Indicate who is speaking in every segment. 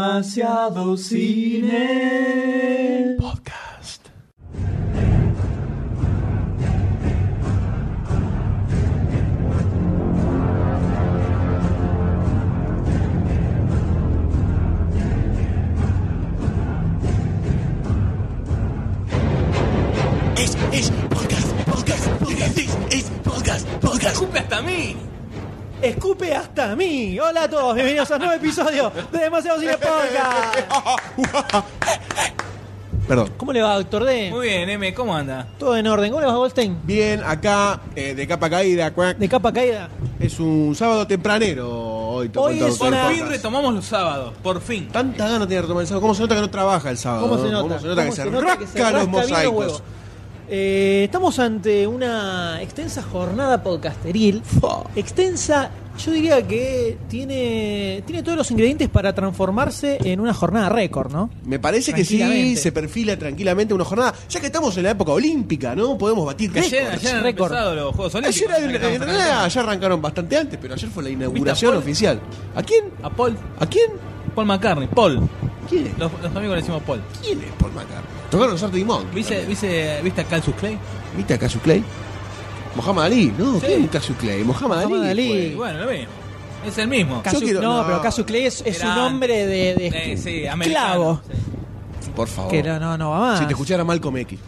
Speaker 1: Demasiado cine.
Speaker 2: Podcast.
Speaker 3: Es, es, podcast, podcast, podcast, es, es, podcast, podcast.
Speaker 4: ¡Escupe hasta mí!
Speaker 1: Escupe hasta mí. Hola a todos, bienvenidos a un nuevo episodio de Demasiado Cine Podcast.
Speaker 2: Perdón.
Speaker 1: ¿Cómo le va, doctor D?
Speaker 4: Muy bien, M, ¿cómo anda?
Speaker 1: Todo en orden. ¿Cómo le va, Goldstein?
Speaker 2: Bien, acá, eh, de capa caída, cuac.
Speaker 1: De capa caída.
Speaker 2: Es un sábado tempranero hoy. to-
Speaker 1: Hoy
Speaker 2: to-
Speaker 1: es
Speaker 2: to-
Speaker 4: Por
Speaker 1: una-
Speaker 2: podcast.
Speaker 4: fin retomamos los sábados, por fin.
Speaker 2: Tanta gana tiene de retomar el sábado. ¿Cómo se nota que no trabaja el sábado?
Speaker 1: ¿Cómo
Speaker 2: no?
Speaker 1: se nota?
Speaker 2: Ah, ¿Cómo se nota que
Speaker 1: ¿Cómo
Speaker 2: se,
Speaker 1: se nota
Speaker 2: rasca
Speaker 1: que se
Speaker 2: los
Speaker 1: rasca bien los
Speaker 2: mosaicos?
Speaker 1: huevos? Eh, estamos ante una extensa jornada podcasteril. Extensa, yo diría que tiene, tiene todos los ingredientes para transformarse en una jornada récord, ¿no?
Speaker 2: Me parece que sí,
Speaker 1: Tranquilamente.
Speaker 2: se perfila tranquilamente una jornada. Ya que estamos en la época olímpica, ¿no? Podemos batir
Speaker 4: Que ayer,
Speaker 2: récords.
Speaker 4: ayer han
Speaker 1: récord.
Speaker 4: empezado los Juegos Olímpicos.
Speaker 2: Ayer, Ah, en-
Speaker 4: Ya que
Speaker 2: en
Speaker 4: estamos
Speaker 2: realidad,
Speaker 4: acá.
Speaker 2: ayer arrancaron bastante antes, pero ayer fue la inauguración
Speaker 4: Paul?
Speaker 2: oficial. ¿A quién?
Speaker 4: A Paul,
Speaker 2: ¿A quién?
Speaker 4: Paul McCartney, Paul.
Speaker 2: ¿Quién es?
Speaker 4: Los, los amigos le decimos Paul.
Speaker 2: ¿Quién es Paul McCartney? Tocaron los Arctic Monkeys.
Speaker 4: ¿Viste, viste, viste a Calzus Clay?
Speaker 2: ¿Viste a Cassius Clay? Mohamed Ali, ¿no?
Speaker 4: Sí.
Speaker 2: ¿Quién es Cassius Clay? Mohamed,
Speaker 1: Muhammad
Speaker 2: Ali.
Speaker 1: Ali.
Speaker 4: Y bueno, lo mismo. Es el mismo.
Speaker 2: Ca- Yo
Speaker 1: Casu-
Speaker 2: quiero-
Speaker 1: no,
Speaker 2: no.
Speaker 1: pero Casu Clay es, es un
Speaker 4: Era-
Speaker 1: hombre de, de
Speaker 4: Eh, sí,
Speaker 1: esclavo.
Speaker 4: americano. sí.
Speaker 2: Por favor.
Speaker 1: Que no, no, no va más.
Speaker 2: Si te escuchara Malcolm X.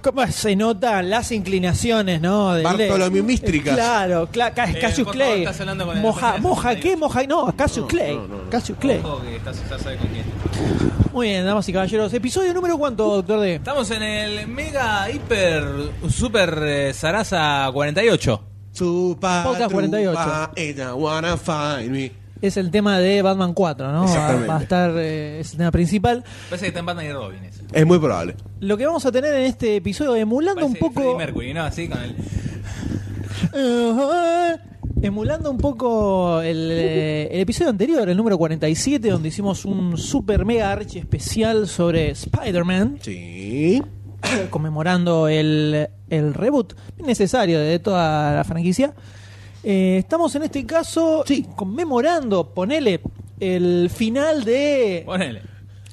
Speaker 1: ¿Cómo se notan las inclinaciones, no? Del- eh,
Speaker 2: Bartolomé Místricas.
Speaker 1: Claro, cla- ca-
Speaker 4: Eh,
Speaker 1: Cassius
Speaker 4: por favor,
Speaker 1: Clay.
Speaker 4: estás hablando con el-
Speaker 1: moja, moja, ¿qué? Moja, no, Cassius
Speaker 2: No,
Speaker 1: Clay.
Speaker 2: no, no, no.
Speaker 1: Cassius Clay.
Speaker 4: Ojo que estás- estás ahí con quién.
Speaker 1: Muy bien, damas y caballeros. ¿Episodio número cuánto, doctor D?
Speaker 4: Estamos en el mega, hiper, super eh, Sarasa 48.
Speaker 2: Supa,
Speaker 1: Podcast 48.
Speaker 2: trupa, ella wanna find me.
Speaker 1: Es el tema de Batman 4, ¿no? Va,
Speaker 2: Exactamente.
Speaker 1: va a estar, eh, es el tema principal.
Speaker 4: Parece que está en Batman y Robin. ese.
Speaker 2: Es muy probable.
Speaker 1: Lo que vamos a tener en este episodio, emulando
Speaker 4: Parece
Speaker 1: un poco.
Speaker 4: Freddie Mercury, ¿no? Así con el...
Speaker 1: Ajá. Emulando un poco el, eh, el episodio anterior, el número 47, donde hicimos un super mega archi especial sobre Spider-Man,
Speaker 2: Sí.
Speaker 1: conmemorando el, el reboot necesario de toda la franquicia. Eh, estamos en este caso
Speaker 2: Sí.
Speaker 1: conmemorando, ponele, el final de
Speaker 4: Ponele.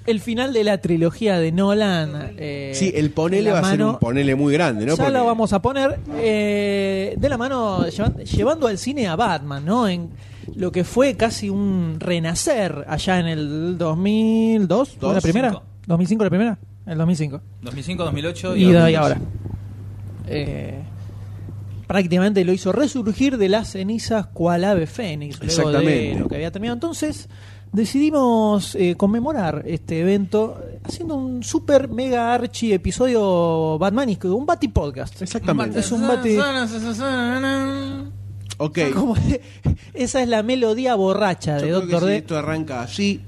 Speaker 1: el final de la trilogía de Nolan. eh,
Speaker 2: sí, el ponele
Speaker 1: la
Speaker 2: va a ser
Speaker 1: mano-
Speaker 2: un ponele muy grande, ¿no?
Speaker 1: ya
Speaker 2: Porque
Speaker 1: lo vamos a poner eh, de la mano, llevan- llevando al cine a Batman, ¿no? En lo que fue casi un renacer allá en el 2002, ¿fue la
Speaker 2: Dos,
Speaker 1: primera?
Speaker 4: cinco.
Speaker 1: ¿2005 la primera? El 2005.
Speaker 4: 2005, 2008
Speaker 1: Y, de ahí
Speaker 4: 2012.
Speaker 1: ahora. Eh, prácticamente lo hizo resurgir de las cenizas cual ave fénix. Luego de
Speaker 2: Exactamente.
Speaker 1: lo que había terminado. Entonces decidimos eh, conmemorar este evento haciendo un super mega archi episodio Batmanisco, un Bati Podcast.
Speaker 2: Exactamente.
Speaker 1: Es un bate.
Speaker 2: Ok.
Speaker 1: Como- esa es la melodía borracha
Speaker 2: Yo
Speaker 1: de
Speaker 2: creo que
Speaker 1: Doctor
Speaker 2: si
Speaker 1: D.
Speaker 2: esto arranca así.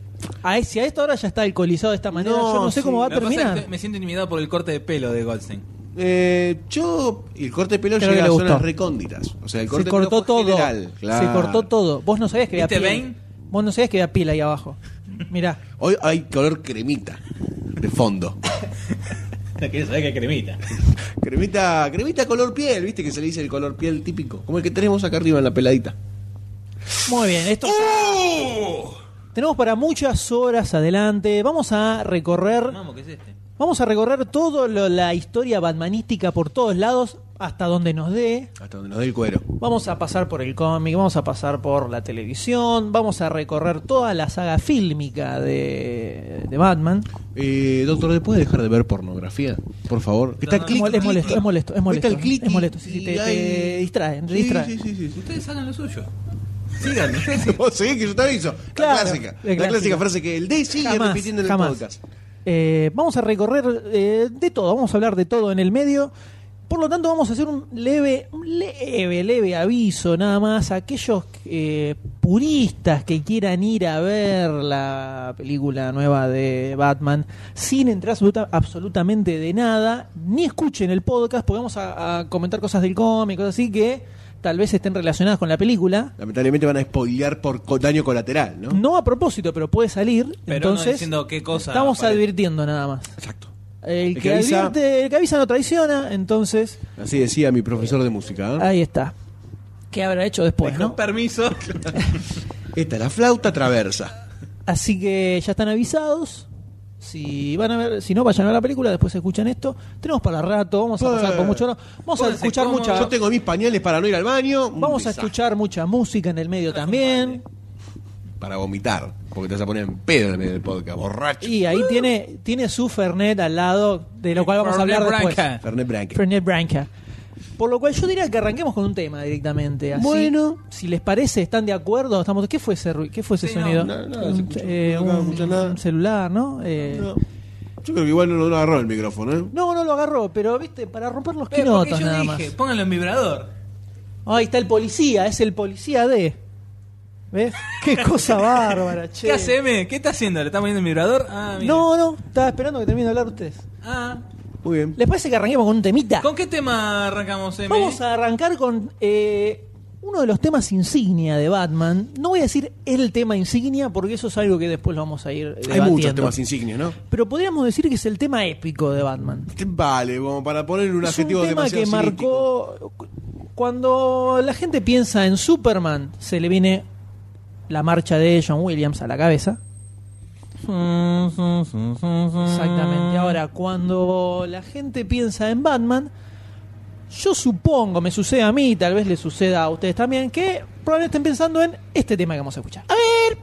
Speaker 1: A ese- a esta hora ya está alcoholizado de esta manera.
Speaker 2: No,
Speaker 1: Yo no sé
Speaker 2: sí.
Speaker 1: cómo va a
Speaker 4: Lo que pasa es que
Speaker 1: terminar.
Speaker 4: estoy- me siento intimidado por el corte de pelo de Goldstein.
Speaker 2: eh, yo. Y el corte de pelo
Speaker 1: Creo que
Speaker 2: llega a
Speaker 1: le
Speaker 2: zonas
Speaker 1: gustó.
Speaker 2: recónditas. O sea, el corte
Speaker 1: Se
Speaker 2: de pelo
Speaker 1: cortó
Speaker 2: fue
Speaker 1: todo.
Speaker 2: general,
Speaker 1: Se
Speaker 2: claro.
Speaker 1: cortó todo. Vos no sabías que había
Speaker 4: ¿Viste
Speaker 1: pila.
Speaker 4: Bane?
Speaker 1: Vos no sabías que había pila ahí abajo. Mirá.
Speaker 2: Hoy hay color cremita de fondo.
Speaker 4: Quieres saber qué cremita.
Speaker 2: Cremita, cremita color piel, viste que se le dice el color piel típico, como el que tenemos acá arriba en la peladita.
Speaker 1: Muy bien, esto. Tenemos para muchas horas adelante. Vamos a recorrer.
Speaker 4: Vamos, ¿qué es este?
Speaker 1: Vamos a recorrer toda la historia batmanística por todos lados, hasta donde nos dé.
Speaker 2: Hasta donde nos dé el cuero.
Speaker 1: Vamos a pasar por el cómic, vamos a pasar por la televisión, vamos a recorrer toda la saga fílmica de, de Batman.
Speaker 2: Eh, doctor, ¿le puede dejar de ver pornografía? Por favor. Que
Speaker 4: No,
Speaker 2: está el
Speaker 1: Es
Speaker 4: no,
Speaker 2: clic,
Speaker 1: mol- es
Speaker 2: clic,
Speaker 1: molesto,
Speaker 2: clic.
Speaker 1: es molesto, es
Speaker 2: Ahí
Speaker 1: molesto.
Speaker 2: Está el clic
Speaker 1: es
Speaker 2: y-
Speaker 1: molesto, sí, sí, te,
Speaker 2: y hay-
Speaker 1: te distraen, te
Speaker 2: Sí,
Speaker 1: distraen.
Speaker 2: Sí, sí, sí. sí.
Speaker 4: Ustedes hagan lo suyo. Sigan, ustedes
Speaker 2: Vos seguís que yo te aviso.
Speaker 1: Claro,
Speaker 2: la clásica.
Speaker 1: la
Speaker 2: La clásica,
Speaker 1: clásica.
Speaker 2: frase que el D sigue
Speaker 1: Jamás,
Speaker 2: repitiendo en el
Speaker 1: jamás.
Speaker 2: podcast.
Speaker 1: Eh, vamos a recorrer eh, de todo, vamos a hablar de todo en el medio. Por lo tanto, vamos a hacer un leve, un leve, leve aviso nada más a aquellos eh, puristas que quieran ir a ver la película nueva de Batman sin entrar absoluta- absolutamente de nada, ni escuchen el podcast, porque vamos a, a comentar cosas del cómic, cosas así que tal vez estén relacionadas con la película.
Speaker 2: Lamentablemente van a spoilear por co- daño colateral, ¿no?
Speaker 1: No a propósito, pero puede salir.
Speaker 4: Pero
Speaker 1: entonces,
Speaker 4: no diciendo qué cosa
Speaker 1: estamos
Speaker 4: aparece.
Speaker 1: advirtiendo nada más.
Speaker 2: Exacto.
Speaker 1: El
Speaker 2: El
Speaker 1: que,
Speaker 2: que avisa-
Speaker 1: advierte- el que avisa no traiciona, entonces
Speaker 2: Así decía mi profesor de música. ¿eh?
Speaker 1: ahí está. ¿Qué habrá hecho después,
Speaker 4: Con
Speaker 1: no?
Speaker 4: permiso.
Speaker 2: Esta es la flauta traversa.
Speaker 1: Así que ya están avisados. Si van a ver, si no vayan a ver la película, después escuchan esto. Tenemos para rato, vamos a pasar por mucho. Vamos a
Speaker 4: Pónganse
Speaker 1: escuchar
Speaker 4: cómodos.
Speaker 1: mucha.
Speaker 2: Yo tengo mis pañales para no ir al baño. Un
Speaker 1: Vamos a
Speaker 2: desastre.
Speaker 1: escuchar mucha música en el medio también.
Speaker 2: Para vomitar, porque te vas a poner en pedo en el medio del podcast, borracho.
Speaker 1: Y ahí tiene, tiene su Fernet al lado, de lo cual vamos a hablar después.
Speaker 2: Fernet Branca.
Speaker 1: Fernet Branca. Por lo cual yo diría que arranquemos con un tema directamente. Así,
Speaker 2: Bueno.
Speaker 1: Si les parece, ¿están de acuerdo? Estamos, ¿Qué fue ese, ruido? ¿Qué fue ese
Speaker 4: Sí, no,
Speaker 1: sonido?
Speaker 2: no, no,
Speaker 1: un,
Speaker 2: se escuchó,
Speaker 1: eh,
Speaker 2: no acabo de
Speaker 1: un-
Speaker 2: escuchar nada.
Speaker 1: un celular, ¿no? Eh,
Speaker 2: No. Yo creo que igual no lo agarró el micrófono, ¿eh?
Speaker 1: no, no lo agarró, pero viste, para romper los
Speaker 4: Pero porque
Speaker 1: quinotos
Speaker 4: yo
Speaker 1: nada
Speaker 4: dije, pónganlo en vibrador.
Speaker 1: más. Ahí está el policía, es el policía de. ¿Ves? Qué cosa bárbara, che.
Speaker 4: ¿Qué hace M? ¿Qué está haciendo? ¿Le está poniendo en vibrador? Ah, mire.
Speaker 1: No, no, estaba esperando que termine de hablar ustedes.
Speaker 4: Ah.
Speaker 2: Muy bien.
Speaker 1: ¿Les parece que arranquemos con un temita?
Speaker 4: ¿Con qué tema arrancamos, M?
Speaker 1: Vamos a arrancar con eh, uno de los temas insignia de Batman. No voy a decir el tema insignia porque eso es algo que después lo vamos a ir
Speaker 2: Hay
Speaker 1: debatiendo.
Speaker 2: muchos temas insignias, ¿no?
Speaker 1: Pero podríamos decir que es el tema épico de Batman.
Speaker 2: Vale, como para poner un
Speaker 1: es un
Speaker 2: adjetivo
Speaker 1: tema
Speaker 2: demasiado
Speaker 1: que
Speaker 2: cinético.
Speaker 1: marcó cuando la gente piensa en Superman se le viene la marcha de John Williams a la cabeza. Exactamente. Ahora, cuando la gente piensa en Batman, yo supongo, me sucede a mí, tal vez le suceda a ustedes también, que probablemente estén pensando en este tema que vamos a escuchar. A ver.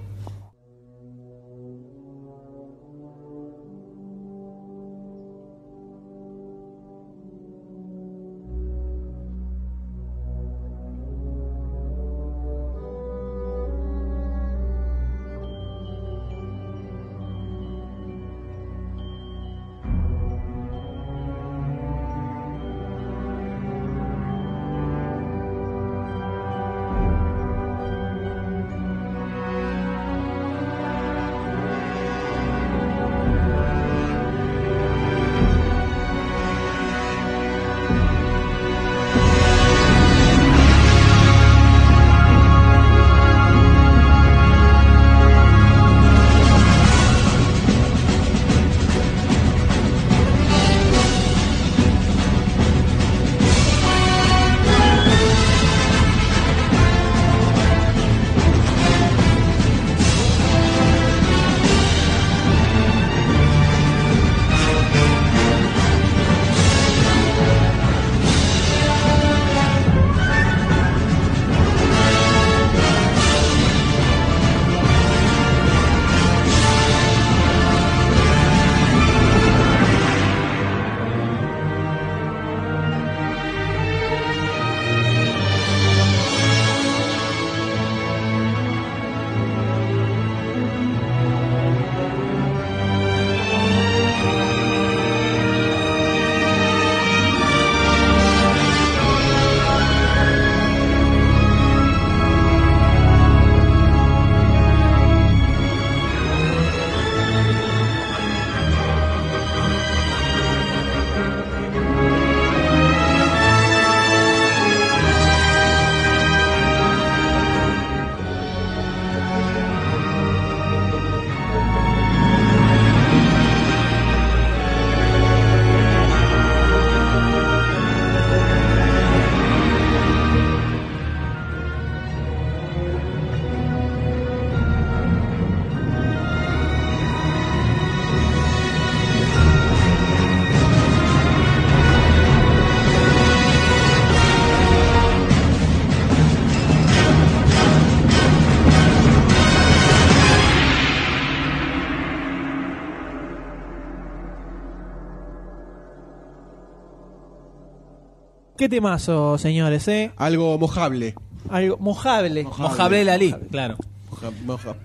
Speaker 1: Qué temazo, señores, ¿eh?
Speaker 2: Algo mojable.
Speaker 1: Algo mojable.
Speaker 4: Mojable Lali, claro.
Speaker 2: Moja- moja-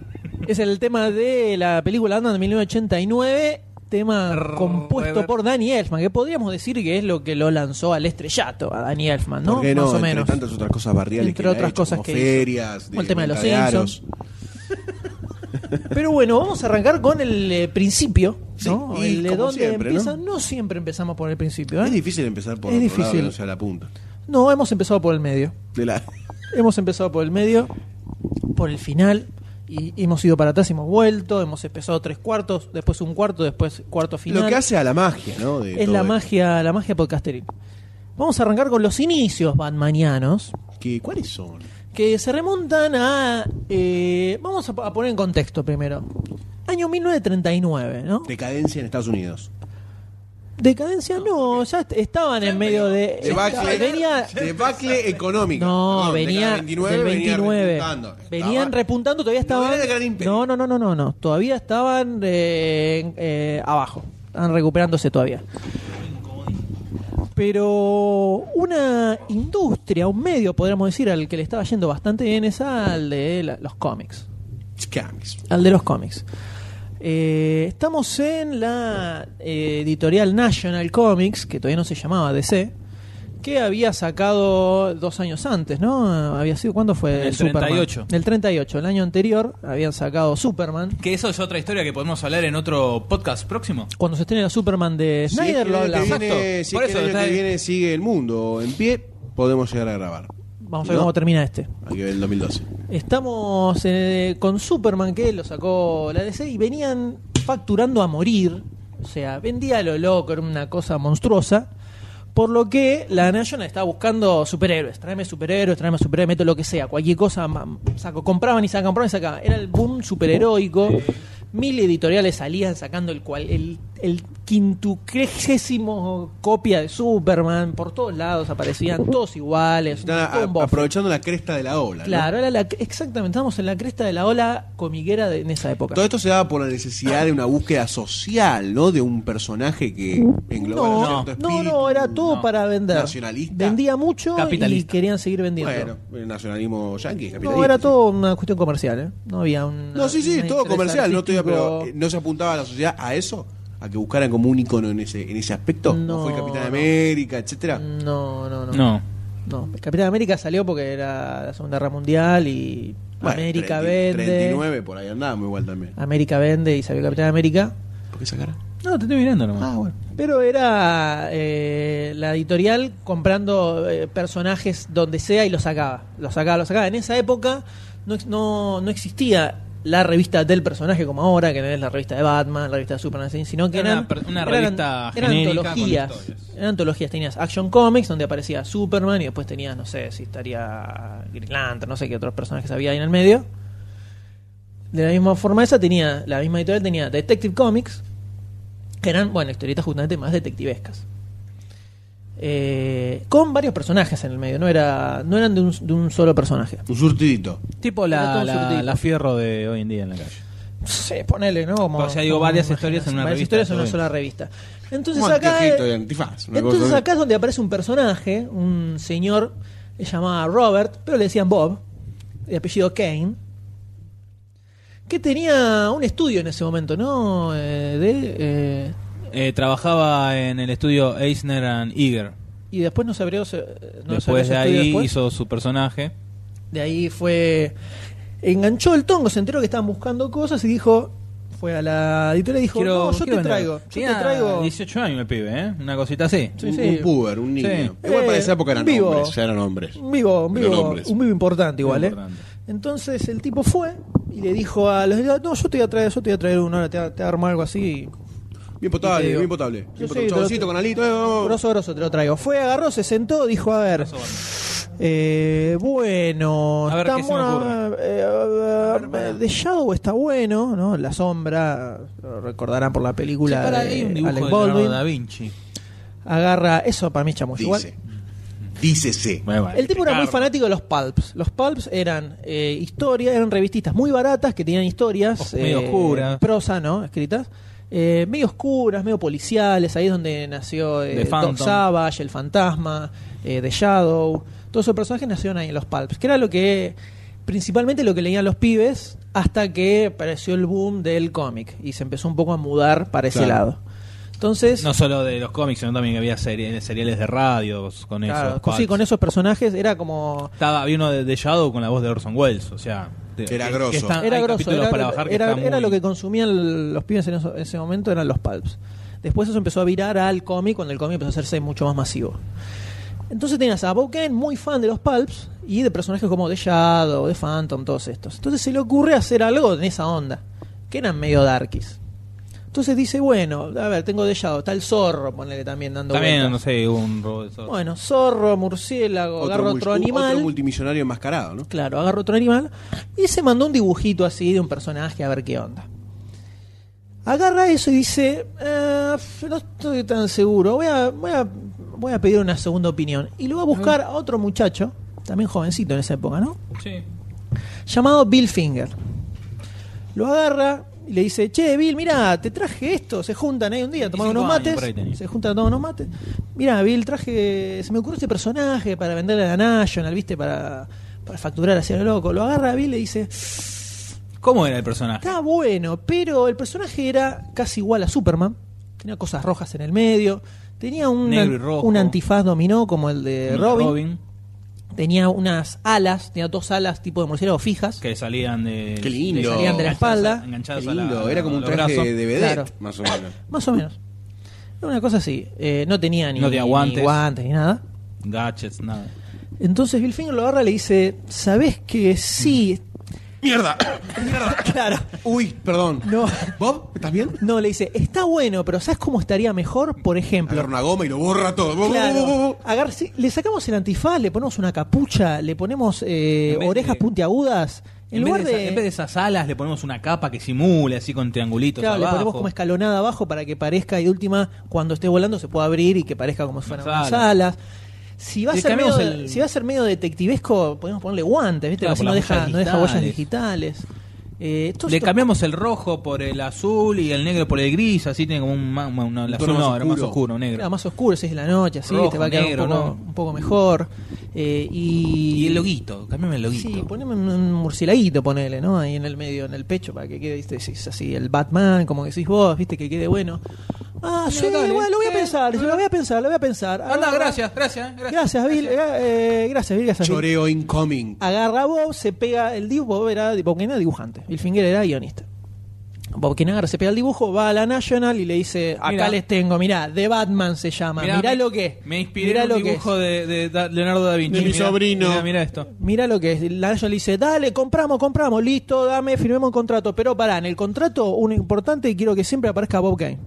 Speaker 1: Es el tema de la película Batman de 1989, tema compuesto por Danny Elfman, que podríamos decir que es lo que lo lanzó al estrellato, a Danny Elfman, ¿no?
Speaker 2: ¿Por qué no?
Speaker 1: Más o
Speaker 2: Entre
Speaker 1: menos.
Speaker 2: tantas otras cosas barriales
Speaker 1: Entre
Speaker 2: que él ha
Speaker 1: otras
Speaker 2: hecho,
Speaker 1: cosas
Speaker 2: como
Speaker 1: que hizo.
Speaker 2: ferias,
Speaker 1: Como el tema de los
Speaker 2: venta
Speaker 1: Simpsons.
Speaker 2: aros.
Speaker 1: Pero bueno, vamos a arrancar con el eh, principio, ¿no?
Speaker 2: Sí, y
Speaker 1: el de
Speaker 2: como
Speaker 1: dónde
Speaker 2: siempre, ¿no?
Speaker 1: empieza. ¿no? siempre empezamos por el principio,
Speaker 2: Es
Speaker 1: ¿eh?
Speaker 2: difícil empezar por
Speaker 1: Es
Speaker 2: otro lado que
Speaker 1: difícil.
Speaker 2: no sea la punta.
Speaker 1: No, hemos empezado por el medio.
Speaker 2: De la...
Speaker 1: Hemos empezado por el medio, por el final, y hemos ido para atrás, hemos vuelto, hemos empezado tres cuartos, después un cuarto, después cuarto final.
Speaker 2: Lo que hace a la magia, ¿no? De
Speaker 1: es
Speaker 2: todo
Speaker 1: la
Speaker 2: esto.
Speaker 1: magia, la magia podcasteril. Vamos a arrancar con los inicios batmanianos.
Speaker 2: ¿Qué- ¿Cuáles son?
Speaker 1: que se remontan a... eh, vamos a, a poner en contexto primero. Año 1939, ¿no?
Speaker 2: Decadencia en Estados Unidos.
Speaker 1: Decadencia no, ya est- estaban en medio de...
Speaker 2: Debacle,
Speaker 1: Eh, venía-
Speaker 2: debacle económica.
Speaker 1: No,
Speaker 2: Perdón,
Speaker 1: venía
Speaker 2: década
Speaker 1: del 29,
Speaker 2: venía repuntando.
Speaker 1: Venían
Speaker 2: Estaba-
Speaker 1: repuntando, todavía
Speaker 2: No
Speaker 1: estaban.
Speaker 2: era el gran imperio.
Speaker 1: No, no, no, no, no, no. Todavía estaban eh, en- eh, abajo. Estaban recuperándose todavía. Pero una industria, un medio, podríamos decir, al que le estaba yendo bastante bien es al de la- los cómics.
Speaker 2: Scams.
Speaker 1: Al de los cómics. Eh, estamos en la eh, editorial National Comics, que todavía no se llamaba DC, que había sacado dos años antes, ¿no? Había sido, ¿cuándo fue?
Speaker 4: En el
Speaker 1: Superman?
Speaker 4: 38.
Speaker 1: El 38, el año anterior, habían sacado Superman.
Speaker 4: Que eso es otra historia que podemos hablar en otro podcast próximo.
Speaker 1: Cuando se estrena Superman de
Speaker 2: Si es que
Speaker 1: Snyder,
Speaker 2: el
Speaker 1: lo
Speaker 2: año que
Speaker 1: hablamos.
Speaker 2: viene-
Speaker 4: Exacto.
Speaker 2: Si es
Speaker 4: Por
Speaker 2: que el
Speaker 4: eso,
Speaker 2: año
Speaker 4: está
Speaker 2: que
Speaker 4: bien.
Speaker 2: viene sigue el mundo en pie, podemos llegar a grabar.
Speaker 1: Vamos a ver
Speaker 2: ¿No?
Speaker 1: cómo termina este.
Speaker 2: Hay que ver el 2012.
Speaker 1: Estamos eh, con Superman, que lo sacó la DC, y venían facturando a morir. O sea, vendía a lo loco, era una cosa monstruosa. Por lo que la National estaba buscando superhéroes. Tráeme superhéroes, tráeme superhéroes, meto lo que sea, cualquier cosa. ma- Saco, compraban y sacaban, compraban y sacaban. Era el boom superheroico. Mil editoriales salían sacando el cual el, el quintuagésimo copia de Superman. Por todos lados aparecían, todos iguales.
Speaker 2: Están a-
Speaker 1: todo un bofe.
Speaker 2: aprovechando la cresta de la ola. ¿no?
Speaker 1: Claro, era la- exactamente, estábamos en la cresta de la ola comiguera de- en esa época.
Speaker 2: Todo este esto se daba por la necesidad de una búsqueda social, ¿no? De un personaje que engloba
Speaker 1: no, no, no, era todo
Speaker 4: no.
Speaker 1: para vender.
Speaker 2: Nacionalista.
Speaker 1: Vendía mucho y
Speaker 4: Capitalista.
Speaker 1: querían seguir vendiendo.
Speaker 2: Bueno, el nacionalismo yanqui,
Speaker 1: no,
Speaker 2: capitalista,
Speaker 1: era
Speaker 2: sí.
Speaker 1: todo una cuestión comercial, ¿eh? No había un.
Speaker 2: No, sí, sí,
Speaker 1: un
Speaker 2: todo
Speaker 1: interés
Speaker 2: comercial. No, estoy- pero, eh,
Speaker 1: artístico.
Speaker 2: ¿No se apuntaba a la sociedad a eso? ¿A que buscaran como un icono en ese, en ese aspecto?
Speaker 1: No,
Speaker 2: ¿O fue el Capitán
Speaker 1: no. Mm,
Speaker 2: América, etcétera?
Speaker 1: No, no, no.
Speaker 4: No.
Speaker 1: No, Capitán América salió porque era la Segunda Guerra Mundial y
Speaker 2: Bueno,
Speaker 1: América
Speaker 2: 30,
Speaker 1: vende. Ah,
Speaker 2: 39, por ahí andábamos igual también.
Speaker 1: América vende y salió Capitán América.
Speaker 2: ¿Por qué sacar?
Speaker 4: No, te estoy mirando nomás.
Speaker 1: bueno. Pero era eh, la editorial comprando eh, personajes donde sea y los sacaba. Los sacaba, los sacaba. En esa época no, ex- no, no existía la revista del personaje como ahora, que no es la revista de Batman, la revista de Superman, así, sino que
Speaker 4: Era
Speaker 1: eran,
Speaker 4: una per- una
Speaker 1: eran-
Speaker 4: revista
Speaker 1: eran
Speaker 4: genérica con
Speaker 1: antologías.
Speaker 4: historias.
Speaker 1: Eran antologías. Tenías Action Comics, donde aparecía Superman, y después tenías, no sé, si estaría Green Lantern, no sé qué otros personajes había ahí en el medio. De la misma forma esa tenía, la misma editorial tenía Detective Comics, que eran, bueno, historietas justamente más detectivescas. Eh, con varios personajes en el medio, no, era, no eran de un, de un solo personaje.
Speaker 2: Un surtidito.
Speaker 4: Tipo
Speaker 1: Era todo
Speaker 4: la,
Speaker 1: un
Speaker 4: la,
Speaker 1: surtido.
Speaker 4: la fierro de hoy en día en la calle.
Speaker 1: Sí, ponele, ¿no? Como,
Speaker 4: O sea, digo,
Speaker 1: como
Speaker 4: varias
Speaker 1: imaginas,
Speaker 4: historias en una
Speaker 1: varias
Speaker 4: revista,
Speaker 1: historias en una
Speaker 4: está
Speaker 1: sola revista. Entonces
Speaker 2: Como
Speaker 1: acá, eh,
Speaker 2: anteojito de antifaz. una
Speaker 1: entonces
Speaker 2: cosa-
Speaker 1: acá es donde aparece un personaje, un señor que se llamaba Robert, pero le decían Bob, de apellido Kane, que tenía un estudio en ese momento, ¿no? Eh, de, eh,
Speaker 4: Eh, trabajaba en el estudio Eisner and Eager.
Speaker 1: y después no se abrió. se- no se abrió
Speaker 4: después
Speaker 1: su
Speaker 4: de ahí
Speaker 1: estudio después.
Speaker 4: hizo su personaje.
Speaker 1: De ahí fue. Enganchó el tongo, se enteró que estaban buscando cosas y dijo. Fue a la editora y dijo: No, yo
Speaker 4: quiero
Speaker 1: te
Speaker 4: vender.
Speaker 1: traigo. Yo
Speaker 4: Tenía
Speaker 1: te traigo.
Speaker 4: 18 años el pibe, ¿eh? Una cosita así.
Speaker 1: Sí,
Speaker 2: un,
Speaker 1: sí.
Speaker 2: un puber, un niño.
Speaker 4: Sí.
Speaker 2: Igual para
Speaker 1: Eh,
Speaker 2: esa época eran
Speaker 1: vivo.
Speaker 2: hombres, ya eran hombres.
Speaker 1: Un vivo, un
Speaker 2: Pero
Speaker 1: vivo,
Speaker 2: nombres.
Speaker 1: un vivo importante igual,
Speaker 4: Muy
Speaker 1: ¿eh?
Speaker 4: importante.
Speaker 1: Entonces el tipo fue y le dijo a los editores, no, yo te voy a traer, yo te voy a traer uno, ahora te, voy a- te voy a armar algo así.
Speaker 2: Bien
Speaker 1: Y te
Speaker 2: potable,
Speaker 1: digo.
Speaker 2: bien potable. Bien
Speaker 1: Sí,
Speaker 2: potable.
Speaker 1: sí, te lo-
Speaker 2: Chaboncito con alito. eh, vamos.
Speaker 1: Grosso, grosso te lo traigo. Fue, agarró, se sentó, dijo, a ver, eh, bueno,
Speaker 4: A ver,
Speaker 1: está
Speaker 4: ¿qué se me
Speaker 1: buena- eh, a ver, The Shadow está bueno, ¿no? La sombra, lo recordarán por la película
Speaker 4: Sí, para
Speaker 1: de
Speaker 4: ahí un dibujo
Speaker 1: Alec
Speaker 4: de
Speaker 1: Baldwin.
Speaker 4: Leonardo da Vinci.
Speaker 1: Agarra, eso para mí es chamuyo. igual.
Speaker 2: Dice. Dícese.
Speaker 1: El tipo era muy fanático de los pulps. Los pulps eran eh, historia, eran revistitas muy baratas que tenían historias eh,
Speaker 4: Os- Oh, medio oscuras.
Speaker 1: prosa, ¿no? Escritas. Eh, medio oscuras, medio policiales. Ahí es donde nació eh,
Speaker 4: The Phantom.
Speaker 1: Doc Savage, El Fantasma, eh, The Shadow. Todos esos personajes nacieron ahí en los pulps, que era lo que principalmente lo que leían los pibes hasta que apareció el boom del cómic y se empezó un poco a mudar para ese
Speaker 2: Claro.
Speaker 1: lado. Entonces,
Speaker 4: No solo de los cómics, sino también que había serie- seriales de radios con
Speaker 1: claro,
Speaker 4: esos
Speaker 1: con- sí,
Speaker 4: packs.
Speaker 1: con esos personajes era como
Speaker 4: Estaba, había uno de, de Shadow con la voz de Orson Welles, o sea... de-
Speaker 2: Era
Speaker 4: que-
Speaker 2: grosso.
Speaker 4: que están-
Speaker 1: era
Speaker 4: Ah, hay
Speaker 1: grosso,
Speaker 4: capítulos
Speaker 1: era,
Speaker 4: para bajar que
Speaker 1: era-
Speaker 4: están
Speaker 1: era
Speaker 4: muy-
Speaker 1: lo que consumían los pibes en eso- ese momento, eran los pulps. Después eso empezó a virar al cómic, cuando el cómic empezó a hacerse mucho más masivo. Entonces tenías a Bob Kane, muy fan de los pulps, y de personajes como The Shadow, The Phantom, todos estos. Entonces se le ocurre hacer algo en esa onda, que eran medio darkies. Entonces dice, bueno, a ver, tengo de Shadow, está el zorro, ponele también dando
Speaker 4: También, no
Speaker 1: vueltas.
Speaker 4: sé, hubo un robo de zorro.
Speaker 1: Bueno, zorro, murciélago, agarro
Speaker 2: multi-
Speaker 1: otro animal.
Speaker 2: otro multimillonario enmascarado, ¿no?
Speaker 1: Claro, agarro otro animal y se mandó un dibujito así de un personaje a ver qué onda. Agarra eso y dice, "Eh, no estoy tan seguro, voy a, voy, a, voy a pedir una segunda opinión. Y lo va a buscar a otro muchacho, también jovencito en esa época, ¿no?
Speaker 4: Sí.
Speaker 1: Llamado Bill Finger. Lo agarra y le dice, che, Bill, mira, te traje esto. Se juntan ahí un día a tomar
Speaker 4: 25
Speaker 1: unos
Speaker 4: años por ahí tenía.
Speaker 1: mates. Se juntan a tomar unos mates. Mira, Bill, traje, se me ocurrió este personaje para venderle a la National, ¿viste? Para, para facturar hacia lo loco. Lo agarra Bill y le dice,
Speaker 4: ¿Cómo era el personaje?
Speaker 1: Está bueno, pero el personaje era casi igual a Superman. Tenía cosas rojas en el medio. Tenía un,
Speaker 4: Negro y rojo.
Speaker 1: un antifaz dominó como el de Robin.
Speaker 4: Robin,
Speaker 1: Tenía unas alas, tenía dos alas tipo de murciélago fijas.
Speaker 4: que salían de.
Speaker 2: Qué lindo.
Speaker 4: le
Speaker 2: Salían de la
Speaker 1: espalda.
Speaker 4: Enganchados
Speaker 2: Qué
Speaker 4: a la-
Speaker 2: lindo, era como un
Speaker 4: a los brazos.
Speaker 2: traje de vedette,
Speaker 1: Claro.
Speaker 2: más o menos.
Speaker 1: Más o menos. Era una cosa así. Eh, no tenía ni,
Speaker 4: No tenía
Speaker 1: ni
Speaker 4: guantes.
Speaker 1: guantes ni nada.
Speaker 4: Gadgets, nada.
Speaker 1: Entonces Bill Finger lo agarra y le dice, ¿sabés que sí?
Speaker 2: ¡Mierda!
Speaker 1: Claro.
Speaker 2: Uy, perdón.
Speaker 1: No.
Speaker 2: ¿Bob? ¿Estás bien?
Speaker 1: No, le dice, está bueno, pero ¿sabes cómo estaría mejor? Por ejemplo,
Speaker 2: Agarra una goma y lo borra todo.
Speaker 1: Claro. Agar- sí, le sacamos el antifaz, le ponemos una capucha, le ponemos eh,
Speaker 4: En vez
Speaker 1: orejas
Speaker 4: de-
Speaker 1: puntiagudas. En,
Speaker 4: En,
Speaker 1: lugar
Speaker 4: vez de, esa- en vez de esas alas, le ponemos una capa que simule así con triangulitos
Speaker 1: claro, le
Speaker 4: abajo.
Speaker 1: ponemos como escalonada abajo para que parezca y de última, cuando esté volando, se pueda abrir y que parezca como si fueran
Speaker 4: Unas
Speaker 1: unas alas. Si va, a
Speaker 4: Le
Speaker 1: ser medio,
Speaker 4: cambiamos el-
Speaker 1: si va a ser medio detectivesco, podemos ponerle guantes, ¿viste?
Speaker 4: Claro,
Speaker 1: Así
Speaker 4: por
Speaker 1: no
Speaker 4: las
Speaker 1: deja,
Speaker 4: huellas
Speaker 1: no deja huellas
Speaker 4: digitales.
Speaker 1: digitales. Eh, todo
Speaker 4: Le
Speaker 1: esto-
Speaker 4: cambiamos el rojo por el azul y el negro por el gris, así tiene como un, ma- una, una- el
Speaker 2: tono
Speaker 4: azul
Speaker 2: más
Speaker 4: no, era más
Speaker 2: oscuro.
Speaker 4: oscuro, negro.
Speaker 1: Claro, más oscuro, 6 de la noche, así
Speaker 4: Rojo,
Speaker 1: te va a quedar
Speaker 4: negro,
Speaker 1: un, poco,
Speaker 4: ¿no?
Speaker 1: un poco mejor. Eh, y...
Speaker 4: Y el loguito, cambiame el loguito.
Speaker 1: Sí, poneme un- un murcielaguito, ponele, ¿no? Ahí en el medio, en el pecho, para que quede, viste, decís así, el Batman, como decís vos, viste, que quede bueno. Ah, sí,
Speaker 4: dale,
Speaker 1: bueno, lo voy a
Speaker 4: eh,
Speaker 1: pensar, lo voy a pensar, lo voy a pensar.
Speaker 4: Anda,
Speaker 1: Agarra-
Speaker 4: gracias, gracias, gracias.
Speaker 1: Gracias, Bill, eh, eh, gracias, Bill, gracias, Bill.
Speaker 2: Choreo incoming.
Speaker 1: Agarra a Bob, se pega el dibujo, Bob era, Bob Kane era dibujante, Bill Finger era guionista. Bob Kane agarra, se pega el dibujo, va a la National y le dice, acá
Speaker 4: Mirá.
Speaker 1: les tengo, mirá, The Batman se llama, mirá,
Speaker 4: me-
Speaker 1: lo que es.
Speaker 4: Me inspiré
Speaker 1: mirá
Speaker 4: en
Speaker 1: lo
Speaker 4: un
Speaker 1: que es".
Speaker 4: dibujo de, de Da- Leonardo da Vinci.
Speaker 2: De mi
Speaker 4: Mirá,
Speaker 2: sobrino.
Speaker 4: Mirá, mirá esto.
Speaker 1: Mira lo que es. La National le dice, dale, compramos, compramos, listo, dame, firmemos un contrato. Pero pará, en el contrato, uno importante, y quiero que siempre aparezca Bob Kane.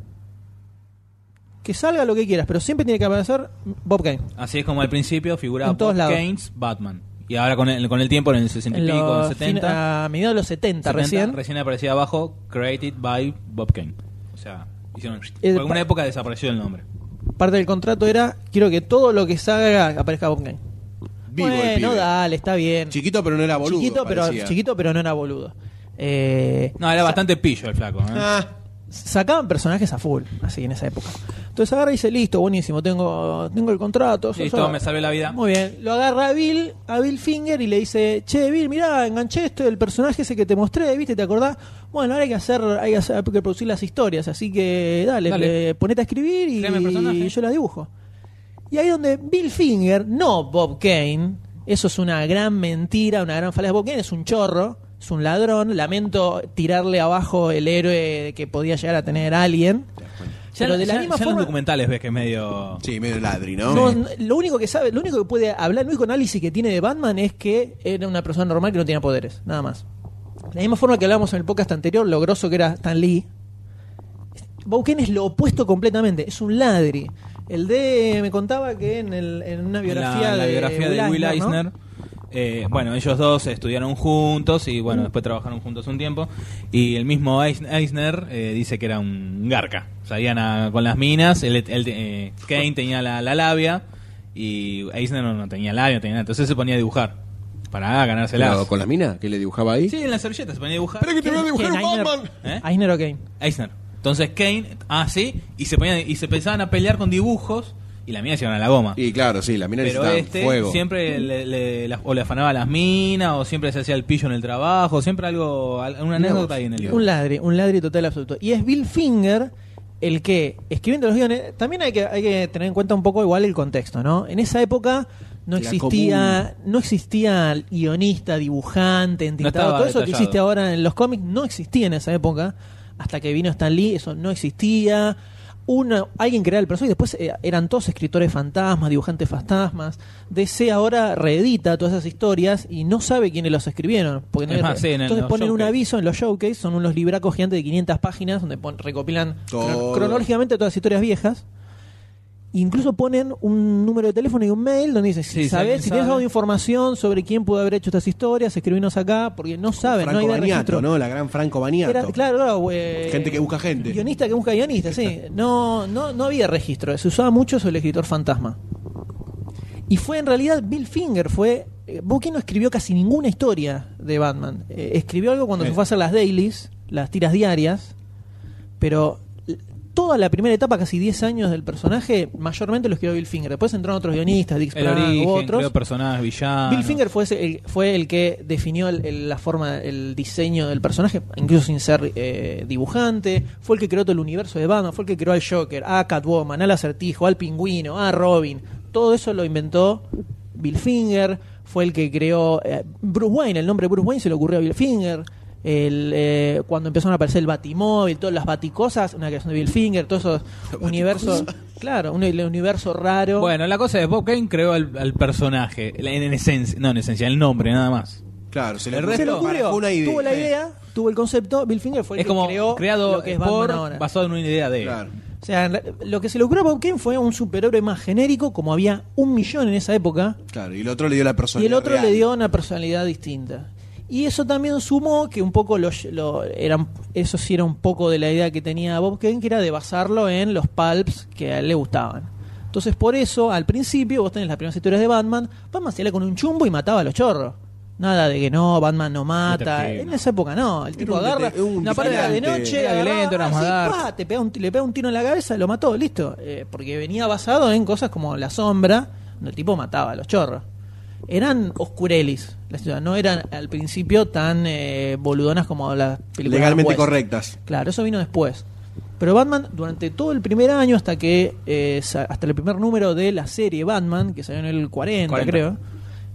Speaker 1: Que salga lo que quieras, pero siempre tiene que aparecer Bob Kane.
Speaker 4: Así es como al principio figuraba
Speaker 1: En todos
Speaker 4: Bob
Speaker 1: lados.
Speaker 4: Keynes, Batman. Y ahora con el, con el tiempo, en el 60 y
Speaker 1: En
Speaker 4: pico, en el
Speaker 1: los
Speaker 4: 70,
Speaker 1: fin- a mediados de los 70,
Speaker 4: 70,
Speaker 1: recién.
Speaker 4: aparecía abajo, created by Bob Kane. O sea, hicieron...
Speaker 1: El
Speaker 4: por alguna
Speaker 1: pa-
Speaker 4: época desapareció el nombre.
Speaker 1: Parte del contrato era, quiero que todo lo que salga aparezca Bob Kane.
Speaker 2: Vivo el
Speaker 1: bueno,
Speaker 2: pibe.
Speaker 1: dale, está bien.
Speaker 2: Chiquito, pero no era boludo.
Speaker 1: chiquito, pero,
Speaker 2: parecía.
Speaker 1: chiquito, pero no era boludo. Eh,
Speaker 4: No, era bastante pillo el flaco. ¿eh?
Speaker 2: Ah,
Speaker 1: sacaban personajes a full, así en esa época. Entonces agarra y dice, listo, buenísimo, tengo, tengo el contrato. eso,
Speaker 4: Listo,
Speaker 1: eso".
Speaker 4: me salvé la vida.
Speaker 1: Muy bien, lo agarra a Bill, a Bill Finger y le dice, che, Bill, mirá, enganché esto del personaje ese que te mostré, ¿viste? ¿Te acordás? Bueno, ahora hay que hacer, hay que, hacer- hay que producir las historias, así que dale,
Speaker 4: Dale.
Speaker 1: eh, ponete a escribir y,
Speaker 4: Créame el personaje.
Speaker 1: y yo la dibujo. Y ahí donde Bill Finger, no Bob Kane, eso es una gran mentira, una gran falacia. Bob Kane es un chorro, es un ladrón, lamento tirarle abajo el héroe que podía llegar a tener alguien.
Speaker 4: Ya,
Speaker 1: pero de la
Speaker 4: ya-
Speaker 1: misma
Speaker 4: ya en los
Speaker 1: forma-
Speaker 4: documentales ves que es medio...
Speaker 2: sí, medio ladri, ¿no?
Speaker 1: No, no, lo único que sabe, lo único que puede hablar, el único análisis que tiene de Batman es que era una persona normal que no tenía poderes, nada más. De la misma forma que hablábamos en el podcast anterior, lo grosso que era Stan Lee, Bauken es lo opuesto completamente, es un ladri. El de me contaba que en, el- en una biografía,
Speaker 4: la, la
Speaker 1: de,
Speaker 4: biografía de Will
Speaker 1: ¿no?
Speaker 4: Eisner. eh, bueno, ellos dos estudiaron juntos y bueno, después trabajaron juntos un tiempo. Y el mismo Eis- Eisner eh, dice que era un garca. Salían a- con las minas, el, el- eh, Kane tenía la, la labia y Eisner no, no tenía labia, no tenía nada. Entonces se ponía a dibujar para ganárselas.
Speaker 2: Pero ¿Con las minas que le dibujaba ahí?
Speaker 4: Sí, en la servilleta se ponía a dibujar.
Speaker 2: Espera que te voy a dibujar un
Speaker 1: ¿Quién? Eisner.
Speaker 2: Batman.
Speaker 4: ¿Eh?
Speaker 1: Eisner o Kane.
Speaker 4: Eisner. Entonces Kane, ah, sí, y se, ponían, y se pensaban a pelear con dibujos y las minas se iban a la goma.
Speaker 2: Y claro, sí, las minas
Speaker 4: Pero
Speaker 2: necesitaban
Speaker 4: este
Speaker 2: fuego.
Speaker 4: siempre le, le- la- o le afanaba las minas, o siempre se hacía el pillo en el trabajo, siempre algo, al- una anécdota ahí en el libro.
Speaker 1: Un ladri, un ladri total y absoluto. Y es Bill Finger el que, escribiendo los guiones, también hay que, hay que tener en cuenta un poco igual el contexto, ¿no? En esa época no
Speaker 2: La
Speaker 1: existía, no existía guionista, dibujante, entintado,
Speaker 4: estaba
Speaker 1: todo eso que
Speaker 4: detallado.
Speaker 1: existe ahora en los cómics no existía en esa época. Hasta que vino Stan Lee, eso no existía. una, alguien creaba el personaje y después eh, eran todos escritores fantasmas, dibujantes fantasmas. DC ahora reedita todas esas historias y no sabe quiénes los escribieron. Porque no
Speaker 4: Es
Speaker 1: hay-
Speaker 4: más, sí, en el-
Speaker 1: entonces
Speaker 4: los
Speaker 1: ponen un
Speaker 4: showcase.
Speaker 1: aviso en los showcase, son unos libracos gigantes de 500 páginas donde pon- recopilan cron-
Speaker 2: Todo.
Speaker 1: cronológicamente todas las historias viejas. Incluso ponen un número de teléfono y un mail donde dice,
Speaker 4: Sí,
Speaker 1: si,
Speaker 4: si
Speaker 1: sabes,
Speaker 4: alguien
Speaker 1: si tienes
Speaker 4: sabe.
Speaker 1: algo de información sobre quién pudo haber hecho estas historias, escribinos acá, porque no saben, no
Speaker 2: Franco
Speaker 1: hay de
Speaker 2: Baniato,
Speaker 1: registro.
Speaker 2: ¿no? La gran Franco Baniato.
Speaker 1: Era- claro, claro, eh,
Speaker 2: Gente que busca gente.
Speaker 1: Guionista que busca guionista, sí. No, no, no había registro. Se usaba mucho sobre el escritor fantasma. Y fue en realidad Bill Finger, fue. eh, Bucky no escribió casi ninguna historia de Batman. Eh, escribió algo cuando
Speaker 4: Sí.
Speaker 1: se fue a hacer las dailies, las tiras diarias. Pero l- toda la primera etapa, casi 10 años del personaje, mayormente lo escribió Bill Finger. Después entraron otros guionistas, Dick
Speaker 4: El
Speaker 1: Sprang u
Speaker 4: origen,
Speaker 1: otros.
Speaker 4: creó personajes villanos.
Speaker 1: Bill Finger fue, ese- el, fue el que definió el- el- la forma, el diseño del personaje, incluso sin ser eh, dibujante. Fue el que creó todo el universo de Batman, fue el que creó al Joker, a Catwoman, al Acertijo, al Pingüino, a Robin. Todo eso lo inventó Bill Finger. Fue el que creó eh, Bruce Wayne, el nombre Bruce Wayne se le ocurrió a Bill Finger. El, eh, cuando empezaron a aparecer el Batimóvil, todas las Baticosas, una creación de Bill Finger, todos esos universos. Claro, un, el universo raro.
Speaker 4: Bueno, la cosa es Bob Kane creó al, al personaje, la- en, en esencia, no en esencia, el nombre nada más.
Speaker 2: Claro, se
Speaker 4: El
Speaker 2: le
Speaker 4: resto-
Speaker 1: se le
Speaker 2: resto
Speaker 1: ocurrió,
Speaker 2: una idea.
Speaker 1: tuvo la idea, tuvo el concepto, Bill Finger fue el
Speaker 4: es
Speaker 1: que
Speaker 4: como
Speaker 1: creó
Speaker 4: creado
Speaker 1: lo que es
Speaker 4: por
Speaker 1: Batman ahora.
Speaker 4: basado en una idea de él.
Speaker 2: Claro.
Speaker 1: O sea, en re- lo que se le ocurrió a Bob Kane fue un superhéroe más genérico, como había un millón en esa época,
Speaker 2: Claro, y el otro le dio la persona.
Speaker 1: y el otro le dio una personalidad distinta. Y eso también sumó que un poco los, lo- eran, eso sí era un poco de la idea que tenía Bob Kane, que era de basarlo en los pulps que a él le gustaban. Entonces, por eso, al principio, vos tenés las primeras historias de Batman, Batman se iba con un chumbo y mataba a los chorros. Nada de que no, Batman no mata.
Speaker 4: Detective,
Speaker 1: En
Speaker 4: no.
Speaker 1: esa época no. El tipo
Speaker 2: un dete-
Speaker 1: agarra
Speaker 2: era un
Speaker 1: una pareja de
Speaker 2: vigilante.
Speaker 1: noche,
Speaker 4: Era
Speaker 1: agarraba,
Speaker 4: violento, era
Speaker 1: así,
Speaker 4: madarse.
Speaker 1: pa, te pega un- le pega un tiro en la cabeza, lo mató, listo. Eh, porque venía basado en cosas como La Sombra, donde el tipo mataba a los chorros. Eran oscurelis, la ciudad, no eran al principio tan eh, boludonas como las películas.
Speaker 2: Legalmente
Speaker 1: West.
Speaker 2: correctas.
Speaker 1: Claro, eso vino después. Pero Batman, durante todo el primer año, hasta que eh, sa- hasta el primer número de la serie Batman, que salió en el 40,
Speaker 4: 40.
Speaker 1: creo,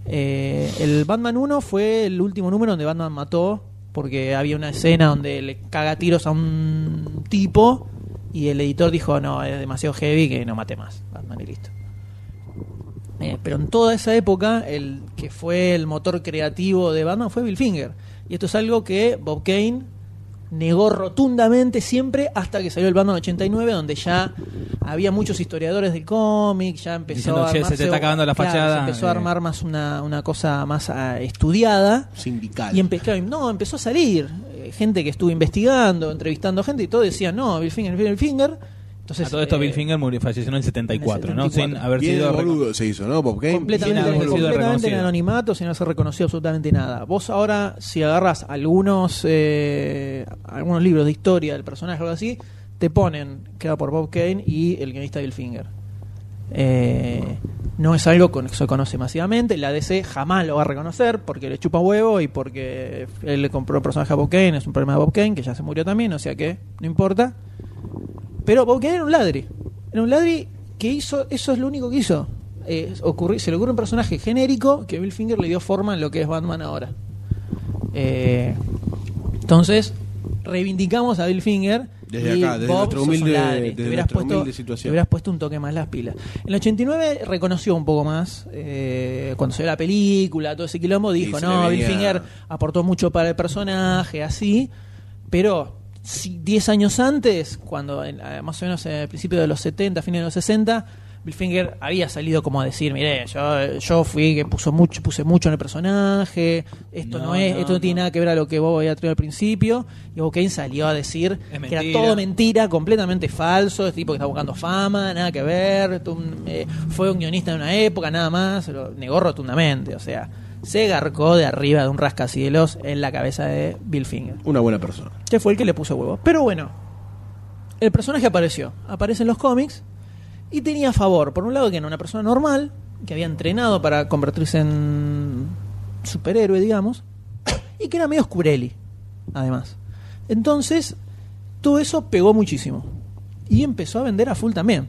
Speaker 1: eh, el Batman 1 fue el último número donde Batman mató, porque había una escena donde le caga tiros a un tipo y el editor dijo, no, es demasiado heavy que no mate más Batman y listo. Eh, pero en toda esa época, el que fue el motor creativo de Batman fue Bill Finger. Y esto es algo que Bob Kane negó rotundamente siempre hasta que salió el Batman 89, donde ya había muchos historiadores del cómic, ya empezó
Speaker 4: Diciendo,
Speaker 1: a
Speaker 4: "Che, se te
Speaker 1: armarse-
Speaker 4: está acabando la
Speaker 1: claro, se
Speaker 4: fachada",
Speaker 1: empezó a
Speaker 4: eh.
Speaker 1: armar más una, una cosa más ah, estudiada.
Speaker 2: Sindical.
Speaker 1: Y empezó, no, empezó a salir eh, gente que estuvo investigando, entrevistando gente y todo decía, no, Bill Finger, Bill Finger. Entonces,
Speaker 4: a todo esto
Speaker 1: eh,
Speaker 4: Bill Finger murió, falleció en el 74,
Speaker 1: en el
Speaker 4: ¿no?
Speaker 1: 74.
Speaker 4: Sin haber
Speaker 2: Bien
Speaker 4: sido
Speaker 2: boludo se hizo, ¿eh? ¿no? Bob Kane.
Speaker 1: completamente,
Speaker 4: Bien,
Speaker 2: boludo.
Speaker 4: reconocido.
Speaker 1: completamente en anonimato, sin haber reconocido absolutamente nada. Vos ahora, si agarras algunos eh, algunos libros de historia del personaje o algo así, te ponen creado por Bob Kane y el guionista Bill Finger. Eh, no es algo con- que se conoce masivamente. La DC jamás lo va a reconocer porque le chupa huevo y porque él le compró el personaje a Bob Kane. Es un problema de Bob Kane, que ya se murió también, o sea que no importa. Pero Bob Kane era un ladri. Era un ladri que hizo, eso es lo único que hizo. Eh, ocurri- se le ocurre un personaje genérico que Bill Finger le dio forma en lo que es Batman ahora. Eh, entonces, reivindicamos a Bill Finger.
Speaker 2: Desde
Speaker 1: y
Speaker 2: acá, desde
Speaker 1: Bob,
Speaker 2: nuestra
Speaker 1: sos un
Speaker 2: humilde-
Speaker 1: ladri. Te
Speaker 2: desde
Speaker 1: hubieras
Speaker 2: nuestra
Speaker 1: puesto-
Speaker 2: humilde situación.
Speaker 1: te hubieras puesto un toque más las pilas. En el 89 reconoció un poco más, eh, cuando se vio la película, todo ese quilombo, dijo,
Speaker 2: se
Speaker 1: no,
Speaker 2: le
Speaker 1: Bill
Speaker 2: venía-
Speaker 1: Finger aportó mucho para el personaje, así, pero si 10 años antes, cuando en- eh, más o menos en el principio de los 70, fines de los 60, Bill Finger había salido como a decir, mire, yo, yo fui que puso mucho, puse mucho en el personaje, esto no,
Speaker 4: No,
Speaker 1: es,
Speaker 4: no,
Speaker 1: esto no tiene
Speaker 4: no.
Speaker 1: nada que ver a lo que vos había traído al principio, y Bob Kane salió a decir
Speaker 4: Es
Speaker 1: que era
Speaker 4: mentira.
Speaker 1: todo mentira mentira, completamente falso, este tipo que está buscando fama, nada que ver, tú, mm, eh, fue un guionista de una época, nada más, lo negó rotundamente, o sea, se garcó de arriba de un rascacielos en la cabeza de Bill Finger.
Speaker 2: Una buena persona.
Speaker 1: Este fue el que le puso huevo. Pero bueno, el personaje apareció, aparece en los cómics y tenía a favor, por un lado, que era una persona normal, que había entrenado para convertirse en superhéroe, digamos, y que era medio oscureli, además. Entonces, todo eso pegó muchísimo y empezó a vender a full también.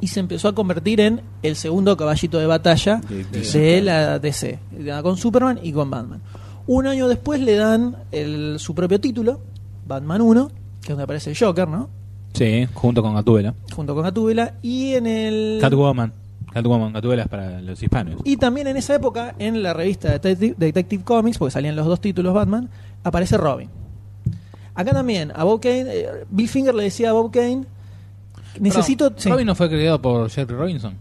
Speaker 1: Y se empezó a convertir en el segundo caballito de batalla
Speaker 2: De- de-
Speaker 1: de la DC, con Superman y con Batman. Un año después le dan el- su propio título, Batman 1, que es donde aparece el Joker, ¿no?
Speaker 4: Sí, junto con Gatúbela.
Speaker 1: junto con Gatúbela y en el
Speaker 4: Catwoman. Catwoman, Gatúbela es para los hispanos.
Speaker 1: y también en esa época en la revista Detective, Detective Comics porque salían los dos títulos Batman aparece Robin acá también a Bob Kane eh, Bill Finger le decía a Bob Kane necesito
Speaker 4: Perdón,
Speaker 1: sí.
Speaker 4: Robin no fue creado por Jerry Robinson.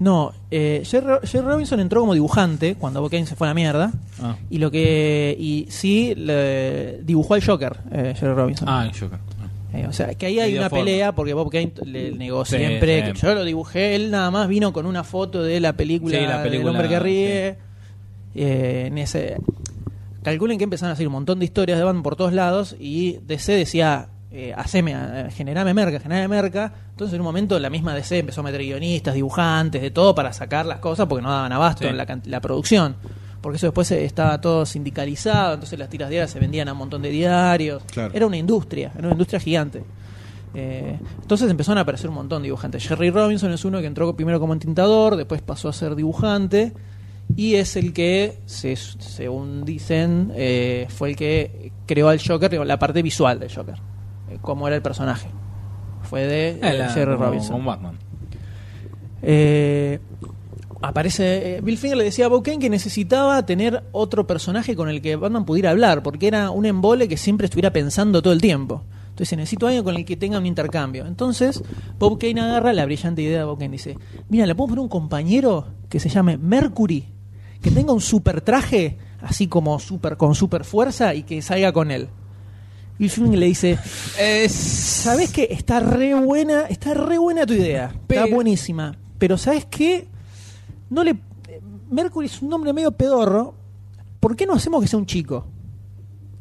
Speaker 1: no eh, Jerry, Jerry Robinson entró como dibujante cuando Bob Kane se fue a la mierda
Speaker 4: Ah,
Speaker 1: y lo que y sí le dibujó al Joker eh, Jerry Robinson
Speaker 4: ah el Joker. Ah.
Speaker 1: Eh, o sea, que ahí hay
Speaker 4: Y de
Speaker 1: una
Speaker 4: forma.
Speaker 1: pelea porque Bob Kane le negó
Speaker 4: Sí,
Speaker 1: siempre
Speaker 4: sí.
Speaker 1: que yo lo dibujé, él nada más vino con una foto de la película,
Speaker 4: Sí, la
Speaker 1: del
Speaker 4: película,
Speaker 1: hombre que ríe. Eh, en ese calculen que empezaron a salir un montón de historias de Batman por todos lados y DC decía eh, haceme, eh, generame merca, generame merca. Entonces en un momento la misma DC empezó a meter guionistas, dibujantes, de todo para sacar las cosas porque no daban abasto
Speaker 4: Sí.
Speaker 1: en la, can- la producción. Porque eso después eh, estaba todo sindicalizado, entonces las tiras diarias se vendían a un montón de diarios.
Speaker 2: Claro.
Speaker 1: Era una industria, era una industria gigante. Eh, entonces empezaron a aparecer un montón de dibujantes. Jerry Robinson es uno que entró primero como entintador, después pasó a ser dibujante y es el que, se- según dicen, eh, fue el que creó al Joker, digo, la parte visual del Joker, eh, cómo era el personaje. Fue de eh,
Speaker 4: Ah, la-
Speaker 1: Jerry
Speaker 4: como-
Speaker 1: Robinson.
Speaker 4: Con Batman.
Speaker 1: Eh, aparece. eh, Bill Finger le decía a Bob Kane que necesitaba tener otro personaje con el que Batman pudiera hablar, porque era un embole que siempre estuviera pensando todo el tiempo. Entonces necesito alguien con el que tenga un intercambio. Entonces Bob Kane agarra la brillante idea de Bob Kane. Dice, mira, le puedo poner un compañero que se llame Mercury, que tenga un super traje, así como super, con super fuerza, y que salga con él. Bill Finger le dice, ¿Sabes qué? Está re buena, está re buena tu idea.
Speaker 4: Pero-
Speaker 1: Está buenísima. Pero ¿sabes qué? No le Mercury es un nombre medio pedorro. ¿Por qué no hacemos que sea un chico?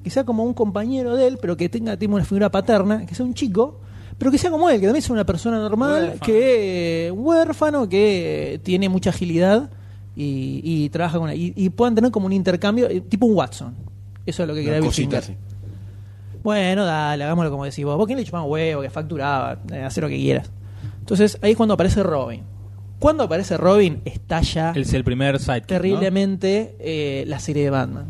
Speaker 1: Que sea como un compañero de él, pero que tenga tipo, una figura paterna, que sea un chico, pero que sea como él, que también sea una persona normal,
Speaker 4: Huérfano.
Speaker 1: que un huérfano, que eh, tiene mucha agilidad y, y trabaja con y, y puedan tener como un intercambio, eh, tipo un Watson. Eso es lo que quería
Speaker 2: Una
Speaker 1: Bill
Speaker 2: cosita
Speaker 1: Finger.
Speaker 2: así.
Speaker 1: Bueno, dale, hagámoslo como decís vos. Vos quién le chupaba un huevo, que facturaba, eh, hacer lo que quieras. Entonces, ahí es cuando aparece Robin. Cuando aparece Robin, estalla
Speaker 4: Él Ah. es el primer sidekick. ¿no?
Speaker 1: terriblemente eh, la serie de Batman.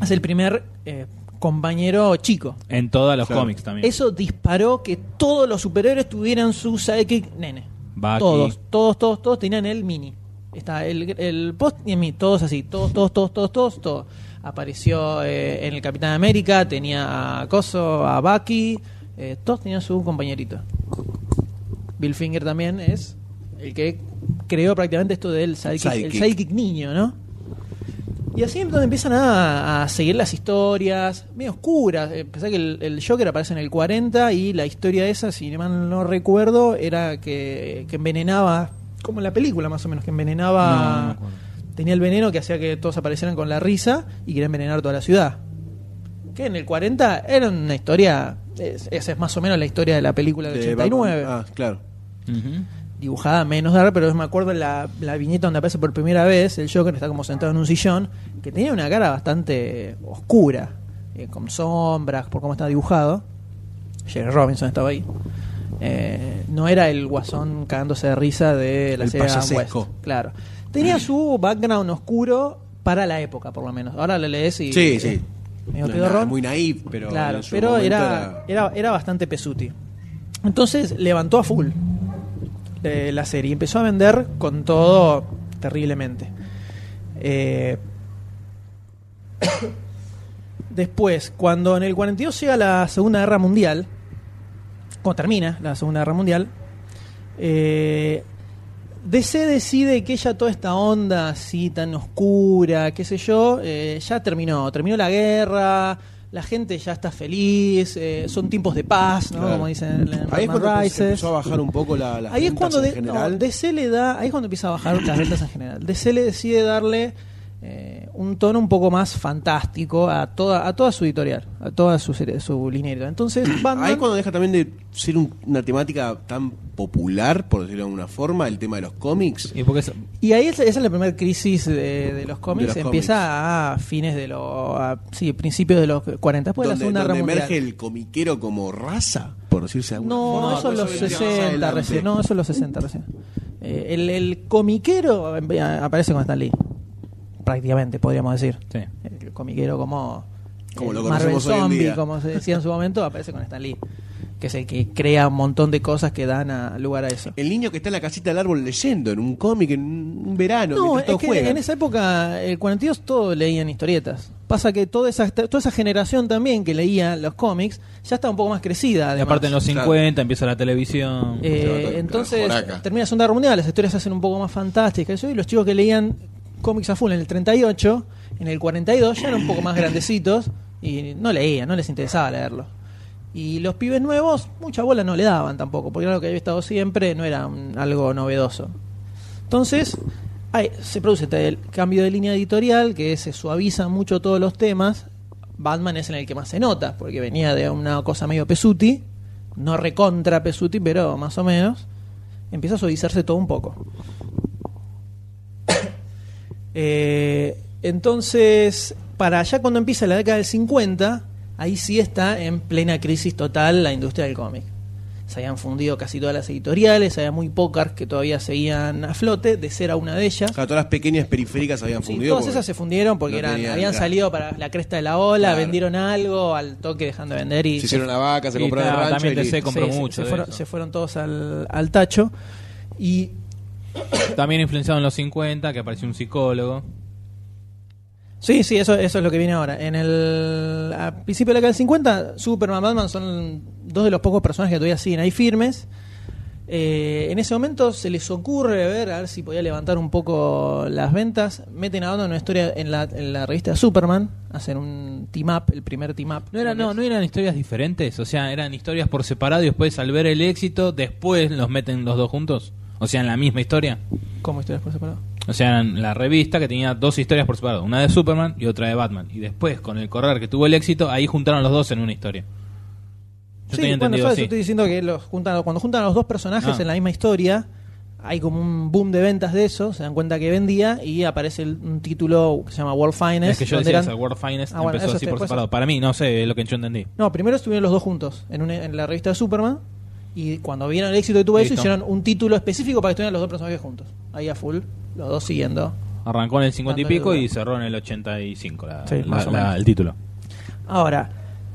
Speaker 1: Es el primer eh, compañero chico.
Speaker 4: En todos los
Speaker 2: Claro.
Speaker 4: cómics también.
Speaker 1: Eso disparó que todos los superhéroes tuvieran su sidekick nene.
Speaker 4: Bucky.
Speaker 1: Todos, todos, todos, todos tenían el mini. Está el, el post y el mini, todos así, todos, todos, todos, todos, todos, todos. Apareció eh, en el Capitán América, tenía a Coso, a Bucky, eh, todos tenían su compañerito. Bill Finger también es el que creó prácticamente esto del sidekick, el
Speaker 2: Sidekick.
Speaker 1: sidekick niño, ¿no? Y así entonces empiezan a, a seguir las historias, medio oscuras. Eh, Pensá que el, el Joker aparece en el 40 y la historia esa, si mal no recuerdo, era que, que envenenaba, como en la película más o menos, que
Speaker 4: No, no me
Speaker 1: envenenaba...
Speaker 4: acuerdo.
Speaker 1: tenía el veneno que hacía que todos aparecieran con la risa y quería envenenar toda la ciudad. Que en el 40 era una historia, es- esa es más o menos la historia de la película del
Speaker 2: De
Speaker 1: 89
Speaker 2: Batman. Ah, claro.
Speaker 4: Ujú.
Speaker 1: dibujada menos dar, pero me acuerdo en la, la viñeta donde aparece por primera vez el Joker está como sentado en un sillón, que tenía una cara bastante oscura, eh, con sombras, por cómo está dibujado. Jerry Robinson estaba ahí. Eh, no era el guasón cagándose de risa de la
Speaker 2: El
Speaker 1: serie Adam West.
Speaker 2: payasesco.
Speaker 1: Claro. Tenía su background oscuro para la época, por lo menos. Ahora lo lees y.
Speaker 2: Sí, sí.
Speaker 1: medio
Speaker 2: No,
Speaker 1: pedorrón
Speaker 2: nada, muy naive, pero.
Speaker 1: claro,
Speaker 2: en su
Speaker 1: pero
Speaker 2: momento
Speaker 1: era, era, era bastante pesuti. Entonces levantó a full eh, la serie. Empezó a vender con todo terriblemente. Eh, después, cuando en el 42 llega la Segunda Guerra Mundial, cuando termina la Segunda Guerra Mundial, eh, DC decide que ya toda esta onda así tan oscura, qué sé yo, eh, ya terminó. Terminó la guerra, la gente ya está feliz, eh, son tiempos de paz, ¿no?
Speaker 2: Claro.
Speaker 1: Como dicen en
Speaker 2: Ahí es
Speaker 1: Batman
Speaker 2: cuando
Speaker 1: Rises.
Speaker 2: empezó a bajar un poco la, las
Speaker 1: Ahí es
Speaker 2: ventas
Speaker 1: cuando
Speaker 2: en
Speaker 1: de- no,
Speaker 2: general.
Speaker 1: DC le da, ahí es cuando empieza a bajar las ventas en general. DC le decide darle eh, un tono un poco más fantástico a toda a toda su editorial, a toda su serie- su línea editorial. Entonces, Batman
Speaker 2: Ahí es cuando deja también de ser un- una temática tan popular, por decirlo de alguna forma, el tema de los cómics.
Speaker 4: Y porque es-
Speaker 1: y ahí es- esa es la primera crisis de, de los cómics,
Speaker 2: De los
Speaker 1: empieza a
Speaker 2: cómics.
Speaker 1: fines de los a- sí, principios de los 40, después de la
Speaker 2: donde
Speaker 1: Segunda Guerra
Speaker 2: donde
Speaker 1: Mundial.
Speaker 2: emerge el comiquero como raza, por decirse de alguna
Speaker 1: No,
Speaker 2: forma.
Speaker 1: eso es los
Speaker 2: Pues obviamente más
Speaker 1: 60
Speaker 2: adelante.
Speaker 1: recién. No, eso es los 60 recién. Eh, el, el comiquero eh, aparece con Stan Lee. Prácticamente, podríamos decir.
Speaker 4: Sí.
Speaker 1: El comiquero como,
Speaker 2: Como
Speaker 1: el
Speaker 2: lo
Speaker 1: Marvel
Speaker 2: conocemos hoy en
Speaker 1: Zombie,
Speaker 2: día.
Speaker 1: como se decía en su momento, aparece con Stan Lee. Que que es el que crea un montón de cosas que dan a, lugar a eso.
Speaker 2: El niño que está en la casita del árbol leyendo, en un cómic, en un verano.
Speaker 1: No,
Speaker 2: mientras
Speaker 1: es
Speaker 2: todos
Speaker 1: que
Speaker 2: juegan.
Speaker 1: en esa época, el 42, todos leían historietas. Pasa que toda esa, toda esa generación también que leía los cómics ya estaba un poco más crecida.
Speaker 4: Y
Speaker 1: además.
Speaker 4: aparte en los
Speaker 2: Claro.
Speaker 4: 50 empieza la televisión.
Speaker 1: Eh,
Speaker 2: Se va todo-
Speaker 1: entonces,
Speaker 2: Joraca.
Speaker 1: termina la Segunda Guerra Mundial, las historias se hacen un poco más fantásticas. Y los chicos que leían cómics a full en el 38, en el 42 ya eran un poco más grandecitos y no leían, no les interesaba leerlo. Y los pibes nuevos, mucha bola no le daban tampoco, porque era lo que había estado siempre, no era mm, algo novedoso. Entonces, hay- se produce este el cambio de línea editorial, que se suavizan mucho todos los temas. Batman es en el que más se nota, porque venía de una cosa medio Pesuti, no recontra Pesuti, pero más o menos. Empieza a suavizarse todo un poco. Eh, entonces, para allá cuando empieza la década del 50, ahí sí está en plena crisis total la industria del cómic. Se habían fundido casi todas las editoriales, había muy pocas que todavía seguían a flote, de ser a una de ellas.
Speaker 2: Claro, todas las pequeñas periféricas habían
Speaker 1: Sí,
Speaker 2: fundido.
Speaker 1: todas
Speaker 2: porque-
Speaker 1: esas se fundieron porque
Speaker 2: no
Speaker 1: eran,
Speaker 2: tenían
Speaker 1: habían
Speaker 2: gas.
Speaker 1: salido para la cresta de la ola,
Speaker 2: Claro.
Speaker 1: vendieron algo, al toque dejando de vender y
Speaker 2: Se hicieron la vaca, se
Speaker 4: Y
Speaker 2: compraron el
Speaker 4: ta-
Speaker 2: rancho.
Speaker 4: también
Speaker 2: y
Speaker 4: te
Speaker 2: listo.
Speaker 4: sé compró
Speaker 1: se-
Speaker 4: mucho
Speaker 1: se
Speaker 4: de
Speaker 1: fueron,
Speaker 4: eso.
Speaker 1: se fueron todos al, al tacho. Y
Speaker 4: También influenciado en los 50, que apareció un psicólogo.
Speaker 1: Sí, sí, eso, eso es lo que viene ahora. En el a principio de la década del 50, Superman, Batman son dos de los pocos personajes que todavía siguen ahí firmes. Eh, en ese momento se les ocurre ver, a ver si podía levantar un poco las ventas. Meten a Batman en una historia en la, en la revista de Superman, hacen un team up, el primer team up.
Speaker 4: No, era, no, no eran historias diferentes, o sea, eran historias por separado y después al ver el éxito, después los meten los dos juntos. O sea, en la misma historia.
Speaker 1: ¿Cómo historias por separado?
Speaker 4: O sea, eran la revista que tenía dos historias por separado, una de Superman y otra de Batman. Y después, con el correr que tuvo el éxito, ahí juntaron los dos en una historia. Yo
Speaker 1: sí,
Speaker 4: tenía
Speaker 1: bueno,
Speaker 4: entendido
Speaker 1: ¿sabes?
Speaker 4: así.
Speaker 1: Yo estoy diciendo que los juntan, cuando juntan a los dos personajes
Speaker 4: Ah.
Speaker 1: en la misma historia, hay como un boom de ventas de eso, se dan cuenta que vendía y aparece el- un título que se llama World Finest.
Speaker 4: Es que yo
Speaker 1: donde
Speaker 4: decía,
Speaker 1: eran-
Speaker 4: esa, World Finest
Speaker 1: Ah, bueno,
Speaker 4: empezó
Speaker 1: eso
Speaker 4: así
Speaker 1: te-
Speaker 4: por
Speaker 1: puede
Speaker 4: separado.
Speaker 1: ser.
Speaker 4: Para mí, no sé, es lo que yo entendí.
Speaker 1: No, primero estuvieron los dos juntos en, una- en la revista de Superman y cuando vieron el éxito que tuvo eso
Speaker 4: Listo.
Speaker 1: hicieron un título específico para que estuvieran los dos personajes juntos. Ahí a full, los dos siguiendo.
Speaker 4: Arrancó en el 50 y
Speaker 1: Dándole
Speaker 4: pico
Speaker 1: duro.
Speaker 4: y cerró en el 85 la-
Speaker 1: Sí,
Speaker 4: la-
Speaker 1: más o
Speaker 4: la-
Speaker 1: menos.
Speaker 4: el título.
Speaker 1: Ahora,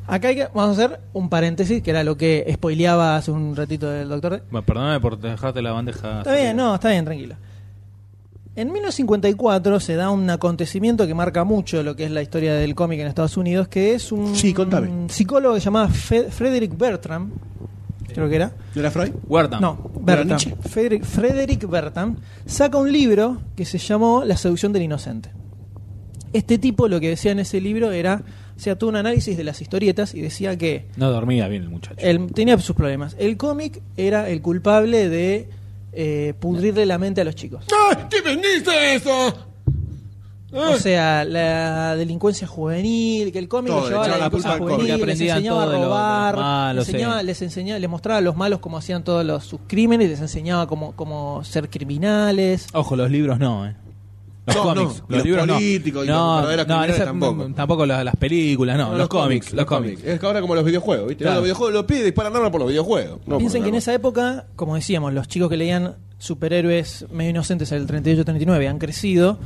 Speaker 1: acá hay que- vamos a hacer un paréntesis, que era lo que spoileaba hace un ratito el doctor. D.
Speaker 4: Bueno, perdóname por dejarte la bandeja.
Speaker 1: Está bien, no, está bien, tranquilo. En 1954 se da un acontecimiento que marca mucho lo que es la historia del cómic en Estados Unidos, que es un
Speaker 2: Sí, contame.
Speaker 1: psicólogo llamado Fe- Frederick Bertram, creo que era.
Speaker 2: ¿No era Freud?
Speaker 4: Guarda.
Speaker 1: No,
Speaker 2: ¿Era
Speaker 1: Bertram.
Speaker 2: Nietzsche?
Speaker 1: Frederick, Frederick Bertram saca un libro que se llamó La seducción del inocente. Este tipo lo que decía en ese libro era, o sea, tuvo un análisis de las historietas y decía que
Speaker 4: No dormía bien el muchacho.
Speaker 1: él tenía sus problemas. El cómic era el culpable de eh, pudrirle la mente a los chicos.
Speaker 2: ¡Ah! ¿Qué vendiste eso? Ah.
Speaker 1: O sea, la delincuencia juvenil, que el cómic
Speaker 2: Todo,
Speaker 1: lo
Speaker 2: le
Speaker 1: llevaba a la
Speaker 2: echaba la
Speaker 1: delincuencia
Speaker 2: culpa al cómic.
Speaker 1: juvenil,
Speaker 4: Que
Speaker 1: les
Speaker 4: aprendían
Speaker 1: enseñaba a
Speaker 4: todo de eh. lo- de lo
Speaker 1: robar,
Speaker 4: malo,
Speaker 1: les, enseñaba,
Speaker 4: sí.
Speaker 1: les, enseñaba- les mostraba a los malos cómo hacían todos los, sus crímenes, les enseñaba cómo, cómo ser criminales.
Speaker 4: Ojo, los libros no, eh. Los
Speaker 2: No,
Speaker 4: cómics,
Speaker 2: no.
Speaker 4: los,
Speaker 2: Y los
Speaker 4: libros
Speaker 2: políticos y
Speaker 4: no.
Speaker 2: los
Speaker 4: no,
Speaker 2: verdaderos
Speaker 4: no, en
Speaker 2: criminales
Speaker 4: esa-
Speaker 2: tampoco.
Speaker 4: no, tampoco las, las películas, no, los, cómics, los cómics.
Speaker 2: Es que ahora como los videojuegos, ¿viste?
Speaker 4: Claro.
Speaker 2: Los videojuegos lo piden y disparan armas por los videojuegos. No
Speaker 1: Piensen
Speaker 2: por
Speaker 1: que en
Speaker 2: otra
Speaker 1: esa época, como decíamos, los chicos que leían superhéroes medio inocentes del 38-39 han crecido.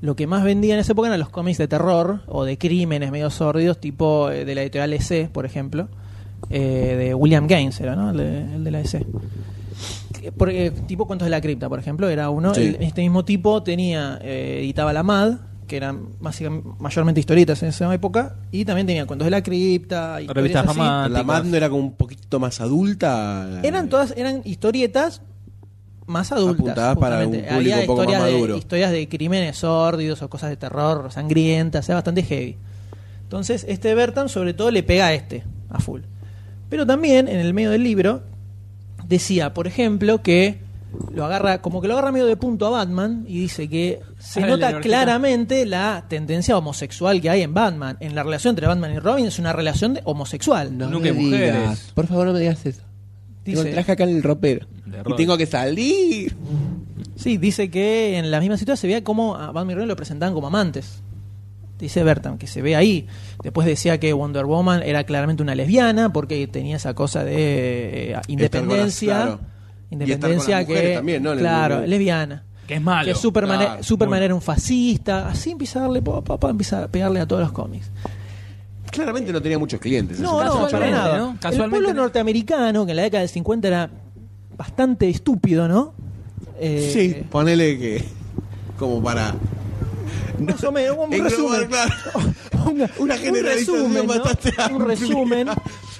Speaker 1: Lo que más vendía en esa época eran los cómics de terror o de crímenes medio sordidos, tipo eh, de la editorial EC, por ejemplo, eh, de William Gaines, era, ¿no? El de, el de la EC. Que- Porque, tipo Cuentos de la Cripta, por ejemplo, era uno.
Speaker 2: Sí.
Speaker 1: El- este mismo tipo tenía eh, editaba la MAD, que eran básicamente, mayormente historietas en esa época, y también tenía Cuentos de la Cripta, historias así.
Speaker 4: románticas.
Speaker 2: cosa. La
Speaker 4: Antiguas.
Speaker 2: Mad no era como un poquito más adulta.
Speaker 1: Eran todas, eran historietas más adultas.
Speaker 2: Apuntadas para
Speaker 1: justamente.
Speaker 2: un público un poco más
Speaker 1: historias
Speaker 2: maduro.
Speaker 1: De, historias de crímenes sórdidos o cosas de terror sangrientas, era bastante heavy. Entonces, este Bertram sobre todo le pega a este, a full. Pero también, en el medio del libro, decía, por ejemplo, que lo agarra, como que lo agarra medio de punto a Batman y dice que se
Speaker 4: Ah, el de la
Speaker 1: nota
Speaker 4: horqueta.
Speaker 1: claramente la tendencia homosexual que hay en Batman. En la relación entre Batman y Robin es una relación de homosexual.
Speaker 4: Nunca hay mujeres.
Speaker 2: Por favor, no me digas eso.
Speaker 1: Dice-
Speaker 2: acá en el ropero.
Speaker 4: De
Speaker 2: Y
Speaker 4: rock.
Speaker 2: tengo que salir.
Speaker 1: Sí, dice que en la misma situación se veía como a Batman y Robin lo presentaban como amantes. Dice Bertram, que se ve ahí. Después decía que Wonder Woman era claramente una lesbiana porque tenía esa cosa de eh, independencia.
Speaker 2: claro. Y estar con
Speaker 1: Independencia
Speaker 2: las mujeres
Speaker 1: que.
Speaker 2: también, ¿no? En el
Speaker 1: Claro,
Speaker 2: mundo.
Speaker 1: lesbiana.
Speaker 4: Que es malo.
Speaker 1: Que Superman, e-
Speaker 2: Claro,
Speaker 1: Superman
Speaker 4: muy-
Speaker 1: era un fascista. Así empieza a darle, pa, pa, pa, empieza a pegarle a todos los cómics.
Speaker 2: Claramente no tenía muchos clientes.
Speaker 1: No,
Speaker 2: ese
Speaker 1: no,
Speaker 2: muchacho,
Speaker 1: para
Speaker 4: Casualmente,
Speaker 1: nada.
Speaker 4: ¿no?
Speaker 1: El
Speaker 4: Casualmente
Speaker 1: pueblo
Speaker 4: no.
Speaker 1: norteamericano, que en la década del 50 era bastante estúpido, ¿no? Eh,
Speaker 2: Sí, ponele que. Como para.
Speaker 1: Más o menos, un
Speaker 2: englobar,
Speaker 1: resumen.
Speaker 2: claro.
Speaker 1: Una,
Speaker 2: Una
Speaker 1: un
Speaker 2: generalización
Speaker 1: resumen, ¿no?
Speaker 2: bastante
Speaker 1: Un
Speaker 2: amplia.
Speaker 1: resumen.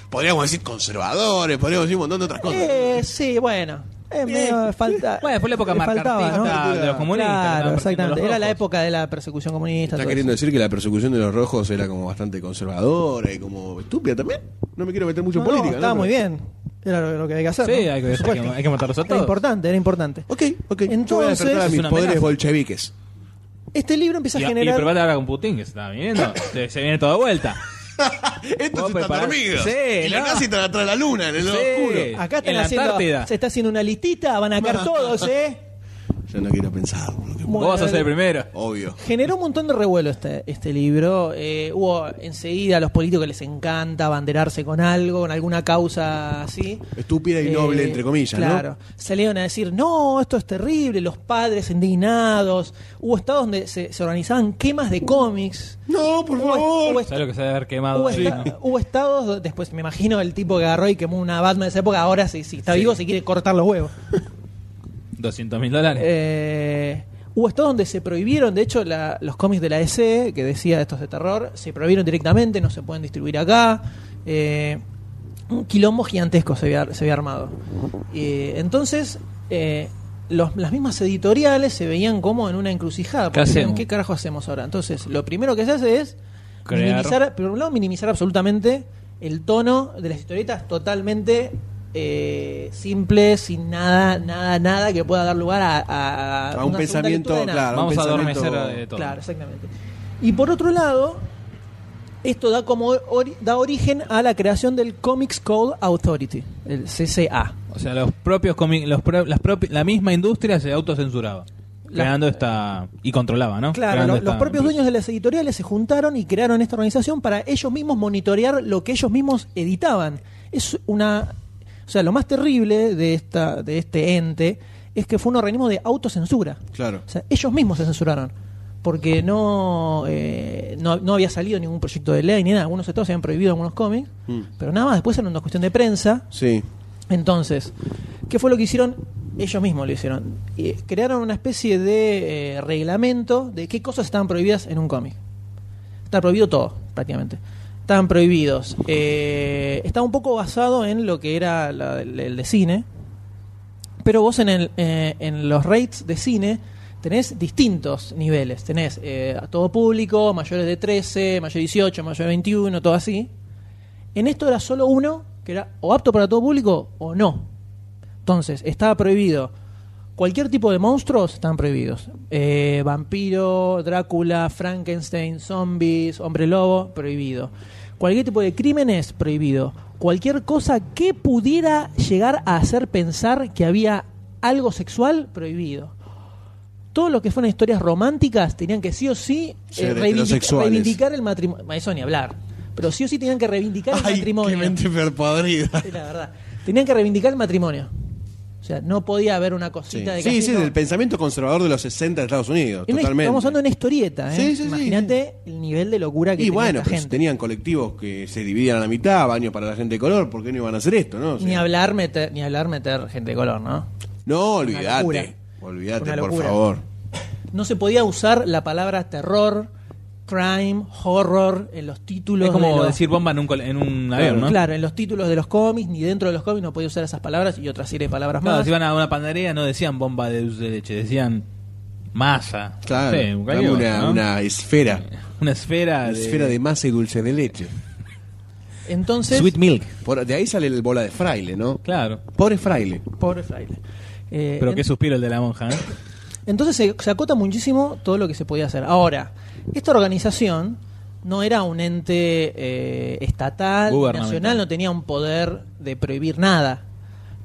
Speaker 2: Podríamos decir conservadores, podríamos decir un montón de otras cosas.
Speaker 1: Eh, sí, bueno. Eh, medio falta,
Speaker 4: Bueno, fue la época
Speaker 1: le
Speaker 4: marcartista
Speaker 1: faltaba, ¿no?
Speaker 4: de los comunistas. que
Speaker 1: Claro,
Speaker 4: estaban
Speaker 1: exactamente.
Speaker 4: persiguiendo
Speaker 1: Era
Speaker 4: a los
Speaker 1: la
Speaker 4: rojos.
Speaker 1: época de la persecución comunista.
Speaker 2: Está
Speaker 1: todo
Speaker 2: queriendo
Speaker 1: eso.
Speaker 2: decir que la persecución de los rojos era como bastante conservadora y como estúpida también. No me quiero meter mucho
Speaker 1: No,
Speaker 2: en
Speaker 1: no,
Speaker 2: política.
Speaker 1: estaba
Speaker 2: ¿no?
Speaker 1: muy
Speaker 2: Pero-
Speaker 1: bien. Era lo, lo que había que hacer.
Speaker 4: Sí,
Speaker 1: ¿no?
Speaker 4: hay que-
Speaker 1: Por supuesto.
Speaker 4: hay que- hay que matarlos a
Speaker 1: Era
Speaker 4: todos.
Speaker 1: importante, era importante.
Speaker 2: Ok, ok. Yo voy a
Speaker 1: Entonces,
Speaker 2: despertar a
Speaker 1: es
Speaker 2: mis
Speaker 4: una
Speaker 2: poderes
Speaker 4: amenaza.
Speaker 2: bolcheviques.
Speaker 1: Este libro empieza
Speaker 4: Y,
Speaker 1: a
Speaker 4: y
Speaker 1: generar.
Speaker 4: preparate ahora con Putin, que se está viniendo. se, se viene toda vuelta.
Speaker 2: Estos
Speaker 4: Vos
Speaker 2: están
Speaker 4: prepará-
Speaker 2: dormidos.
Speaker 4: Sí,
Speaker 2: y los
Speaker 4: no.
Speaker 2: nazis están atrás de la luna, en el lado
Speaker 4: Sí.
Speaker 2: oscuro.
Speaker 1: Acá están
Speaker 4: en la
Speaker 1: haciendo,
Speaker 4: Antártida.
Speaker 1: se está haciendo una listita, van a caer todos, ¿eh?
Speaker 2: Yo no quiero pensar. boludo, que-
Speaker 1: Bueno,
Speaker 4: Vos vas a ser el primero.
Speaker 2: Obvio.
Speaker 1: Generó un montón de revuelo este, este libro. Eh, hubo enseguida a los políticos que les encanta banderarse con algo, con alguna causa así. Eh,
Speaker 2: Estúpida y noble, entre comillas, ¿no?
Speaker 1: Claro. Salieron a decir, no, esto es terrible, los padres indignados. Hubo estados donde se, se organizaban quemas de cómics.
Speaker 2: No, por
Speaker 1: Hubo-
Speaker 2: favor.
Speaker 1: hubo
Speaker 4: ¿Sabes lo que se debe haber quemado?
Speaker 1: Hubo,
Speaker 4: ahí,
Speaker 1: esta-
Speaker 4: no?
Speaker 1: hubo estados, do- después me imagino el tipo que agarró y quemó una Batman de esa época, ahora si, si está vivo se quiere cortar los huevos.
Speaker 4: 200 mil dólares.
Speaker 1: Eh, hubo estados donde se prohibieron, de hecho, la- los cómics de la DC, que decía estos de terror, se prohibieron directamente, no se pueden distribuir acá. Eh, un quilombo gigantesco se había, se había armado. Eh, entonces, eh, los- las mismas editoriales se veían como en una encrucijada. porque
Speaker 4: ¿Qué
Speaker 1: decían,
Speaker 4: hacemos?
Speaker 1: ¿Qué carajo hacemos ahora? Entonces, lo primero que se hace es
Speaker 4: Crear.
Speaker 1: minimizar, por un lado, minimizar absolutamente el tono de las historietas totalmente eh, simple, sin nada, nada, nada que pueda dar lugar a, a-
Speaker 2: A un
Speaker 1: una segunda
Speaker 2: pensamiento,
Speaker 1: lectura de nada.
Speaker 2: claro.
Speaker 4: Vamos a
Speaker 2: pensamiento-
Speaker 4: adormecer a- de todo.
Speaker 1: Claro, exactamente. Y por otro lado, esto da como ori- da origen a la creación del Comics Code Authority, el CCA.
Speaker 4: O sea, los propios comi- los pro- las propi- la misma industria se autocensuraba.
Speaker 1: La-
Speaker 4: creando esta. Y controlaba, ¿no?
Speaker 1: Claro,
Speaker 4: Creando
Speaker 1: lo-
Speaker 4: esta
Speaker 1: los propios
Speaker 4: empresa.
Speaker 1: dueños de las editoriales se juntaron y crearon esta organización para ellos mismos monitorear lo que ellos mismos editaban. Es una, o sea, lo más terrible de esta de este ente es que fue un organismo de autocensura.
Speaker 2: Claro.
Speaker 1: O sea, ellos mismos se censuraron porque no, eh, no no había salido ningún proyecto de ley ni nada. Algunos estados se habían prohibido algunos cómics,
Speaker 2: Mm.
Speaker 1: pero nada más. Después era una cuestión de prensa.
Speaker 2: Sí.
Speaker 1: Entonces, ¿qué fue lo que hicieron? Ellos mismos lo hicieron. Y eh, crearon una especie de eh, reglamento de qué cosas estaban prohibidas en un cómic. Está prohibido todo, prácticamente. Estaban prohibidos. Eh, estaba un poco basado en lo que era la- el de cine. Pero vos en, el, eh, en los rates de cine tenés distintos niveles. Tenés eh, a todo público, mayores de 13, mayor de 18, mayor de 21, todo así. En esto era solo uno que era o apto para todo público o no. Entonces, estaba prohibido. Cualquier tipo de monstruos están prohibidos. Eh, vampiro, Drácula, Frankenstein, zombies, hombre lobo, prohibido. Cualquier tipo de crímenes, prohibido. Cualquier cosa que pudiera llegar a hacer pensar que había algo sexual, prohibido. Todo lo que fueron historias románticas tenían que sí o sí eh,
Speaker 2: Ser
Speaker 1: reivindica-
Speaker 2: heterosexuales.
Speaker 1: reivindicar el matrimonio. Eso ni hablar. Pero sí o sí tenían que reivindicar el
Speaker 2: Ay,
Speaker 1: matrimonio.
Speaker 2: qué mente perpodrida.
Speaker 1: Sí, la verdad. Tenían que reivindicar el matrimonio. O sea, no podía haber una
Speaker 2: Sí,
Speaker 1: cosita de
Speaker 2: sí,
Speaker 1: casino.
Speaker 2: del pensamiento conservador de los 60 de Estados Unidos.
Speaker 1: En una-
Speaker 2: totalmente.
Speaker 1: Estamos hablando de una historieta, ¿eh?
Speaker 2: Sí, sí, sí,
Speaker 1: Imagínate el nivel de locura que
Speaker 2: Y
Speaker 1: tenía
Speaker 2: bueno, pues,
Speaker 1: esta
Speaker 2: pero si
Speaker 1: gente.
Speaker 2: tenían colectivos que se dividían a la mitad, baños para la gente de color, ¿por qué no iban a hacer esto, no? O sea,
Speaker 1: Ni hablar meter, ni hablar meter gente de color, ¿no?
Speaker 2: No,
Speaker 1: Una locura.
Speaker 2: olvídate. Olvídate,
Speaker 1: Una
Speaker 2: por
Speaker 1: locura.
Speaker 2: favor.
Speaker 1: No se podía usar la palabra terror, crime, horror en los títulos.
Speaker 4: Es como
Speaker 1: de los-
Speaker 4: decir bomba en un, col- en un avión, ¿no?
Speaker 1: Claro, en los títulos de los cómics, ni dentro de los cómics no podía usar esas palabras y otra serie de palabras
Speaker 4: No,
Speaker 1: más.
Speaker 4: si iban a una panadería no decían bomba de dulce de leche, decían masa.
Speaker 2: Claro,
Speaker 4: Sí,
Speaker 2: dame
Speaker 4: cualquier
Speaker 2: una,
Speaker 4: cosa, ¿no?
Speaker 2: una esfera.
Speaker 4: Una esfera.
Speaker 2: Una
Speaker 4: de-
Speaker 2: esfera de masa y dulce de leche.
Speaker 1: Entonces,
Speaker 4: Sweet milk.
Speaker 2: Por- de ahí sale el bola de fraile, ¿no?
Speaker 4: Claro.
Speaker 2: Pobre fraile.
Speaker 1: pobre fraile. Eh,
Speaker 4: Pero
Speaker 1: en-
Speaker 4: qué suspiro el de la monja, ¿eh?
Speaker 1: Entonces se, se acota muchísimo todo lo que se podía hacer. Ahora, esta organización no era un ente eh, estatal,
Speaker 4: Gubernamental.
Speaker 1: nacional, no tenía un poder de prohibir nada.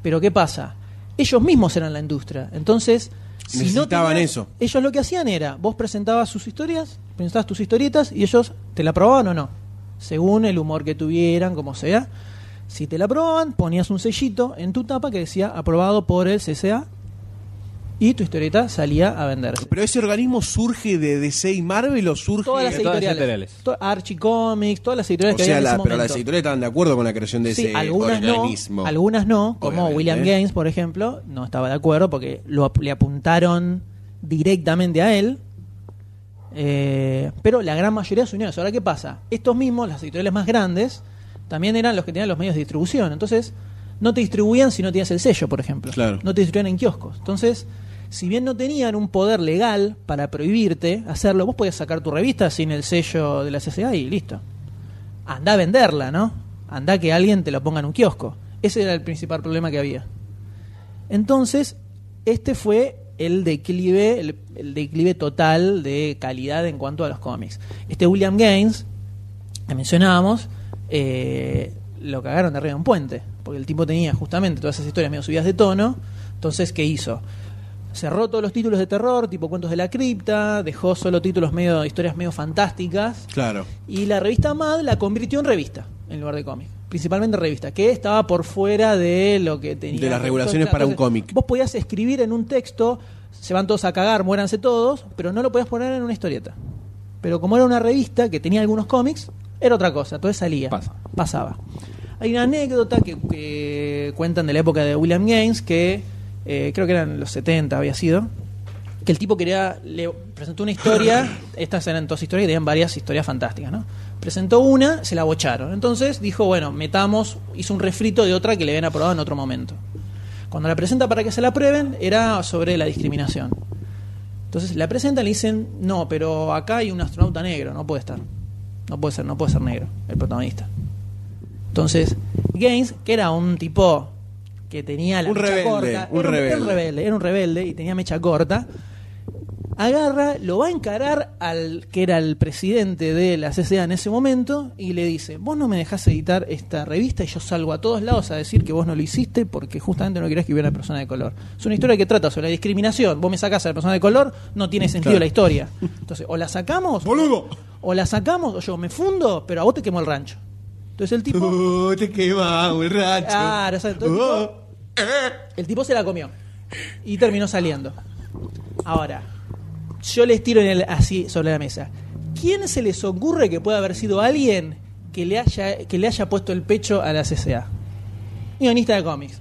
Speaker 1: Pero ¿qué pasa? Ellos mismos eran la industria. Entonces, si no
Speaker 2: Necesitaban
Speaker 1: tenías-
Speaker 2: eso.
Speaker 1: Ellos lo que hacían era, vos presentabas sus historias, presentabas tus historietas y ellos te la aprobaban o no, según el humor que tuvieran, como sea. Si te la aprobaban, ponías un sellito en tu tapa que decía aprobado por el CCA y tu historieta salía a venderse.
Speaker 2: Pero ese organismo surge de DC y Marvel o surge.
Speaker 1: Todas las
Speaker 4: todas las
Speaker 1: editoriales.
Speaker 4: editoriales.
Speaker 1: To- Archie Comics, todas las editoriales
Speaker 2: o
Speaker 1: que había
Speaker 2: sea,
Speaker 1: en
Speaker 2: la-
Speaker 1: ese
Speaker 2: pero las
Speaker 1: momento.
Speaker 2: editoriales estaban de acuerdo con la creación de
Speaker 1: Sí,
Speaker 2: ese
Speaker 1: algunas no,
Speaker 2: organismo.
Speaker 1: algunas no, como
Speaker 2: Obviamente.
Speaker 1: William Gaines, por ejemplo, no estaba de acuerdo porque lo, ap- le apuntaron directamente a él. Eh, pero la gran mayoría se unió a eso. Ahora, ¿qué pasa? Estos mismos, las editoriales más grandes, también eran los que tenían los medios de distribución. Entonces, no te distribuían si no tenías el sello, por ejemplo.
Speaker 2: Claro.
Speaker 1: No te distribuían en kioscos. Entonces, si bien no tenían un poder legal para prohibirte hacerlo, vos podías sacar tu revista sin el sello de la CCA y listo. Anda a venderla, ¿no? Anda que alguien te lo ponga en un kiosco. Ese era el principal problema que había. Entonces, este fue el declive, el, el declive total de calidad en cuanto a los cómics. Este William Gaines, que mencionábamos, eh, lo cagaron de arriba de un puente, porque el tipo tenía justamente todas esas historias medio subidas de tono. Entonces, ¿qué hizo? Cerró todos los títulos de terror, tipo cuentos de la cripta, dejó solo títulos medio, historias medio fantásticas.
Speaker 2: Claro.
Speaker 1: Y la revista Mad la convirtió en revista, en lugar de cómic. Principalmente revista, que estaba por fuera de lo que tenía.
Speaker 2: De las regulaciones para un cómic.
Speaker 1: Vos podías escribir en un texto, se van todos a cagar, muéranse todos, pero no lo podías poner en una historieta. Pero como era una revista que tenía algunos cómics, era otra cosa, entonces salía.
Speaker 4: Pasa.
Speaker 1: Pasaba. Hay una anécdota que, que cuentan de la época de William Gaines, que eh, creo que eran los 70, había sido, que el tipo quería, le presentó una historia, estas eran dos historias y tenían varias historias fantásticas, ¿no? Presentó una, se la bocharon. Entonces dijo, bueno, metamos, hizo un refrito de otra que le habían aprobado en otro momento. Cuando la presenta para que se la aprueben, era sobre la discriminación. Entonces la presentan y le dicen, no, pero acá hay un astronauta negro, no puede estar. No puede ser, no puede ser negro, el protagonista. Entonces, Gaines, que era un tipo que tenía la
Speaker 2: Un
Speaker 1: mecha
Speaker 2: rebelde,
Speaker 1: corta, era
Speaker 2: un
Speaker 1: era un
Speaker 2: rebelde.
Speaker 1: rebelde, era un rebelde y tenía mecha corta, agarra, lo va a encarar al que era el presidente de la CCA en ese momento y le dice, vos no me dejás editar esta revista y yo salgo a todos lados a decir que vos no lo hiciste porque justamente no querías que hubiera una persona de color. Es una historia que trata sobre la discriminación. Vos me sacás a la persona de color, no tiene sentido
Speaker 2: Claro.
Speaker 1: la historia. Entonces, o la sacamos,
Speaker 2: ¡Boludo!
Speaker 1: o la sacamos, o yo me fundo, pero a vos te quemo el rancho. Entonces el tipo...
Speaker 2: Uh, te quemamos el rancho.
Speaker 1: Claro, o sea, todo el
Speaker 2: Oh.
Speaker 1: El tipo se la comió y terminó saliendo. Ahora, yo les tiro en el, así sobre la mesa. ¿Quién se les ocurre que pueda haber sido alguien que le haya, que le haya puesto el pecho a la CCA? Guionista de cómics.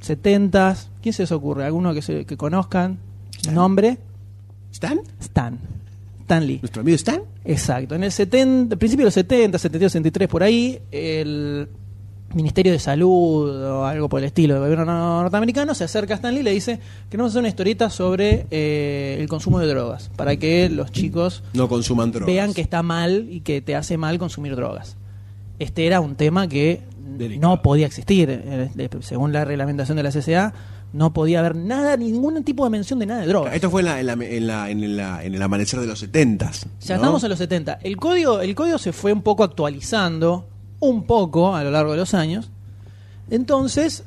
Speaker 1: 70 ¿Quién se les ocurre? ¿Alguno que, se, que conozcan? Nombre.
Speaker 2: ¿Stan?
Speaker 1: Stan. Stan Lee.
Speaker 2: ¿Nuestro amigo Stan?
Speaker 1: Exacto. En el 70, principio de los 70, 72, 73, por ahí, el Ministerio de Salud o algo por el estilo del gobierno no- norteamericano se acerca a Stanley y le dice: Queremos hacer una historieta sobre eh, el consumo de drogas para que los chicos
Speaker 2: No consuman drogas.
Speaker 1: vean que está mal y que te hace mal consumir drogas. Este era un tema que
Speaker 4: Delicado.
Speaker 1: no podía existir. eh, de- Según la reglamentación de la CSA, no podía haber nada, ningún tipo de mención de nada de drogas.
Speaker 2: Esto fue en, la- en la- en la- en la- en el amanecer de los 70s.
Speaker 1: Ya
Speaker 2: ¿no?
Speaker 1: estamos en los 70. El código, el código se fue un poco actualizando, un poco a lo largo de los años. Entonces,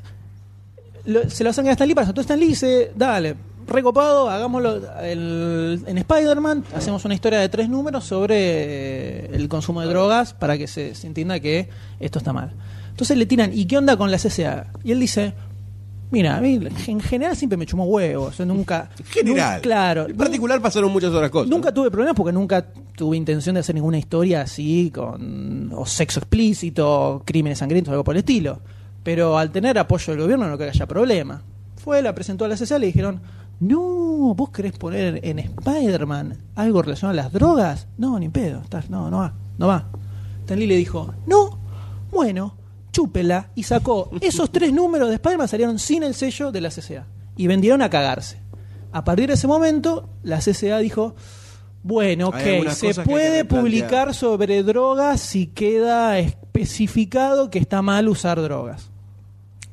Speaker 1: lo- se lo hacen a Stan Lee para eso. Entonces Stan Lee dice, dale, recopado, hagámoslo el- en Spider-Man, hacemos una historia de tres números sobre eh, el consumo de drogas para que se, se entienda que esto está mal. Entonces le tiran, ¿y qué onda con la CSA? Y él dice, mira, a mí en general siempre me chumó huevos, yo nunca...
Speaker 2: En general.
Speaker 1: nun- claro.
Speaker 2: En particular pasaron muchas otras cosas.
Speaker 1: Nunca tuve problemas porque nunca tuve intención de hacer ninguna historia así, con o sexo explícito, o crímenes sangrientos o algo por el estilo. Pero al tener apoyo del gobierno no creo que haya problema. Fue, la presentó a la CSA y le dijeron, no, vos querés poner en Spider-Man algo relacionado a las drogas. No, ni pedo, estás- no, no va, no va. Stan Lee le dijo, no, bueno, chúpela. Y sacó esos tres números de Spider-Man salieron sin el sello de la CSA. Y vendieron a cagarse. A partir de ese momento, la CSA dijo, bueno,
Speaker 2: Hay
Speaker 1: ok,
Speaker 2: algunas
Speaker 1: se
Speaker 2: cosas que hay
Speaker 1: puede
Speaker 2: que replantear.
Speaker 1: publicar sobre drogas si queda especificado que está mal usar drogas.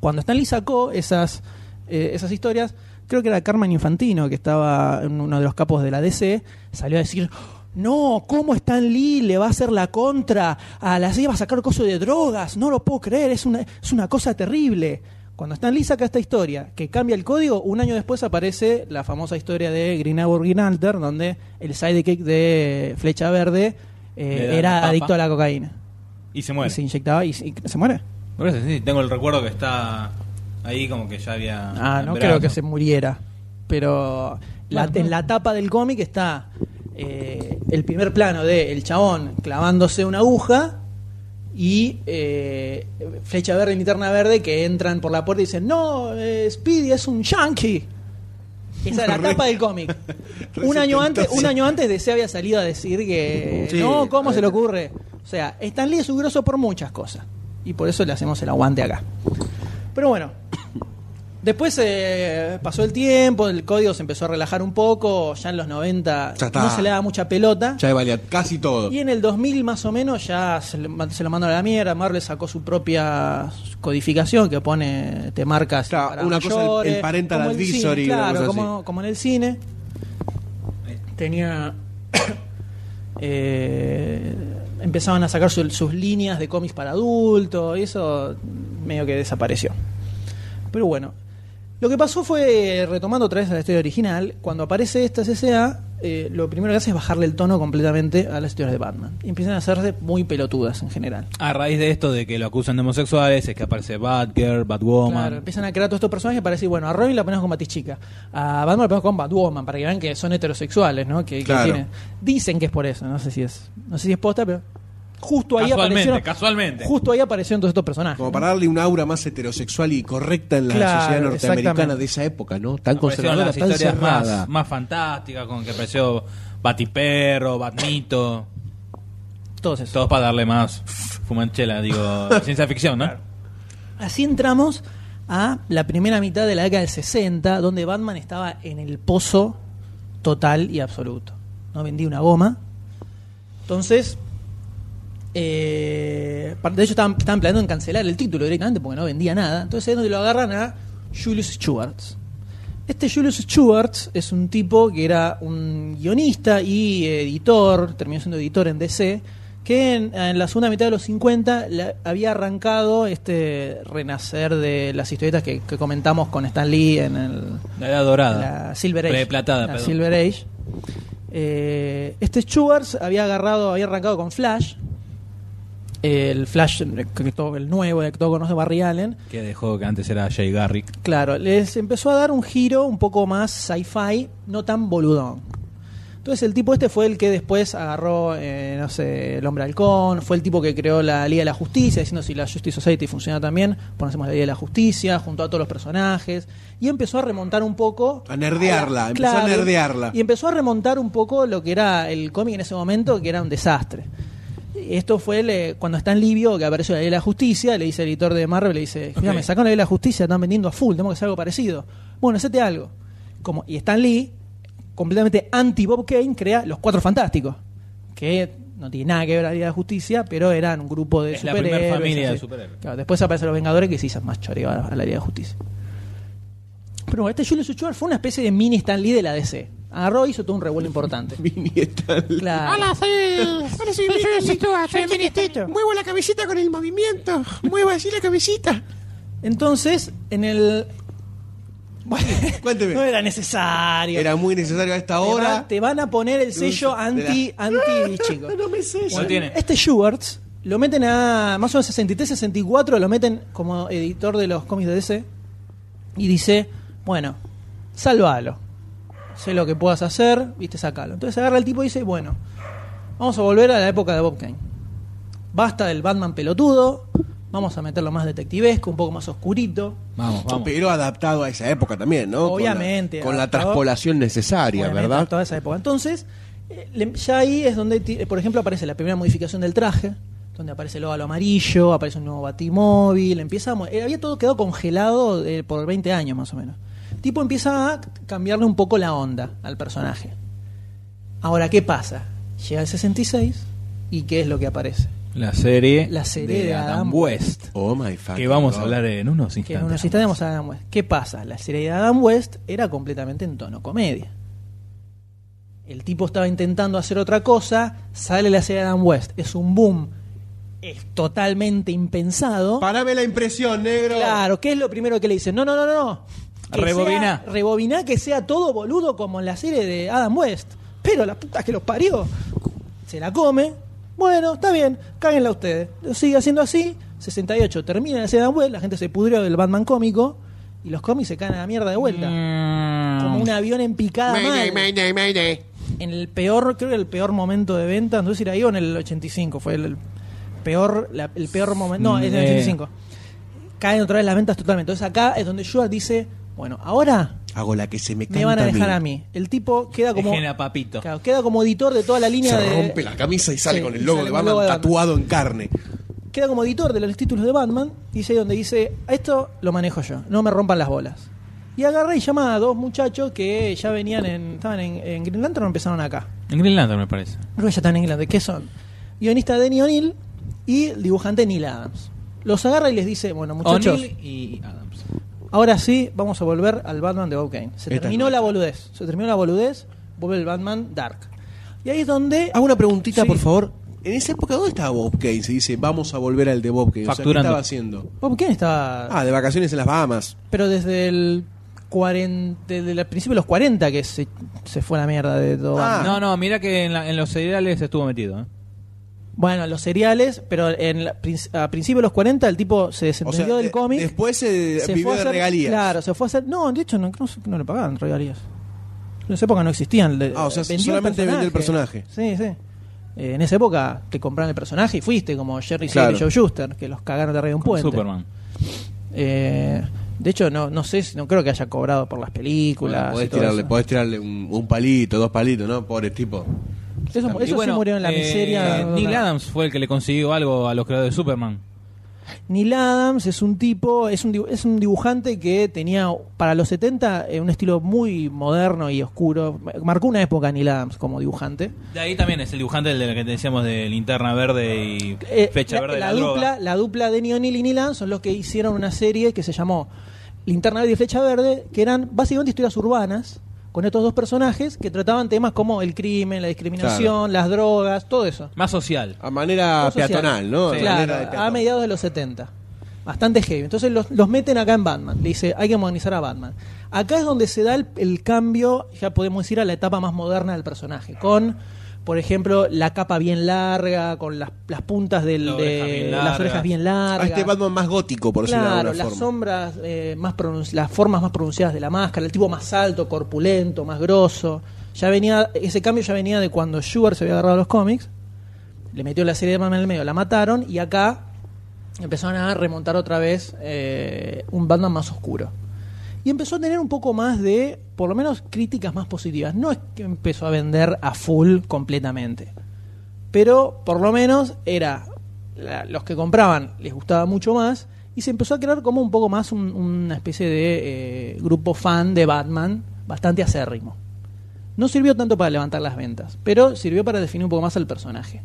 Speaker 1: Cuando Stan Lee sacó esas, eh, esas historias, creo que era Carmen Infantino, que estaba en uno de los capos de la DC, salió a decir... No, ¿cómo Stan Lee le va a hacer la contra? A la CIA va a sacar cosas de drogas, no lo puedo creer, es una, es una cosa terrible. Cuando Stan Lee saca esta historia, que cambia el código, un año después aparece la famosa historia de Green Hour Green Alter, donde el sidekick de Flecha Verde eh,
Speaker 4: Le da la
Speaker 1: era
Speaker 4: papa.
Speaker 1: adicto a la cocaína.
Speaker 4: Y se muere.
Speaker 1: Y se inyectaba y, y se muere.
Speaker 4: Por eso, sí, tengo el recuerdo que está ahí como que ya había...
Speaker 1: Ah, no
Speaker 4: en
Speaker 1: creo que
Speaker 4: brazos.
Speaker 1: se muriera. pero la- en la tapa del cómic está eh, el primer plano de el chabón clavándose una aguja y eh, flecha verde y linterna verde que entran por la puerta y dicen, no, eh, Speedy es un yankee. Esa era la tapa del cómic.
Speaker 2: Re
Speaker 1: un año
Speaker 2: setentoso.
Speaker 1: antes, un año antes de se había salido a decir que
Speaker 2: Sí,
Speaker 1: no, ¿cómo
Speaker 2: a
Speaker 1: se le
Speaker 2: ver.
Speaker 1: ocurre? O sea, Stan Lee es un grosso por muchas cosas. Y por eso le hacemos el aguante acá. Pero bueno, después eh, pasó el tiempo, el código se empezó a relajar un poco, ya en los 90
Speaker 2: Ya está.
Speaker 1: no se le daba mucha pelota.
Speaker 2: Ya valía casi todo.
Speaker 1: Y en el 2000 más o menos ya se, le man- se lo mandaron a la mierda. Marvel sacó su propia codificación que pone, te marcas
Speaker 2: Claro, una cosa, el-
Speaker 1: mayores,
Speaker 2: el parental
Speaker 1: como el cine,
Speaker 2: advisory, una
Speaker 1: claro,
Speaker 2: cosa
Speaker 1: como,
Speaker 2: así.
Speaker 1: como en el cine. Tenía... eh, empezaban a sacar su- sus líneas de cómics para adultos y eso medio que desapareció. Pero bueno, lo que pasó fue, retomando otra vez a la historia original, cuando aparece esta CCA, eh, lo primero que hace es bajarle el tono completamente a las historias de Batman. Y empiezan a hacerse muy pelotudas en general.
Speaker 4: A raíz de esto de que lo acusan de homosexuales, es que aparece Batgirl, Batwoman.
Speaker 1: Claro, empiezan a crear todos estos personajes para decir, bueno, a Robin la ponemos con Batichica, a Batman la ponemos con Batwoman, para que vean que son heterosexuales, ¿no? Que, que
Speaker 2: Claro.
Speaker 1: tienen- Dicen que es por eso, no sé si es, no sé si es posta, pero justo ahí aparecieron,
Speaker 4: casualmente, casualmente.
Speaker 1: justo ahí aparecieron todos estos personajes.
Speaker 2: Como
Speaker 1: ¿no?
Speaker 2: para darle un aura más heterosexual y correcta en la
Speaker 1: Claro,
Speaker 2: sociedad norteamericana
Speaker 1: exactamente.
Speaker 2: de esa época, ¿no? Tan
Speaker 4: Aparecieron
Speaker 2: conservadora,
Speaker 4: las
Speaker 2: tan
Speaker 4: historias
Speaker 2: cerrada.
Speaker 4: más, más fantásticas, con que apareció Batiperro, Batmito.
Speaker 1: Todos esos.
Speaker 4: Todos para darle más fumanchela, digo, ciencia ficción, ¿no?
Speaker 1: Así entramos a la primera mitad de la década del 60, donde Batman estaba en el pozo total y absoluto. No vendía una goma. Entonces, eh, par- de hecho, estaban, estaban planeando en cancelar el título directamente porque no vendía nada. Entonces es donde lo agarran a Julius Schwartz. Este Julius Schwartz es un tipo que era un guionista y editor, terminó siendo editor en DC, que en, en la segunda mitad de los 50 la- había arrancado este renacer de las historietas que, que comentamos con Stan Lee en el,
Speaker 4: La edad dorada.
Speaker 1: la Silver Age.
Speaker 4: Preplatada,
Speaker 1: La
Speaker 4: perdón.
Speaker 1: Silver Age. Eh, este Schwartz había agarrado, había arrancado con Flash. El Flash, eh, que todo- el nuevo, el que todos conocen, Barry Allen.
Speaker 4: Que dejó que antes era Jay Garrick.
Speaker 1: Claro, les empezó a dar un giro un poco más sci-fi, no tan boludón. Entonces el tipo este fue el que después agarró, eh, no sé, el hombre halcón, fue el tipo que creó la Liga de la Justicia, diciendo si la Justice Society funciona también, ponemos la Liga de la Justicia, junto a todos los personajes, y empezó a remontar un poco...
Speaker 2: A nerdearla, empezó a nerdearla.
Speaker 1: Y empezó a remontar un poco lo que era el cómic en ese momento, que era un desastre. Esto fue el, eh, cuando está en Libio, que apareció la ley de la justicia, le dice el editor de Marvel, le dice, mira, me sacaron la ley de la justicia, están vendiendo a full, tenemos que hacer algo parecido. Bueno, hacete algo. Como, y Stan Lee, completamente anti Bob Kane, crea Los Cuatro Fantásticos, que no tiene nada que ver con la ley de la justicia, pero eran un grupo de
Speaker 4: Es la
Speaker 1: superhéroes.
Speaker 4: primer familia de
Speaker 1: así.
Speaker 4: superhéroes.
Speaker 1: Claro, después aparecen los Vengadores que se hicieron más choreo a la- a la ley de la justicia. Pero bueno, este Julius Schwartz fue una especie de mini Stan Lee de la DC. Agarró y hizo todo un revuelo importante.
Speaker 2: Mini Stan Lee.
Speaker 1: Claro.
Speaker 5: Hola, soy. Hola, soy Ministro Soy el Ministerio. Muevo la cabecita con el movimiento. Muevo así la cabecita.
Speaker 1: Entonces, en el. Bueno,
Speaker 2: Cuénteme.
Speaker 1: No era necesario.
Speaker 2: Era muy necesario a esta
Speaker 1: Te
Speaker 2: hora.
Speaker 1: van- Te van a poner el sello
Speaker 2: de la-
Speaker 1: anti, anti chico.
Speaker 4: Lo tiene.
Speaker 1: Este Schwartz lo meten a más o menos 63, 64, lo meten como editor de los cómics de DC y dice, bueno, sálvalo. Sé lo que puedas hacer, viste, sacalo. Entonces agarra el tipo y dice, bueno, vamos a volver a la época de Bob Kane. Basta del Batman pelotudo, vamos a meterlo más detectivesco, un poco más oscurito.
Speaker 4: Vamos, vamos.
Speaker 2: Pero adaptado a esa época también, ¿no? Con la-
Speaker 1: Obviamente,
Speaker 2: Con la,
Speaker 1: adaptado.
Speaker 2: traspolación necesaria,
Speaker 1: Obviamente,
Speaker 2: ¿verdad?
Speaker 1: Toda esa época. Entonces, eh, le- ya ahí es donde, ti- eh, por ejemplo, aparece la primera modificación del traje, donde aparece el óvalo amarillo, aparece un nuevo batimóvil, empieza a mo- eh, había todo quedado congelado eh, por 20 años más o menos. Tipo empieza a cambiarle un poco la onda al personaje. Ahora, ¿qué pasa? Llega el 66 y ¿qué es lo que aparece?
Speaker 4: La serie,
Speaker 1: La serie de
Speaker 4: Adam,
Speaker 1: Adam
Speaker 4: West.
Speaker 2: Oh my fucking
Speaker 4: Que vamos a
Speaker 2: God.
Speaker 4: hablar en unos
Speaker 1: Que
Speaker 4: instantes.
Speaker 1: en unos instantes vamos a Adam West. ¿Qué pasa? La serie de Adam West era completamente en tono comedia. El tipo estaba intentando hacer otra cosa, sale la serie de Adam West, es un boom, es totalmente impensado.
Speaker 2: Parame la impresión, negro.
Speaker 1: Claro, ¿qué es lo primero que le dicen? No, no, no, no, no. Que
Speaker 4: Rebobiná.
Speaker 1: sea- rebobiná que sea todo boludo como en la serie de Adam West. Pero la puta que los parió. Se la come. Bueno, está bien, cáguenla ustedes. Sigue haciendo así. 68
Speaker 4: Mm.
Speaker 1: termina la serie de Adam West, la gente se pudrió del Batman cómico y los cómics se caen a la mierda de vuelta. como un avión en picada
Speaker 5: Mayday,
Speaker 1: mal.
Speaker 5: mayday, mayday.
Speaker 1: En el peor, creo que el peor momento de venta, entonces era ahí o en el 85, fue el, el peor la- el peor momento, no, es en el
Speaker 4: Eh.
Speaker 1: 85. Caen otra vez las ventas totalmente. Entonces acá es donde Yuar dice, bueno, ahora
Speaker 2: Hago la que se me canta
Speaker 1: me van a dejar a
Speaker 2: mí.
Speaker 1: mí. El tipo queda como
Speaker 4: Dejen a papito.
Speaker 1: claro, queda como editor de toda la línea
Speaker 2: Se
Speaker 1: de
Speaker 2: rompe la camisa y sale
Speaker 1: Sí,
Speaker 2: con
Speaker 1: y
Speaker 2: el logo
Speaker 1: sale
Speaker 2: de
Speaker 1: con el
Speaker 2: Batman
Speaker 1: logo de Batman.
Speaker 2: tatuado en carne.
Speaker 1: queda como editor de los títulos de Batman y es ahí donde dice, a esto lo manejo yo, no me rompan las bolas. Y agarra y llama a dos muchachos que ya venían en, estaban en, en Green Lantern o empezaron acá.
Speaker 4: En Greenlander me parece.
Speaker 1: Creo que ya están en Green Lantern. ¿Qué son? Guionista Denny O'Neill y el dibujante Neil Adams. Los agarra y les dice, bueno muchachos,
Speaker 4: O'Neill y Adams.
Speaker 1: ahora sí vamos a volver al Batman de Bob Kane. Se
Speaker 2: Esta
Speaker 1: terminó
Speaker 2: es
Speaker 1: la boludez, se terminó la boludez, vuelve el Batman Dark. Y ahí es donde...
Speaker 2: Hago una preguntita,
Speaker 1: Sí.
Speaker 2: por favor. En esa época, ¿dónde estaba Bob Kane? Se dice, vamos a volver al de Bob Kane. O sea, ¿qué
Speaker 4: Facturando.
Speaker 2: estaba haciendo?
Speaker 1: Bob Kane estaba...
Speaker 2: Ah, de vacaciones en las Bahamas.
Speaker 1: Pero desde el 40, desde el principio de los 40 que se, se fue a la mierda de todo.
Speaker 2: Ah.
Speaker 4: No, no, mira que en, la- en los seriales estuvo metido. ¿eh?
Speaker 1: Bueno, los seriales, pero en la prin- a principios de los 40 el tipo se
Speaker 2: O
Speaker 1: desentendió
Speaker 2: sea,
Speaker 1: del
Speaker 2: de-
Speaker 1: cómic.
Speaker 2: Después se,
Speaker 1: se
Speaker 2: vivió
Speaker 1: fue a
Speaker 2: de
Speaker 1: hacer-
Speaker 2: regalías.
Speaker 1: Claro, se fue a hacer. No, de hecho, no, no, sé, no le pagaban regalías. En esa época no existían. le-
Speaker 2: Ah, o sea,
Speaker 1: vendió
Speaker 2: solamente vendió el personaje.
Speaker 1: Sí, sí. Eh, en esa época te compraron el personaje y fuiste como Jerry Siegel
Speaker 2: Claro.
Speaker 1: y Joe Shuster, que los cagaron de arriba de un
Speaker 4: Con
Speaker 1: puente.
Speaker 4: Superman.
Speaker 1: Eh, de hecho, no, no sé, si- no creo que haya cobrado por las películas. y
Speaker 2: Bueno, podés,
Speaker 1: todo
Speaker 2: tirarle,
Speaker 1: eso.
Speaker 2: podés tirarle un, un palito, dos palitos, ¿no? Pobre tipo.
Speaker 1: Eso,
Speaker 4: Y
Speaker 1: eso
Speaker 4: bueno,
Speaker 1: sí murió en la
Speaker 4: eh,
Speaker 1: miseria.
Speaker 4: Neil Adams fue el que le consiguió algo a los creadores de Superman.
Speaker 1: Neil Adams es un tipo, es un, dibu- es un dibujante que tenía para los 70 eh, un estilo muy moderno y oscuro. Ma- Marcó una época Neil Adams como dibujante.
Speaker 4: De ahí también es el dibujante del que te decíamos de linterna verde y
Speaker 1: Eh,
Speaker 4: fecha
Speaker 1: la,
Speaker 4: verde de
Speaker 1: la
Speaker 4: la, droga.
Speaker 1: dupla, la dupla de Neil y Neil Adams son los que hicieron una serie que se llamó Linterna Verde y Flecha Verde, que eran básicamente historias urbanas con estos dos personajes que trataban temas como el crimen, la discriminación, las drogas, todo eso.
Speaker 4: Más social.
Speaker 2: A manera
Speaker 1: Todo social.
Speaker 2: peatonal, ¿no?
Speaker 4: Sí.
Speaker 2: A
Speaker 1: Claro,
Speaker 2: manera de peatón.
Speaker 1: a mediados de los 70. Bastante heavy. Entonces los, los meten acá en Batman. Le dice, hay que modernizar a Batman. Acá es donde se da el, el cambio, ya podemos ir a la etapa más moderna del personaje. Con, por ejemplo, la capa bien larga, con las, las puntas del-
Speaker 4: La
Speaker 1: de
Speaker 4: oreja bien
Speaker 1: las
Speaker 4: larga.
Speaker 1: orejas bien
Speaker 2: A
Speaker 1: largas.
Speaker 2: este Batman más gótico, por decirlo de
Speaker 1: claro,
Speaker 2: alguna
Speaker 1: las
Speaker 2: forma.
Speaker 1: sombras eh, más pronunci- las formas más pronunciadas de la máscara, el tipo más alto, corpulento, más grosso. Ya venía, ese cambio ya venía de cuando Schubert se había agarrado a los cómics, le metió la serie de Batman en el medio, la mataron y acá empezaron a remontar otra vez eh, un Batman más oscuro. Y empezó a tener un poco más de, por lo menos, críticas más positivas. No es que empezó a vender a full completamente pero por lo menos era la- los que compraban les gustaba mucho más y se empezó a crear como un poco más un- una especie de eh, grupo fan de Batman bastante acérrimo. No sirvió tanto para levantar las ventas, pero sirvió para definir un poco más al personaje.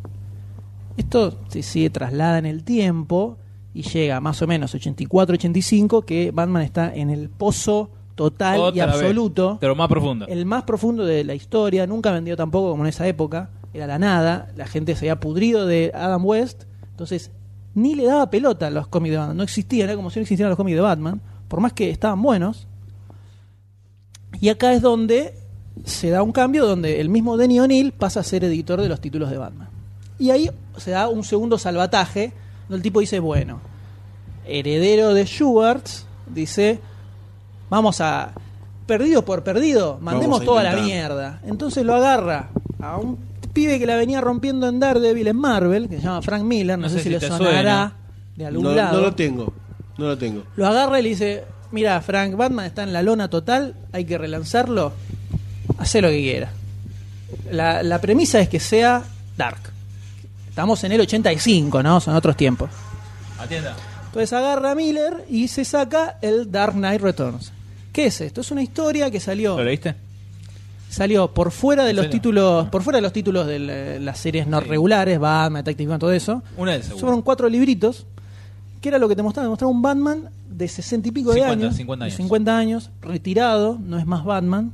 Speaker 1: Esto se sigue traslada en el tiempo y llega más o menos 84-85 que Batman está en el pozo total y
Speaker 4: Otra vez,
Speaker 1: absoluto.
Speaker 4: pero más profundo.
Speaker 1: El más profundo de la historia, nunca vendió tampoco como en esa época, era la nada, la gente se había pudrido de Adam West, entonces ni le daba pelota a los cómics de Batman, no existían, era como si no existieran los cómics de Batman, por más que estaban buenos. Y acá es donde se da un cambio, donde el mismo Denny O'Neill pasa a ser editor de los títulos de Batman. Y ahí se da un segundo salvataje, donde el tipo dice, bueno, heredero de Schubert, dice, vamos a, perdido por perdido, mandemos
Speaker 2: a
Speaker 1: toda la
Speaker 2: intentar.
Speaker 1: mierda. Entonces lo agarra a un pibe que la venía rompiendo en Daredevil en Marvel, que se llama Frank Miller, no, sé, si, le
Speaker 4: te
Speaker 1: sonará
Speaker 4: suena.
Speaker 1: de algún
Speaker 2: No,
Speaker 1: lado.
Speaker 2: no lo tengo. No lo tengo.
Speaker 1: Lo agarra y le dice, mira, Frank Batman está en la lona total, hay que relanzarlo, hace lo que quiera. La, la premisa es que sea Dark. Estamos en el 85, ¿no? Son otros tiempos.
Speaker 4: Atienda.
Speaker 1: Entonces agarra a Miller y se saca el Dark Knight Returns. ¿Qué es esto? Es una historia que salió
Speaker 4: ¿Lo leíste?
Speaker 1: salió por fuera de
Speaker 4: ¿En
Speaker 1: los
Speaker 4: serio?
Speaker 1: títulos, por fuera de los títulos de la- las series no
Speaker 4: Sí.
Speaker 1: regulares, Batman, Detective Conan, todo eso.
Speaker 4: Una del seguro.
Speaker 1: Fueron cuatro libritos, que era lo que te mostraba, te mostraba un Batman de 60 y pico de
Speaker 4: 50,
Speaker 1: años,
Speaker 4: 50
Speaker 1: de
Speaker 4: años.
Speaker 1: 50 años, retirado, no es más Batman,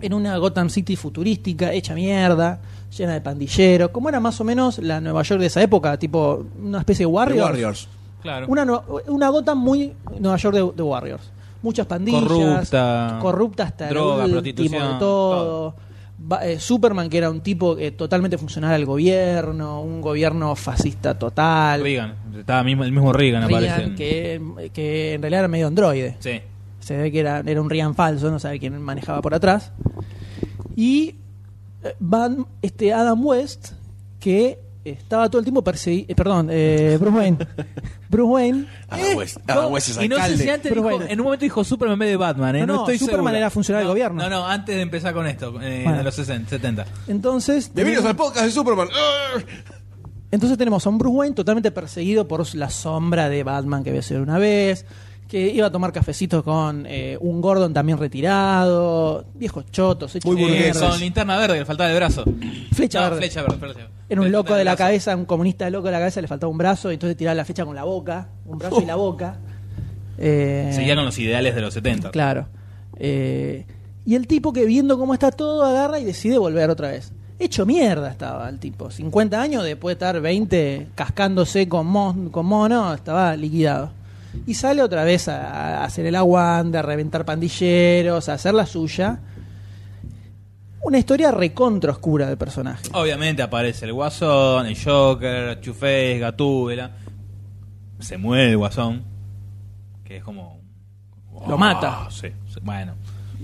Speaker 1: en una Gotham City futurística, hecha mierda, llena de pandilleros, como era más o menos la Nueva York de esa época, tipo una especie de
Speaker 2: The
Speaker 1: Warriors.
Speaker 2: Warriors.
Speaker 4: Claro.
Speaker 1: Una, nueva- una Gotham muy Nueva York de, de Warriors. Muchas pandillas.
Speaker 4: Corrupta.
Speaker 1: Corrupta hasta
Speaker 4: Droga,
Speaker 1: el último
Speaker 4: prostitución,
Speaker 1: de todo.
Speaker 4: todo.
Speaker 1: Ba- eh, Superman, que era un tipo eh, totalmente funcional al gobierno, un gobierno fascista total.
Speaker 4: Reagan. Estaba mismo, el mismo Reagan,
Speaker 1: Reagan,
Speaker 4: aparece. en-
Speaker 1: que, que en realidad era medio androide.
Speaker 4: Sí.
Speaker 1: Se ve que era, era un Rian falso, no sabe quién manejaba por atrás. Y eh, van este Adam West, que estaba todo el tiempo perseguido. perdón, eh, Bruce Wayne. Bruce Wayne.
Speaker 2: Adam West-
Speaker 1: ¿Eh? no,
Speaker 2: Adam West pues, ah, es
Speaker 4: Y no sé
Speaker 2: alcalde.
Speaker 4: si antes
Speaker 1: Pero
Speaker 4: dijo-
Speaker 1: bueno.
Speaker 4: en un momento dijo Superman en vez de Batman, ¿eh?
Speaker 1: No,
Speaker 4: No,
Speaker 1: no,
Speaker 4: estoy
Speaker 1: Superman
Speaker 4: seguro.
Speaker 1: era funcionario
Speaker 4: No,
Speaker 1: del gobierno.
Speaker 4: No, no, antes de empezar con esto, eh,
Speaker 1: Bueno.
Speaker 4: en los 60, 70.
Speaker 1: Entonces.
Speaker 2: Bienvenidos
Speaker 1: tenemos-
Speaker 2: al podcast de Superman. ¡Ah! ¡Arr!
Speaker 1: Entonces tenemos a un Bruce Wayne totalmente perseguido por la sombra de Batman que había sido una vez, que iba a tomar cafecitos con eh, un Gordon también retirado, viejos chotos, hechos
Speaker 2: Muy burgueses.
Speaker 1: mierda,
Speaker 4: Eh, con linterna verde que le faltaba el brazo.
Speaker 1: flecha
Speaker 4: No,
Speaker 1: verde.
Speaker 4: flecha verde, perdón.
Speaker 1: Era un
Speaker 4: Le
Speaker 1: loco
Speaker 4: faltaba
Speaker 1: de
Speaker 4: el
Speaker 1: la
Speaker 4: brazo.
Speaker 1: cabeza, un comunista loco de la cabeza, le faltaba un brazo, y entonces tiraba la flecha con la boca, un brazo y la boca. Eh,
Speaker 4: Seguía con los ideales de los 70.
Speaker 1: Claro. Eh, y el tipo que viendo cómo está todo agarra y decide volver otra vez. Hecho mierda estaba el tipo. 50 años después de estar 20 cascándose con, mon- con mono, estaba liquidado. Y sale otra vez a, a hacer el aguante, a reventar pandilleros, a hacer la suya. Una historia recontra oscura del personaje.
Speaker 4: Obviamente aparece el Guasón, el Joker, Chufés, Gatúbela. Se muere el Guasón, que es como...
Speaker 1: Lo mata.
Speaker 4: Ah, sí, sí, Bueno,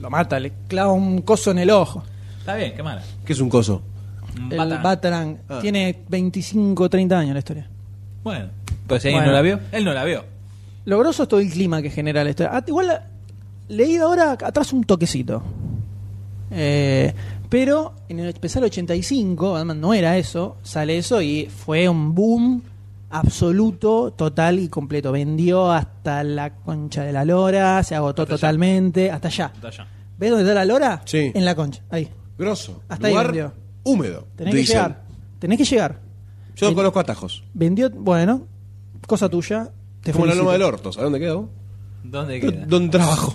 Speaker 1: Lo mata, le clava un coso en el ojo.
Speaker 4: está bien, qué mala.
Speaker 2: ¿Qué es un coso?
Speaker 4: Un
Speaker 1: El
Speaker 4: patán.
Speaker 1: Batarang
Speaker 2: Ah.
Speaker 1: tiene 25, 30 años la historia.
Speaker 4: Bueno, pues si él
Speaker 1: Bueno.
Speaker 4: no la vio, él no la vio.
Speaker 1: Lo grosso es todo el clima que genera la historia. Ah, igual la- leí ahora atrás un toquecito. Eh, pero en el especial 85, además no era eso, sale eso y fue un boom absoluto, total y completo. Vendió hasta la concha de la lora, se agotó
Speaker 4: Hasta allá.
Speaker 1: totalmente, hasta allá.
Speaker 4: Está allá.
Speaker 1: ¿Ves dónde está la lora?
Speaker 2: Sí.
Speaker 1: En la concha, ahí.
Speaker 2: Grosso.
Speaker 1: Hasta ahí
Speaker 2: lugar
Speaker 1: vendió.
Speaker 2: húmedo.
Speaker 1: Tenés que
Speaker 2: dicen.
Speaker 1: llegar. Tenés que llegar.
Speaker 2: Yo
Speaker 1: El-
Speaker 2: conozco atajos.
Speaker 1: Vendió, bueno, cosa tuya. Te
Speaker 2: Como la loma
Speaker 1: felicito.
Speaker 2: del orto. ¿Sabes dónde queda vos?
Speaker 4: ¿Dónde queda?
Speaker 2: ¿Dónde trabajo?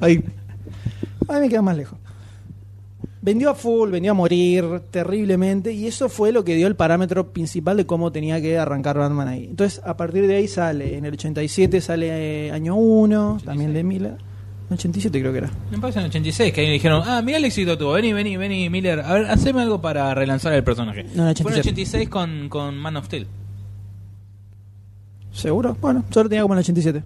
Speaker 2: Ahí.
Speaker 1: A mí me queda más lejos. Vendió a full, vendió a morir terriblemente y eso fue lo que dio el parámetro principal de cómo tenía que arrancar Batman ahí. Entonces, a partir de ahí sale, en el 87 sale eh, Año 1, también de Miller. 87 creo que era.
Speaker 4: Me parece en el 86 que ahí me dijeron, ah, mira el éxito tuvo, vení, vení, vení, Miller, a ver, haceme algo para relanzar el personaje.
Speaker 1: No, en el
Speaker 4: Fue en el
Speaker 1: 86.
Speaker 4: 86 con, con Man of Steel.
Speaker 1: ¿Seguro? Bueno, yo lo tenía como en el 87.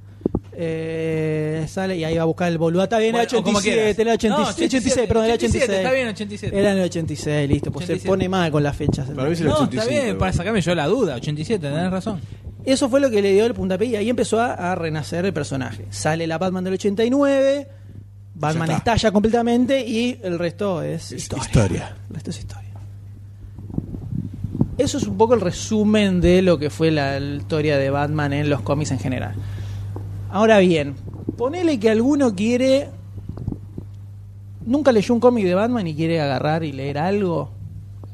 Speaker 1: Eh, sale y ahí va a buscar el boludo. Está bien,
Speaker 4: Bueno,
Speaker 1: el
Speaker 4: o como
Speaker 1: 87, el
Speaker 4: quieras.
Speaker 1: 87,
Speaker 4: No,
Speaker 1: 86, perdón, el
Speaker 4: 87,
Speaker 1: 86.
Speaker 4: está bien, 87.
Speaker 1: Era en el 86, listo, pues
Speaker 4: 87.
Speaker 1: se pone mal con las fechas.
Speaker 2: Para mí es el
Speaker 4: No,
Speaker 2: 85.
Speaker 4: está bien, para
Speaker 2: bueno.
Speaker 4: sacarme yo la duda, 87, tenés razón.
Speaker 1: Eso fue lo que le dio el puntapié y ahí empezó a, a renacer el personaje. Sale la Batman del 89, Batman
Speaker 2: Ya está.
Speaker 1: estalla completamente y el resto es,
Speaker 2: Es
Speaker 1: historia.
Speaker 2: historia.
Speaker 1: El resto es historia. Eso es un poco el resumen de lo que fue la historia de Batman en los cómics en general. Ahora bien, ponele que alguno quiere... Nunca leyó un cómic de Batman y quiere agarrar y leer algo.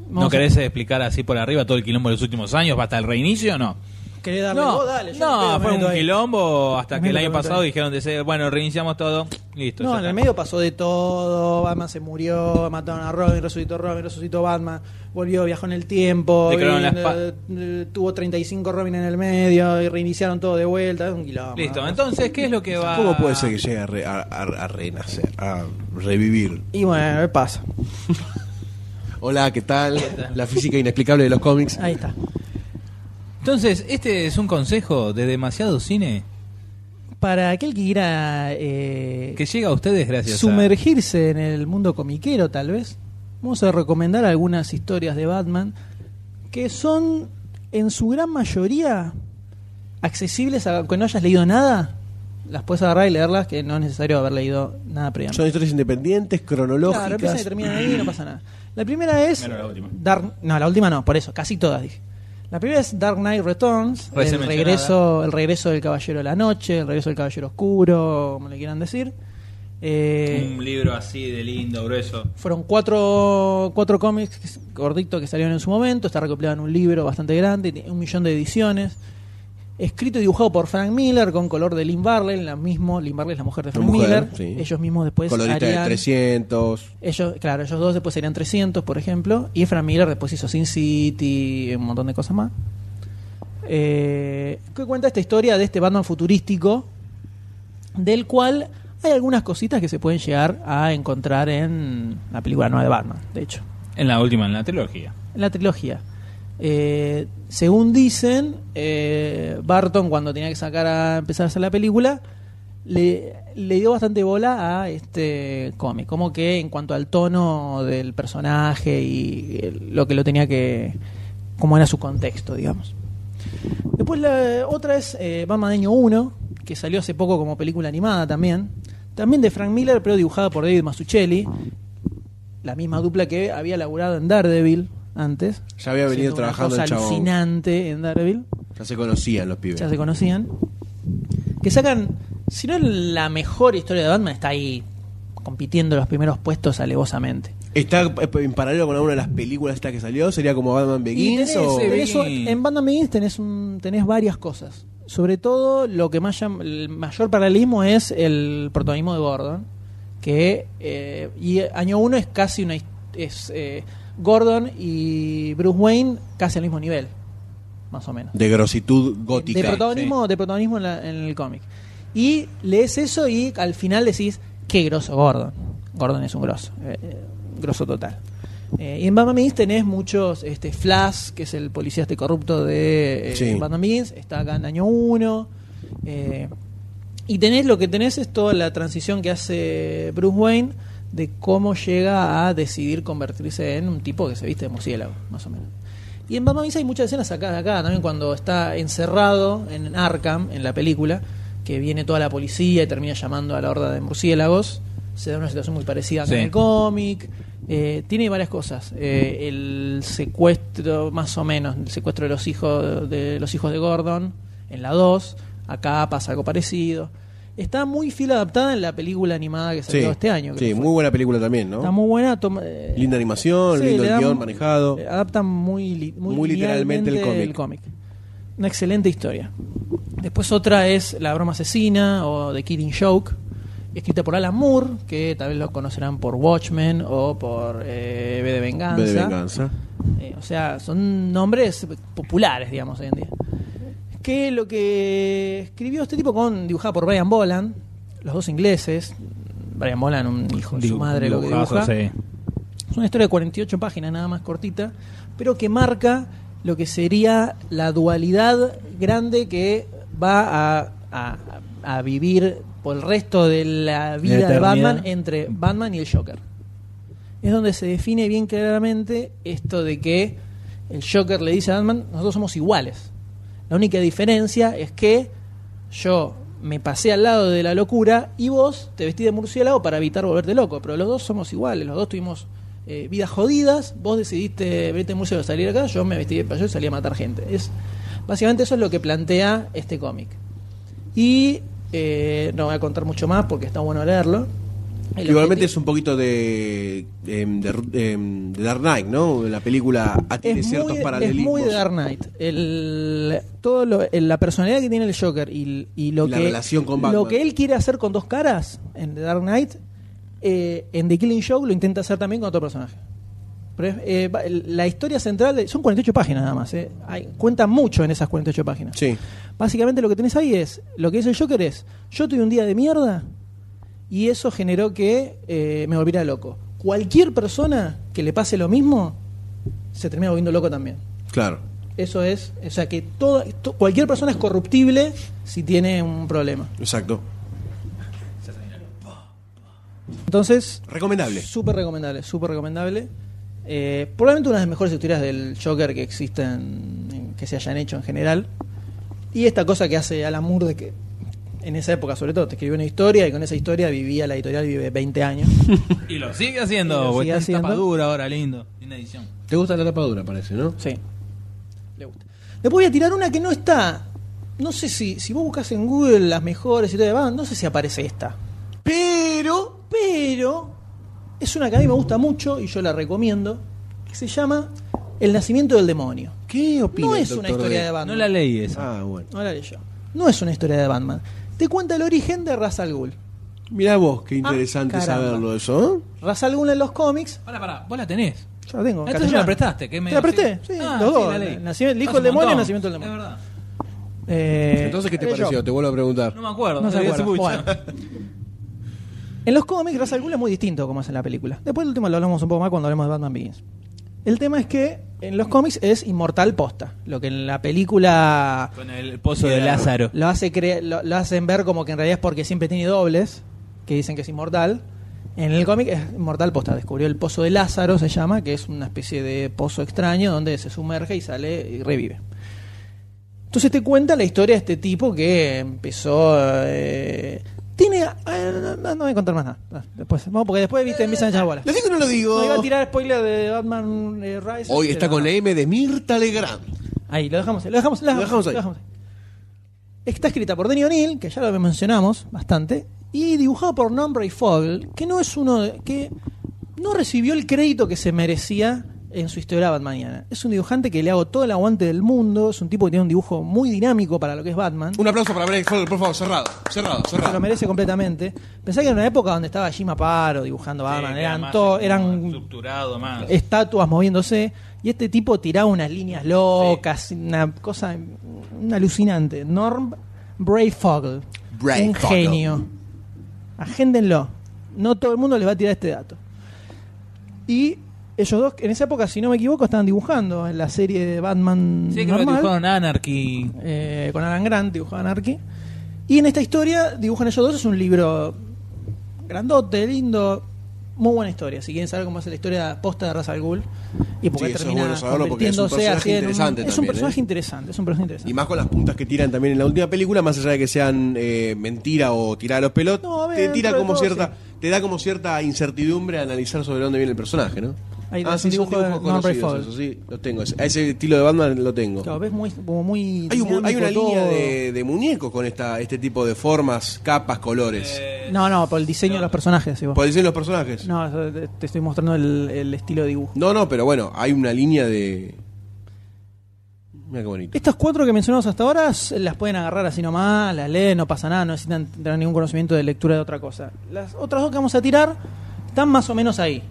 Speaker 1: Vamos
Speaker 4: ¿No
Speaker 1: a-
Speaker 4: querés explicar así por arriba todo el quilombo de los últimos años, hasta el reinicio o no?
Speaker 1: ¿Querés darle
Speaker 4: No,
Speaker 1: vos? Dale, yo le
Speaker 4: no
Speaker 1: pego, me
Speaker 4: fue
Speaker 1: meto
Speaker 4: un
Speaker 1: ahí.
Speaker 4: quilombo hasta
Speaker 1: Me
Speaker 4: que el
Speaker 1: meto,
Speaker 4: año
Speaker 1: me meto
Speaker 4: pasado
Speaker 1: ahí.
Speaker 4: dijeron de ser, bueno, reiniciamos todo, listo.
Speaker 1: No,
Speaker 4: ya
Speaker 1: en
Speaker 4: está.
Speaker 1: el medio pasó de todo. Batman se murió, mataron a Robin, resucitó Robin, resucitó Batman, volvió, viajó en el tiempo.
Speaker 4: Le crearon
Speaker 1: y,
Speaker 4: la espa-
Speaker 1: eh, eh, tuvo 35 Robin en el medio y reiniciaron todo de vuelta. Es un quilombo.
Speaker 4: Listo, ¿eh?
Speaker 1: ¿no?
Speaker 4: entonces, ¿qué es lo que va...?
Speaker 2: ¿Cómo puede ser que llegue a, re- a- a- a renacer, a revivir?
Speaker 1: Y bueno, ¿qué pasa?
Speaker 2: Hola, ¿qué tal? La física inexplicable de los cómics.
Speaker 1: Ahí está.
Speaker 4: Entonces, ¿este es un consejo de demasiado cine?
Speaker 1: Para aquel que quiera eh,
Speaker 4: Que llega a ustedes gracias a...
Speaker 1: sumergirse en el mundo comiquero, tal vez, vamos a recomendar algunas historias de Batman que son, en su gran mayoría, accesibles a que no hayas leído nada. Las puedes agarrar y leerlas, que no es necesario haber leído nada previamente.
Speaker 2: Son historias independientes,
Speaker 1: Claro, empiezan
Speaker 2: cronológicas.
Speaker 1: y terminan ahí y no pasa nada. La primera es.
Speaker 4: Menos la última.
Speaker 1: Dark- no, la última no, por eso, casi todas dije. La primera es Dark Knight Returns,
Speaker 4: Recién
Speaker 1: el
Speaker 4: mencionada.
Speaker 1: regreso, el regreso del Caballero de la Noche, el regreso del Caballero Oscuro, como le quieran decir. Eh,
Speaker 4: un libro así de lindo, grueso.
Speaker 1: fueron cuatro, cuatro cómics gorditos que salieron en su momento. Está recopilado en un libro bastante grande, tiene un millón de ediciones. Escrito y dibujado por Frank Miller con color de Lynn Barley, la mismo, Lynn Barley es la mujer de
Speaker 2: La
Speaker 1: Frank
Speaker 2: mujer,
Speaker 1: Miller.
Speaker 2: sí.
Speaker 1: Ellos mismos después
Speaker 2: Colorita de
Speaker 1: harían-
Speaker 2: 300.
Speaker 1: ellos, claro, ellos dos después serían 300, por ejemplo. Y Frank Miller después hizo Sin City, un montón de cosas más. Eh, que cuenta esta historia de este Batman futurístico, del cual hay algunas cositas que se pueden llegar a encontrar en la película nueva de Batman, de hecho,
Speaker 4: En la última, en la trilogía.
Speaker 1: en la trilogía. Eh, según dicen, eh, Barton cuando tenía que sacar a empezar a hacer la película, le, le dio bastante bola a este cómic. Como que en cuanto al tono del personaje y el- lo que lo tenía que. como era su contexto, digamos. Después la otra es eh, Batman Año 1, que salió hace poco como película animada también. También de Frank Miller, pero dibujada por David Mazzucchelli. La misma dupla que había laburado en Daredevil antes.
Speaker 2: Ya había venido
Speaker 1: Haciendo una
Speaker 2: trabajando
Speaker 1: cosa
Speaker 2: el chabón.
Speaker 1: alucinante en Daredevil
Speaker 2: Ya se conocían los pibes.
Speaker 1: ya se conocían, que sacan, si no es la mejor historia de Batman, está ahí compitiendo los primeros puestos alevosamente.
Speaker 2: Está eh, en paralelo con alguna de las películas esta que salió. Sería como Batman
Speaker 1: Y
Speaker 2: Begins
Speaker 1: tenés,
Speaker 2: o.
Speaker 4: eh,
Speaker 1: tenés un-
Speaker 4: Begins.
Speaker 1: en Batman Begins tenés, un, tenés varias cosas. Sobre todo, lo que más llam- el mayor paralelismo es el protagonismo de Gordon, que eh, y año uno es casi una his- es eh, Gordon y Bruce Wayne casi al mismo nivel, más o menos.
Speaker 2: De grositud gótica.
Speaker 1: de protagonismo, de protagonismo en, la- en el cómic. Y lees eso y al final decís, qué grosso Gordon. Gordon es un grosso, eh, eh, grosso total. Eh, y en Batman Begins tenés muchos, este, Flash, que es el policía este corrupto de eh,
Speaker 2: Sí.
Speaker 1: Batman Begins, está acá en año 1. y tenés lo que tenés es toda la transición que hace Bruce Wayne de cómo llega a decidir convertirse en un tipo que se viste de murciélago, más o menos. Y en Batman Begins hay muchas escenas acá, acá también cuando está encerrado en Arkham, en la película, que viene toda la policía y termina llamando a la horda de murciélagos. Se da una situación muy parecida acá
Speaker 4: Sí.
Speaker 1: en el cómic. Eh, tiene varias cosas. Eh, el secuestro, más o menos, el secuestro de los hijos de los hijos de Gordon en la 2. Acá pasa algo parecido. Está muy fiel adaptada en la película animada que salió este año. creo
Speaker 2: Sí,
Speaker 1: que fue.
Speaker 2: muy buena película también, ¿no?
Speaker 1: Está muy buena. toma- eh,
Speaker 2: Linda animación,
Speaker 1: Sí,
Speaker 2: lindo
Speaker 1: le
Speaker 2: el
Speaker 1: dan-
Speaker 2: guión manejado.
Speaker 1: eh, Adaptan muy, li- muy,
Speaker 2: Muy literalmente
Speaker 1: literalmente
Speaker 2: el cómic.
Speaker 1: el cómic. Una excelente historia. Después otra es La broma asesina o The Killing Joke, escrita por Alan Moore, que tal vez lo conocerán por Watchmen o por eh, V de Venganza.
Speaker 2: Ve de venganza.
Speaker 1: Eh, o sea, son nombres populares, digamos, hoy en día. Que lo que escribió este tipo con dibujada por Brian Boland, los dos ingleses. Brian Boland, un hijo de su
Speaker 4: Dibu-
Speaker 1: madre, lo que
Speaker 4: dibujazo,
Speaker 1: dibuja.
Speaker 4: sí.
Speaker 1: Es una historia de 48 páginas, nada más cortita, pero que marca lo que sería la dualidad grande que va a, a- a vivir por el resto de la vida de
Speaker 4: eternidad.
Speaker 1: Batman entre Batman y el Joker. Es donde se define bien claramente esto de que el Joker le dice a Batman, nosotros somos iguales. La única diferencia es que yo me pasé al lado de la locura y vos te vestí de murciélago para evitar volverte loco. Pero los dos somos iguales, los dos tuvimos eh, vidas jodidas. Vos decidiste verte de murciélago salir acá, yo me vestí de payaso y salí a matar gente. Es, básicamente eso es lo que plantea este cómic. Y eh, no voy a contar mucho más porque está bueno leerlo. El objetivo-
Speaker 2: Igualmente es un poquito de, em, de, Ru- em, de Dark Knight, ¿no? La película tiene
Speaker 1: es
Speaker 2: ciertos
Speaker 1: muy, es
Speaker 2: paralelismos.
Speaker 1: muy de Dark Knight. El, todo lo- el- la personalidad que tiene el Joker y, l- y lo,
Speaker 2: La
Speaker 1: que,
Speaker 2: relación con Batman.
Speaker 1: lo que él quiere hacer con dos caras en The Dark Knight, eh, en The Killing Show lo intenta hacer también con otro personaje. Pero es, eh, va- el- la historia central de- son 48 páginas nada más. Eh. Hay- cuentan mucho en esas 48 páginas.
Speaker 2: Sí.
Speaker 1: Básicamente lo que tenés ahí es, lo que dice el Joker es, yo tuve un día de mierda y eso generó que eh, me volviera loco. Cualquier persona que le pase lo mismo, se termina volviendo loco también.
Speaker 2: Claro.
Speaker 1: Eso es, o sea que toda, to- cualquier persona es corruptible si tiene un problema.
Speaker 2: Exacto.
Speaker 1: Entonces,
Speaker 2: Recomendable.
Speaker 1: súper recomendable, súper recomendable. Eh, probablemente una de las mejores historias del Joker que existen, en- que se hayan hecho en general. Y esta cosa que hace Alan Moore de que en esa época sobre todo te escribió una historia y con esa historia vivía la editorial, vive 20 años.
Speaker 4: Y lo sigue
Speaker 1: Y lo
Speaker 4: haciendo,
Speaker 1: sigue
Speaker 4: porque está en
Speaker 1: haciendo.
Speaker 4: tapadura ahora, lindo. Tiene edición.
Speaker 2: Te gusta la tapadura, parece, ¿no?
Speaker 1: Sí. Le gusta. Después voy a tirar una que no está. No sé si, si vos buscas en Google las mejores y todo demás, no sé si aparece esta. Pero, pero, es una que a mí me gusta mucho y yo la recomiendo, que se llama El nacimiento del demonio.
Speaker 2: ¿Qué opina
Speaker 1: No
Speaker 2: el
Speaker 1: es una
Speaker 2: doctor
Speaker 1: historia
Speaker 2: D?
Speaker 1: de Batman.
Speaker 4: No la leí esa.
Speaker 2: Ah, bueno.
Speaker 1: No la leyó. No es una historia de Batman. Te cuenta el origen de Ra's al Ghul.
Speaker 2: Mirá vos, qué interesante
Speaker 1: Ah, caramba.
Speaker 2: saberlo eso. ¿eh?
Speaker 1: Ra's al Ghul en los cómics
Speaker 4: Pará, pará, vos la tenés.
Speaker 1: Yo la tengo. en
Speaker 4: Ah, Entonces me
Speaker 1: castellano.
Speaker 4: la prestaste. Que me
Speaker 1: ¿Te la presté? Sí,
Speaker 4: Ah,
Speaker 1: los dos.
Speaker 4: la leí.
Speaker 1: Nacimiento- el hijo
Speaker 4: Hace
Speaker 1: del demonio
Speaker 4: un
Speaker 1: y
Speaker 4: montón.
Speaker 1: el nacimiento del demonio.
Speaker 4: Es verdad.
Speaker 1: Eh,
Speaker 2: Entonces, ¿qué te
Speaker 1: leyó.
Speaker 2: pareció? Te vuelvo a preguntar.
Speaker 4: No me acuerdo.
Speaker 1: No se
Speaker 4: leí
Speaker 1: acuerda.
Speaker 4: hace mucho.
Speaker 1: Bueno. En los cómics, Ra's al Ghul es muy distinto como es en la película. Después, el último, lo hablamos un poco más cuando hablemos de Batman Begins. El tema es que en los cómics es inmortal posta. Lo que en la película
Speaker 4: Con el pozo de Lázaro.
Speaker 1: lo, hace cre- lo, lo hacen ver como que en realidad es porque siempre tiene dobles, que dicen que es inmortal. En el cómic es inmortal posta. Descubrió el pozo de Lázaro, se llama, que es una especie de pozo extraño donde se sumerge y sale y revive. Entonces te cuenta la historia de este tipo que empezó. eh, tiene. eh, no, no- no voy a contar más nada. No, Después, vamos, porque después viste, empiezan a echar bola.
Speaker 2: ¿Lo digo o no lo
Speaker 1: No iba a
Speaker 2: digo?
Speaker 1: tirar spoiler de Batman eh, Rises,
Speaker 2: Hoy está
Speaker 1: pero
Speaker 2: con
Speaker 1: no.
Speaker 2: la M de Mirta Legrand.
Speaker 1: Ahí, lo dejamos, ahí, lo dejamos, lo dejamos,
Speaker 2: dejamos ahí.
Speaker 1: lo dejamos ahí. Está escrita por Denny O'Neill, que ya lo mencionamos bastante, y dibujada por Nombre Fogel, que no es uno de- que no recibió el crédito que se merecía en su historia Batmaniana. Es un dibujante que le hago todo el aguante del mundo, es un tipo que tiene un dibujo muy dinámico para lo que es Batman.
Speaker 2: Un aplauso para Blake Fowler, por favor, cerrado, cerrado,
Speaker 1: Se lo
Speaker 2: cerrado.
Speaker 1: merece completamente. Pensá que en una época donde estaba Jim Aparo dibujando Batman,
Speaker 4: Sí, que
Speaker 1: eran
Speaker 4: más este,
Speaker 1: todo,
Speaker 4: más
Speaker 1: eran
Speaker 4: estructurado más.
Speaker 1: estatuas moviéndose y este tipo tiraba unas líneas locas, una cosa un alucinante. Norm Brayfogle,
Speaker 2: Brayfogle.
Speaker 1: un genio. Agéndenlo. No todo el mundo les va a tirar este dato. Y ellos dos, en esa época, si no me equivoco, estaban dibujando en la serie de Batman
Speaker 4: Sí, creo que
Speaker 1: normal,
Speaker 4: dibujaron Anarchy.
Speaker 1: eh, con Alan Grant, dibujaba Anarchy. Y en esta historia dibujan ellos dos, es un libro grandote, lindo, muy buena historia. Si quieren saber cómo es la historia posta de Ra's al Ghul y por qué
Speaker 2: Sí, eso es
Speaker 1: termina
Speaker 2: bueno saberlo porque es un
Speaker 1: convirtiéndose
Speaker 2: personaje
Speaker 1: así en un-
Speaker 2: interesante
Speaker 1: es un
Speaker 2: también,
Speaker 1: personaje
Speaker 2: ¿eh?
Speaker 1: interesante, es un personaje
Speaker 2: Y
Speaker 1: interesante.
Speaker 2: más con las puntas que tiran también en la última película, más allá de que sean eh, mentira o tirar a los pelotes,
Speaker 1: No, a ver,
Speaker 2: te
Speaker 1: dentro
Speaker 2: tira
Speaker 1: de
Speaker 2: como
Speaker 1: todo,
Speaker 2: cierta, te da como cierta incertidumbre a analizar sobre dónde viene el personaje, ¿no?
Speaker 1: Ahí
Speaker 2: ah,
Speaker 1: tenés
Speaker 2: sí,
Speaker 1: un
Speaker 2: son
Speaker 1: dibujo de
Speaker 2: dibujos
Speaker 1: Norman
Speaker 2: conocidos,
Speaker 1: Rockwell.
Speaker 2: eso sí, lo tengo. Ese, a ese estilo de Batman lo tengo.
Speaker 1: Claro, ves muy, como muy
Speaker 2: Hay, un- hay
Speaker 1: dinámico
Speaker 2: una línea
Speaker 1: todo.
Speaker 2: de, de muñecos con esta, este tipo de formas, capas, colores.
Speaker 1: No, no, por el diseño de los personajes. digo.
Speaker 2: ¿Puedes decir los personajes?
Speaker 1: Eh. No, eso te- te estoy mostrando el, el estilo de dibujo.
Speaker 2: No, no, pero bueno, hay una línea de. Mira qué bonito.
Speaker 1: Estas cuatro que mencionamos hasta ahora s- las pueden agarrar así nomás, las leen, no pasa nada, no necesitan tener ningún conocimiento de lectura de otra cosa. Las otras dos que vamos a tirar están más o menos ahí.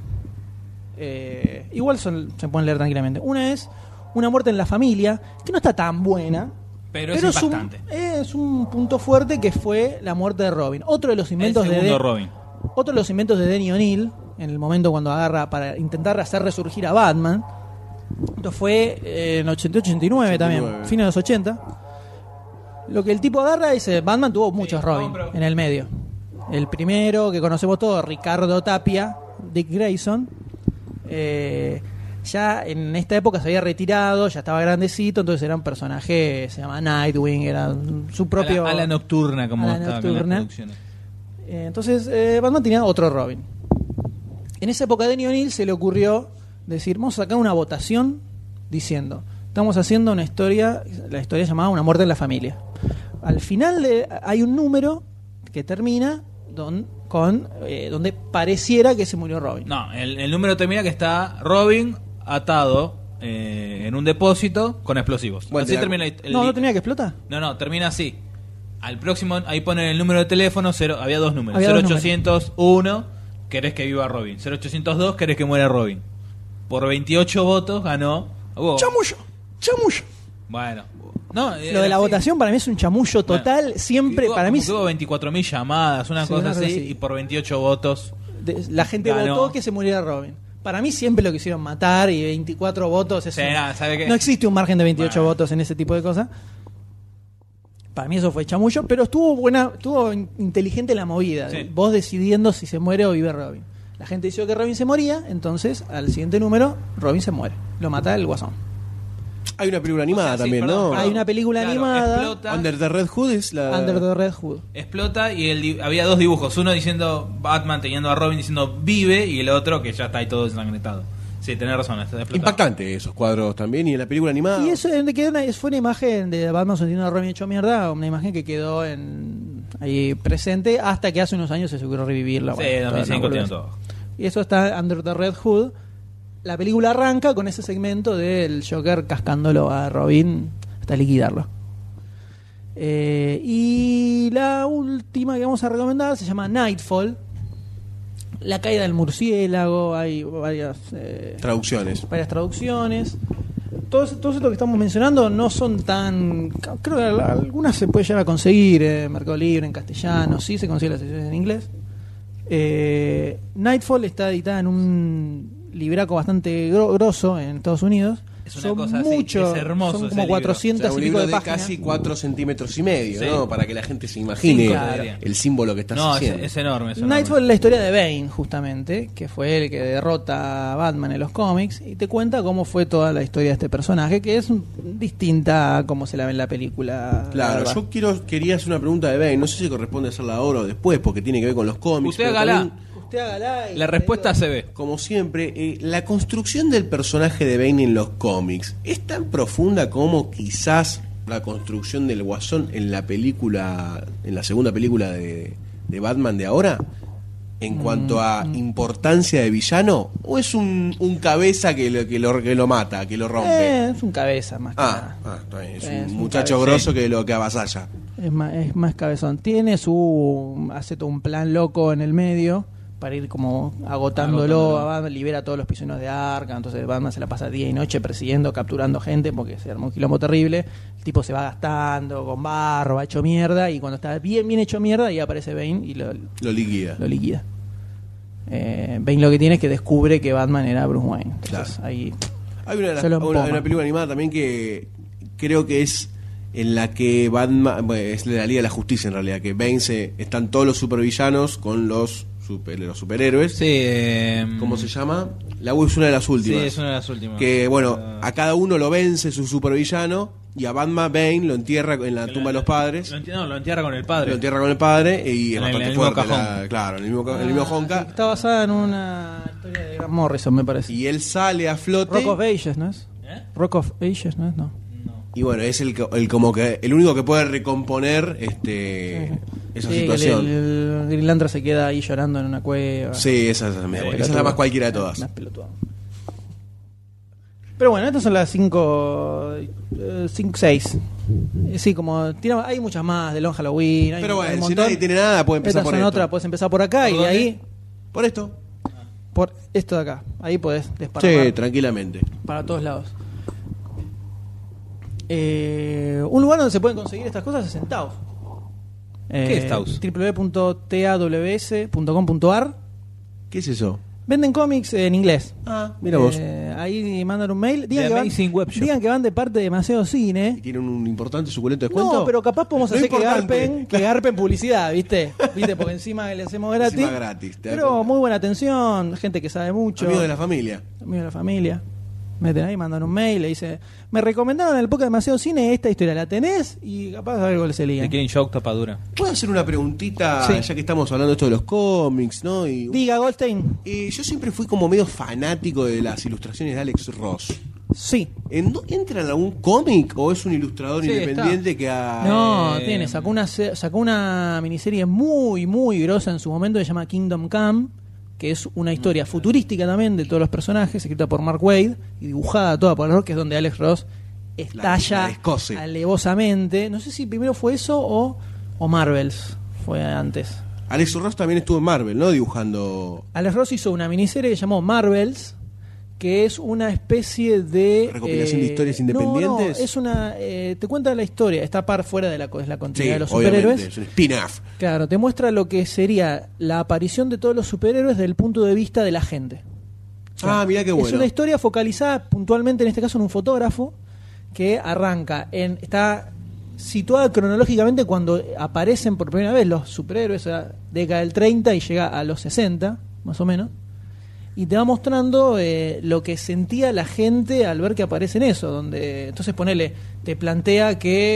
Speaker 1: Eh, igual son- se pueden leer tranquilamente. Una es Una muerte en la familia, que no está tan buena.
Speaker 4: Pero es
Speaker 1: un,
Speaker 4: impactante.
Speaker 1: es un punto fuerte que fue la muerte de Robin. Otro de los
Speaker 4: El
Speaker 1: inventos
Speaker 4: segundo
Speaker 1: de,
Speaker 4: Robin.
Speaker 1: otro de los inventos de Denny O'Neill, en el momento cuando agarra para intentar hacer resurgir a Batman, esto fue eh, en 88-89 también,
Speaker 2: 89.
Speaker 1: fines de los 80. Lo que el tipo agarra dice, Batman tuvo muchos Robin
Speaker 4: compro.
Speaker 1: en el medio. El primero que conocemos todos, Ricardo Tapia, Dick Grayson. Eh, ya en esta época se había retirado, ya estaba grandecito, entonces era un personaje, se llama Nightwing, era su propio...
Speaker 4: A la, a la nocturna, como
Speaker 1: a la
Speaker 4: estaba con
Speaker 1: nocturna.
Speaker 4: las producciones.
Speaker 1: Eh, entonces, eh, Batman tenía otro Robin. En esa época, Denny O'Neill se le ocurrió decir: Vamos a sacar una votación diciendo: Estamos haciendo una historia, la historia llamada Una muerte en la familia. Al final de- hay un número que termina don- con, eh, donde pareciera que se murió Robin.
Speaker 4: No, el, el número termina que está Robin atado eh, en un depósito con explosivos.
Speaker 2: Bueno,
Speaker 4: así
Speaker 2: te da-
Speaker 4: termina el, el-
Speaker 1: no, no tenía que explotar.
Speaker 4: No, no, termina así. Al próximo, ahí ponen el número de teléfono, cero, había dos números.
Speaker 1: Había dos
Speaker 4: 0801, querés que viva Robin. 0802, querés que muera Robin. Por 28 votos ganó. hubo-
Speaker 1: ¡Chamullo! ¡Chamullo!
Speaker 4: Bueno. No, era
Speaker 1: Lo de la
Speaker 4: así.
Speaker 1: votación para mí es un chamullo
Speaker 4: Eh, Bueno,
Speaker 1: total. siempre,
Speaker 4: hubo-
Speaker 1: para
Speaker 4: como
Speaker 1: mí,
Speaker 4: que Hubo 24.000 llamadas, una
Speaker 1: Sí,
Speaker 4: cosa
Speaker 1: una cosa
Speaker 4: así,
Speaker 1: así.
Speaker 4: y por 28 votos.
Speaker 1: de- la gente
Speaker 4: Ganó.
Speaker 1: votó que se muriera Robin. Para mí siempre lo quisieron matar y 24 votos es
Speaker 4: Sí,
Speaker 1: un-
Speaker 4: nada, ¿sabe qué?
Speaker 1: no existe un margen de 28
Speaker 4: Bueno.
Speaker 1: votos en ese tipo de cosas. Para mí eso fue chamullo, pero estuvo buena, estuvo in- inteligente la movida.
Speaker 4: Sí.
Speaker 1: Vos decidiendo si se muere o vive Robin. La gente decidió que Robin se moría, entonces al siguiente número Robin se muere. Lo mata el guasón.
Speaker 2: Hay una película animada
Speaker 4: O sea, sí,
Speaker 2: también,
Speaker 4: perdón,
Speaker 2: ¿no?
Speaker 1: Hay una película animada.
Speaker 4: Explota,
Speaker 2: Under the Red Hood es la.
Speaker 1: Under the Red Hood.
Speaker 4: explota y el di- había dos dibujos. Uno diciendo Batman teniendo a Robin diciendo vive y el otro que ya está ahí todo ensangrentado. Sí, tenés razón. está explotado.
Speaker 2: Impactante esos cuadros también. Y en la película animada.
Speaker 1: Y
Speaker 4: Ah.
Speaker 1: eso es donde quedó una- fue una imagen de Batman sentiendo a Robin hecho mierda, una imagen que quedó en, ahí presente hasta que hace unos años se logró revivirla.
Speaker 4: Sí,
Speaker 1: bueno, toda la
Speaker 4: 2005 tiene
Speaker 1: boludez.
Speaker 4: todo.
Speaker 1: Y eso está Under the Red Hood. La película arranca con ese segmento del Joker cascándolo a Robin hasta liquidarlo. Eh, y la última que vamos a recomendar se llama Nightfall. La caída del murciélago, hay varias... eh,
Speaker 2: Traducciones.
Speaker 1: varias traducciones. Todo, eso- todo esto que estamos mencionando no son tan. Creo que al- algunas se puede llegar a conseguir en Mercado Libre, en castellano, sí se consiguen las ediciones en inglés. Eh, Nightfall está editada en un libraco bastante gro- grosso en Estados Unidos.
Speaker 4: Es una cosa así,
Speaker 1: mucho,
Speaker 4: es hermoso
Speaker 1: Son
Speaker 4: ese
Speaker 1: como
Speaker 4: libro.
Speaker 1: 400 y
Speaker 2: un
Speaker 1: pico
Speaker 2: libro
Speaker 1: de,
Speaker 2: de
Speaker 1: páginas.
Speaker 2: casi 4 centímetros y medio,
Speaker 4: Sí.
Speaker 2: ¿no? Para que la gente se imagine
Speaker 4: Cinco, diría.
Speaker 2: el símbolo que estás
Speaker 4: No, es,
Speaker 2: haciendo.
Speaker 4: es enorme. es enorme.
Speaker 1: Nightfall es la historia de Bane, justamente, que fue el que derrota a Batman en los cómics y te cuenta cómo fue toda la historia de este personaje, que es un- distinta a cómo se la ve en la película. la
Speaker 2: Claro,
Speaker 1: verdad.
Speaker 2: yo quiero, quería hacer una pregunta de Bane. No sé si corresponde hacerla ahora o después, porque tiene que ver con los cómics.
Speaker 4: Usted
Speaker 2: pero
Speaker 4: hágala.
Speaker 2: también,
Speaker 1: Usted hágala y-
Speaker 4: La respuesta se ve.
Speaker 2: Como siempre, eh, la construcción del personaje de Bane en los cómics es tan profunda como quizás la construcción del Guasón en la película, en la segunda película de, de Batman de ahora. En cuanto a
Speaker 1: Mm.
Speaker 2: importancia de villano, o es un, un cabeza que lo, que, lo, que lo mata, que lo rompe.
Speaker 1: Eh, es un cabeza más que
Speaker 2: ah,
Speaker 1: nada.
Speaker 2: ah, está bien, es,
Speaker 1: Es
Speaker 2: un
Speaker 1: un
Speaker 2: muchacho
Speaker 1: cabeza.
Speaker 2: grosso que lo que avasalla.
Speaker 1: Es más, es más cabezón. Tiene su. Hace todo un plan loco en el medio para ir como agotándolo.
Speaker 4: Agotándolo.
Speaker 1: a Batman, libera a todos los prisioneros de Arkham. Entonces Batman se la pasa día y noche persiguiendo, capturando gente porque se armó un quilombo terrible. El tipo se va gastando con barro, va hecho mierda. Y cuando está bien, bien hecho mierda, ahí aparece Bane y lo, lo
Speaker 2: Lo liquida.
Speaker 1: liquida. Eh, Bane lo que tiene es que descubre que Batman era Bruce Wayne. Entonces
Speaker 2: Claro.
Speaker 1: ahí.
Speaker 2: Hay una, de las-
Speaker 1: Se lo
Speaker 2: una-
Speaker 1: empoma.
Speaker 2: una película animada también que creo que es en la que Batman, bueno, es de la Liga de la Justicia en realidad, que Bane se, están todos los supervillanos con los, super- los superhéroes.
Speaker 4: Sí. eh,
Speaker 2: ¿Cómo se llama? La U es una de las
Speaker 4: Sí,
Speaker 2: últimas.
Speaker 4: es una de las últimas.
Speaker 2: Que bueno,
Speaker 4: Ah.
Speaker 2: a cada uno lo vence su supervillano y a Batman Bane lo entierra en la tumba de los padres.
Speaker 4: Lo enti- no, lo entierra con el padre.
Speaker 2: Lo entierra con el padre y
Speaker 4: En
Speaker 2: es
Speaker 4: el-
Speaker 2: bastante
Speaker 4: en el mismo
Speaker 2: fuerte. la-
Speaker 4: cajón.
Speaker 2: claro, en el mismo, ca- en el mismo
Speaker 1: Ah,
Speaker 2: jonca.
Speaker 1: sí, Está basada en una historia de Grant Morrison, me parece.
Speaker 2: Y él sale a flote.
Speaker 1: Rock of Ages, ¿no es?
Speaker 4: ¿Eh?
Speaker 1: Rock of Ages, ¿no es? No.
Speaker 2: Y bueno, es el, co- el como que el único que puede recomponer este esa
Speaker 1: Sí, que
Speaker 2: situación.
Speaker 1: El, el Green Lantern se queda ahí llorando en una cueva.
Speaker 2: Sí, esa, es la mía,
Speaker 1: Una
Speaker 2: esa es la más cualquiera de todas.
Speaker 1: Más pelotuda. Pero bueno, estas son las eh, 5. 5, 6. Eh, Sí, como. tira- hay muchas más de Long Halloween. Hay
Speaker 2: Pero
Speaker 1: un-
Speaker 2: bueno,
Speaker 1: hay un
Speaker 2: si
Speaker 1: montón.
Speaker 2: nadie tiene nada, puede empezar
Speaker 1: Estas
Speaker 2: por
Speaker 1: son
Speaker 2: esto.
Speaker 1: otras, puedes empezar por acá y
Speaker 4: ¿Por
Speaker 1: de
Speaker 4: dónde?
Speaker 1: ahí.
Speaker 2: Por esto.
Speaker 1: Por esto de acá. Ahí podés desparramar.
Speaker 2: Sí, tranquilamente.
Speaker 1: para todos lados. Eh, un lugar donde se pueden conseguir estas cosas es en Taos. Eh,
Speaker 4: ¿Qué es Taos?
Speaker 1: www.taws.com.ar
Speaker 2: ¿Qué es eso?
Speaker 1: Venden cómics en inglés.
Speaker 2: Ah, mira vos.
Speaker 1: Eh, ahí mandan un mail. Digan
Speaker 4: The
Speaker 1: que, van,
Speaker 4: Amazing Web Shop.
Speaker 1: digan que van de parte de Maceo
Speaker 2: ¿Y
Speaker 1: Cine.
Speaker 2: ¿Tienen un importante suculento descuento?
Speaker 1: No, pero capaz podemos
Speaker 2: Lo
Speaker 1: hacer que
Speaker 2: importante.
Speaker 1: garpen, que garpen publicidad, ¿viste? ¿Viste? Porque encima le hacemos gratis.
Speaker 2: Encima gratis, te das
Speaker 1: pero
Speaker 2: cuenta.
Speaker 1: muy buena atención, gente que sabe mucho.
Speaker 2: Amigos de la familia.
Speaker 1: amigos de la familia. Meten ahí, mandan un mail, le dice, me recomendaron el podcast Demasiado Cine, esta historia la tenés y capaz algo se
Speaker 4: Te
Speaker 1: lía.
Speaker 4: quieren shock tapadura.
Speaker 2: ¿Puedo hacer una preguntita?
Speaker 1: Sí.
Speaker 2: Ya que estamos hablando esto de los cómics, ¿no? Y,
Speaker 1: Diga Goldstein,
Speaker 2: Eh, yo siempre fui como medio fanático de las ilustraciones de Alex Ross.
Speaker 1: sí.
Speaker 2: ¿En, do- ¿Entra en algún cómic o es un ilustrador
Speaker 4: Sí,
Speaker 2: independiente que ha...
Speaker 1: No,
Speaker 4: eh,
Speaker 1: tiene, sacó una, se- sacó una miniserie muy, muy grosa en su momento que se llama Kingdom Come, que es una historia futurística también de todos los personajes, escrita por Mark Wade y dibujada toda por Ross, que es donde Alex Ross
Speaker 2: La- la
Speaker 1: estalla
Speaker 2: descoce.
Speaker 1: alevosamente. No sé si primero fue eso o, o Marvels, fue antes.
Speaker 2: Alex Ross también estuvo en Marvel, ¿no? Dibujando...
Speaker 1: Alex Ross hizo una miniserie que llamó Marvels, que es una especie de. eh,
Speaker 2: ¿Recopilación de historias
Speaker 1: no,
Speaker 2: independientes?
Speaker 1: no, es una. eh, te cuenta la historia, está par fuera de la, co- es la
Speaker 2: Sí,
Speaker 1: continuidad de los
Speaker 2: eh, obviamente, es
Speaker 1: superhéroes.
Speaker 2: un spin-off.
Speaker 1: Claro, te muestra lo que sería la aparición de todos los superhéroes desde el punto de vista de la gente. O sea,
Speaker 2: Ah, mirá qué
Speaker 1: Es
Speaker 2: bueno.
Speaker 1: una historia focalizada puntualmente, en este caso, en un fotógrafo que arranca en. está situada cronológicamente cuando aparecen por primera vez los superhéroes, o sea, década del 30 y llega a los 60, más o menos. Y te va mostrando eh, lo que sentía la gente al ver que aparece en eso. Donde, entonces, ponele, te plantea que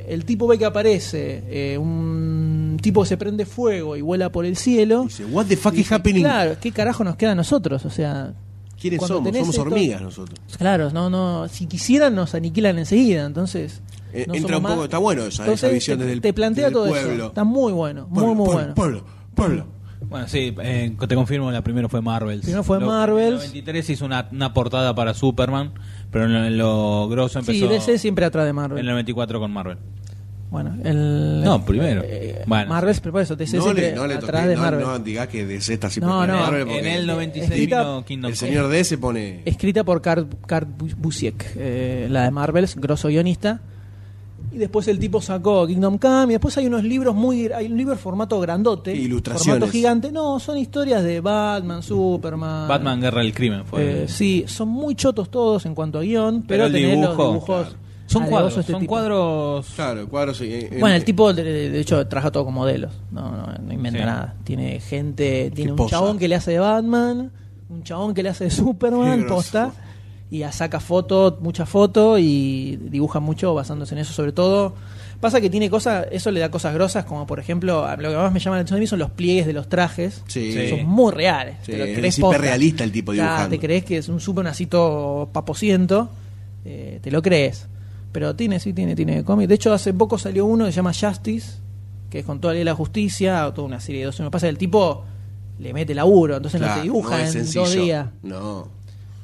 Speaker 1: eh, el tipo ve que aparece, eh, un tipo que se prende fuego y vuela por el cielo.
Speaker 2: Dice, what the fuck
Speaker 1: Y
Speaker 2: is happening?
Speaker 1: Claro, ¿qué carajo nos queda a nosotros? O sea,
Speaker 2: ¿Quiénes
Speaker 1: cuando
Speaker 2: somos?
Speaker 1: tenés
Speaker 2: Somos
Speaker 1: esto-
Speaker 2: hormigas nosotros.
Speaker 1: claro, no, no, si quisieran nos aniquilan enseguida, entonces.
Speaker 2: Eh,
Speaker 1: no
Speaker 2: entra
Speaker 1: somos
Speaker 2: un
Speaker 1: más.
Speaker 2: poco, está bueno esa, esa
Speaker 1: Entonces,
Speaker 2: visión
Speaker 1: te,
Speaker 2: desde el
Speaker 1: te plantea
Speaker 2: desde el
Speaker 1: todo
Speaker 2: pueblo.
Speaker 1: eso. Está muy bueno, muy,
Speaker 2: Pueblo,
Speaker 1: muy bueno.
Speaker 2: pueblo, Pueblo, pueblo.
Speaker 4: Bueno, sí, eh, te confirmo, la primera fue Marvels.
Speaker 1: Primero fue
Speaker 4: Lo- En el
Speaker 1: Marvels.
Speaker 4: 93 hizo una, una portada para Superman, pero en lo, en lo grosso empezó
Speaker 1: Sí, DC siempre atrás de Marvel.
Speaker 4: en el 94 con Marvel.
Speaker 1: Bueno, el.
Speaker 4: No, primero.
Speaker 1: eh,
Speaker 4: Bueno.
Speaker 1: Marvel, pero por eso, DC
Speaker 2: No
Speaker 1: siempre
Speaker 2: le, no le
Speaker 1: atrás
Speaker 2: toqué,
Speaker 1: de
Speaker 2: no,
Speaker 1: Marvel.
Speaker 2: no digas que DC está siempre
Speaker 1: No,
Speaker 2: con
Speaker 1: no,
Speaker 2: Ah, Marvel,
Speaker 4: en
Speaker 2: porque
Speaker 4: el 96
Speaker 1: Escrita-
Speaker 4: vino Kingdom
Speaker 2: el
Speaker 4: Come.
Speaker 2: señor D se pone...
Speaker 1: Escrita por Kurt, Kurt Bu- Busiek, eh, la de Marvels, grosso guionista. Y después el tipo sacó Kingdom Come. Y después hay unos libros muy. Hay un libro en formato grandote.
Speaker 2: Ilustraciones.
Speaker 1: Formato gigante. No, son historias de Batman, Superman.
Speaker 4: Batman Guerra del Crimen fue.
Speaker 1: Eh, sí, son muy chotos todos en cuanto a guión.
Speaker 4: Pero
Speaker 1: Pero,
Speaker 4: el
Speaker 1: tenés los
Speaker 4: dibujo,
Speaker 1: dibujos.
Speaker 4: claro.
Speaker 1: alevosos
Speaker 4: Son cuadros,
Speaker 1: de este
Speaker 4: son
Speaker 1: tipo.
Speaker 4: cuadros.
Speaker 2: Claro, cuadros. eh, eh,
Speaker 1: Bueno, el tipo, de, de- de hecho, trabaja todo con modelos. No, no, no inventa
Speaker 4: Sí.
Speaker 1: nada. Tiene gente, tiene un
Speaker 2: posa.
Speaker 1: chabón que le hace de Batman, un chabón que le hace de
Speaker 2: Qué
Speaker 1: Superman,
Speaker 2: groso.
Speaker 1: posta. Y ya saca foto, mucha foto y dibuja mucho basándose en eso, sobre todo. Pasa que tiene cosas, eso le da cosas grosas, como por ejemplo, a- lo que más me llama la atención a mí son los pliegues de los trajes.
Speaker 2: Sí.
Speaker 1: Que Son muy reales.
Speaker 2: Sí,
Speaker 1: te lo
Speaker 2: es
Speaker 1: crees
Speaker 2: hiper
Speaker 1: posta.
Speaker 2: realista el tipo
Speaker 1: Ya,
Speaker 2: dibujando.
Speaker 1: Te crees que es un Superman así todo papociento, eh, te lo crees. Pero tiene, sí, tiene, tiene cómic. De hecho, hace poco salió uno que se llama Justice, que es con toda la ley de la justicia, o toda una serie de dos. Me pasa que el tipo le mete laburo, entonces no
Speaker 2: claro,
Speaker 1: te dibuja
Speaker 2: no es
Speaker 1: en
Speaker 2: sencillo.
Speaker 1: dos días.
Speaker 2: No.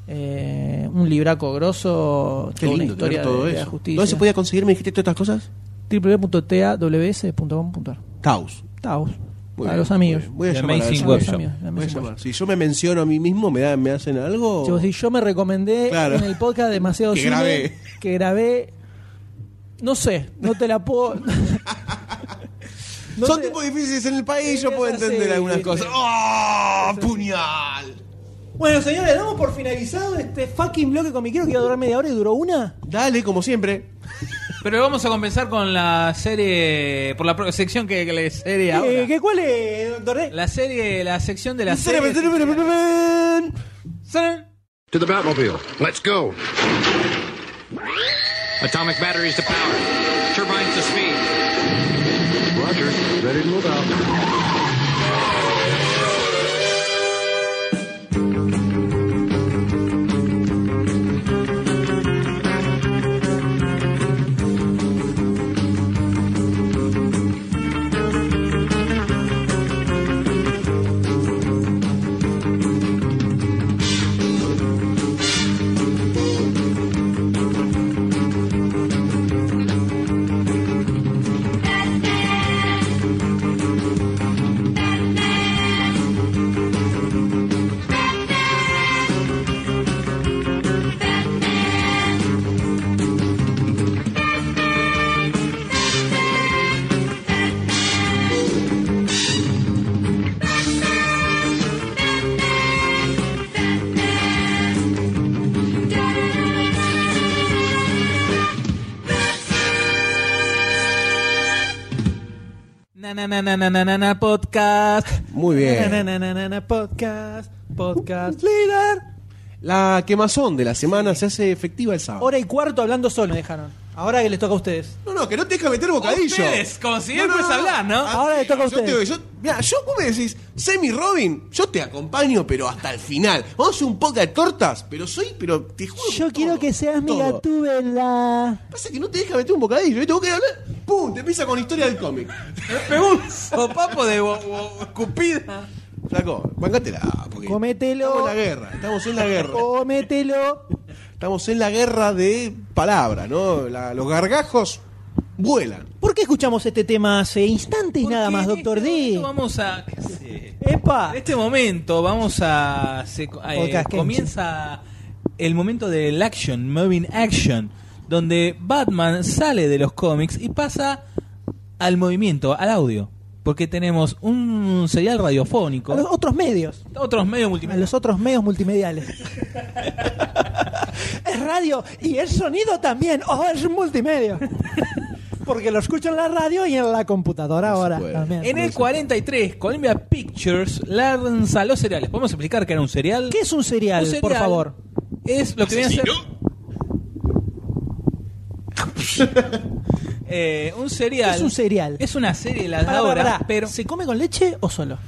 Speaker 1: Eh, un libraco grosso,
Speaker 2: Qué
Speaker 1: toda una
Speaker 2: lindo
Speaker 1: historia
Speaker 2: tener todo
Speaker 1: de, de
Speaker 2: eso.
Speaker 1: la justicia.
Speaker 2: ¿Dónde se podía conseguir? ¿Me dijiste todas estas cosas?
Speaker 1: www.taws.com.ar
Speaker 2: Taos.
Speaker 1: Taos.
Speaker 2: Muy
Speaker 1: para
Speaker 2: bien,
Speaker 1: los amigos.
Speaker 2: muy bien. Voy a
Speaker 4: The
Speaker 2: llamar a
Speaker 4: Amazing
Speaker 2: esa-
Speaker 4: Web
Speaker 2: voy a
Speaker 4: Shop.
Speaker 2: llamar.
Speaker 1: The
Speaker 2: Voy a
Speaker 1: Amazing
Speaker 2: llamar. Si yo me menciono a mí mismo, ¿me, da- me hacen algo?
Speaker 1: Si vos decís, yo me recomendé
Speaker 2: Claro.
Speaker 1: en el podcast demasiado
Speaker 2: Que
Speaker 1: Cine,
Speaker 2: grabé.
Speaker 1: que grabé. No sé, no te la puedo. No
Speaker 2: Son
Speaker 1: te-
Speaker 2: tipos difíciles en el país,
Speaker 1: Sí,
Speaker 2: yo puedo
Speaker 1: es así,
Speaker 2: entender algunas
Speaker 1: viste.
Speaker 2: cosas. ¡Oh, puñal!
Speaker 1: Bueno, señores, damos por finalizado este fucking bloque con mi quiero que iba a durar media hora y duró una.
Speaker 2: Dale, como siempre.
Speaker 4: Pero lo vamos a compensar con la serie. Por la pro- sección que, que le serie ahora.
Speaker 1: Eh, ¿qué, ¿Cuál es, doctor? D?
Speaker 4: La serie, la sección de la serie.
Speaker 2: Espera, espera, espera, espera, espera.
Speaker 4: Saran.
Speaker 6: To the Batmobile. Let's go.
Speaker 7: Atomic batteries to power. Turbines to speed.
Speaker 6: Roger. Ready to move out.
Speaker 4: Na na na na na na na na podcast.
Speaker 2: Muy bien.
Speaker 1: Na, na, na, na, na, podcast, podcast.
Speaker 2: Líder. La quemazón de la semana se hace efectiva el sábado.
Speaker 1: Hora y cuarto hablando solo me dejaron. Ahora que les toca a ustedes.
Speaker 2: No, no, que no te deja meter bocadillo.
Speaker 4: Ustedes, como si después hablar, ¿no?
Speaker 1: Ahora le toca a
Speaker 2: Ah, yo te-
Speaker 1: ustedes.
Speaker 2: yo, mirá, yo vos me decís, Semi Robin, yo te acompaño, pero hasta el final. Vamos a hacer un poco de tortas, pero soy, pero te juro.
Speaker 1: Yo
Speaker 2: todo,
Speaker 1: quiero que seas mi
Speaker 2: todo.
Speaker 1: gatúbela.
Speaker 2: Pasa que no te deja meter un bocadillo, ¿viste? Vos querés hablar, ¡pum! Te empieza con historia del cómic.
Speaker 4: Pegó un sopapo de bo- bo- escupida.
Speaker 2: Flaco, bancátela, porque
Speaker 1: Ah. Comételo.
Speaker 2: Estamos en la guerra, estamos en la guerra.
Speaker 1: Cómetelo.
Speaker 2: Estamos en la guerra de palabras, ¿no? La- los gargajos vuelan.
Speaker 1: ¿Por qué escuchamos este tema hace instantes nada más,
Speaker 4: Porque en
Speaker 1: doctor
Speaker 4: este
Speaker 1: D?
Speaker 4: momento Vamos a. qué sé.
Speaker 1: ¡Epa!
Speaker 4: En este momento vamos a. se- a, eh,
Speaker 1: Podcast Kenchi.
Speaker 4: comienza el momento del action, moving action, donde Batman sale de los cómics y pasa al movimiento, al audio. Porque tenemos un serial radiofónico,
Speaker 1: A los otros medios.
Speaker 4: otros medios
Speaker 1: A
Speaker 4: multimedia.
Speaker 1: los otros medios multimediales. es radio y es sonido también. Oh, es un multimedia. Porque lo escucho en la radio y en la computadora ahora.
Speaker 2: puede.
Speaker 1: También.
Speaker 4: En el 43, Columbia Pictures lanza los cereales. ¿Podemos explicar que era un cereal?
Speaker 1: ¿Qué es un cereal,
Speaker 4: Un
Speaker 1: por
Speaker 4: cereal
Speaker 1: favor?
Speaker 4: Pues Es lo que viene a ser. Eh, un cereal.
Speaker 1: Es un cereal.
Speaker 4: Es una serie las
Speaker 1: Pará, pará,
Speaker 4: ahora,
Speaker 1: pará.
Speaker 4: pero.
Speaker 1: ¿Se come con leche o solo?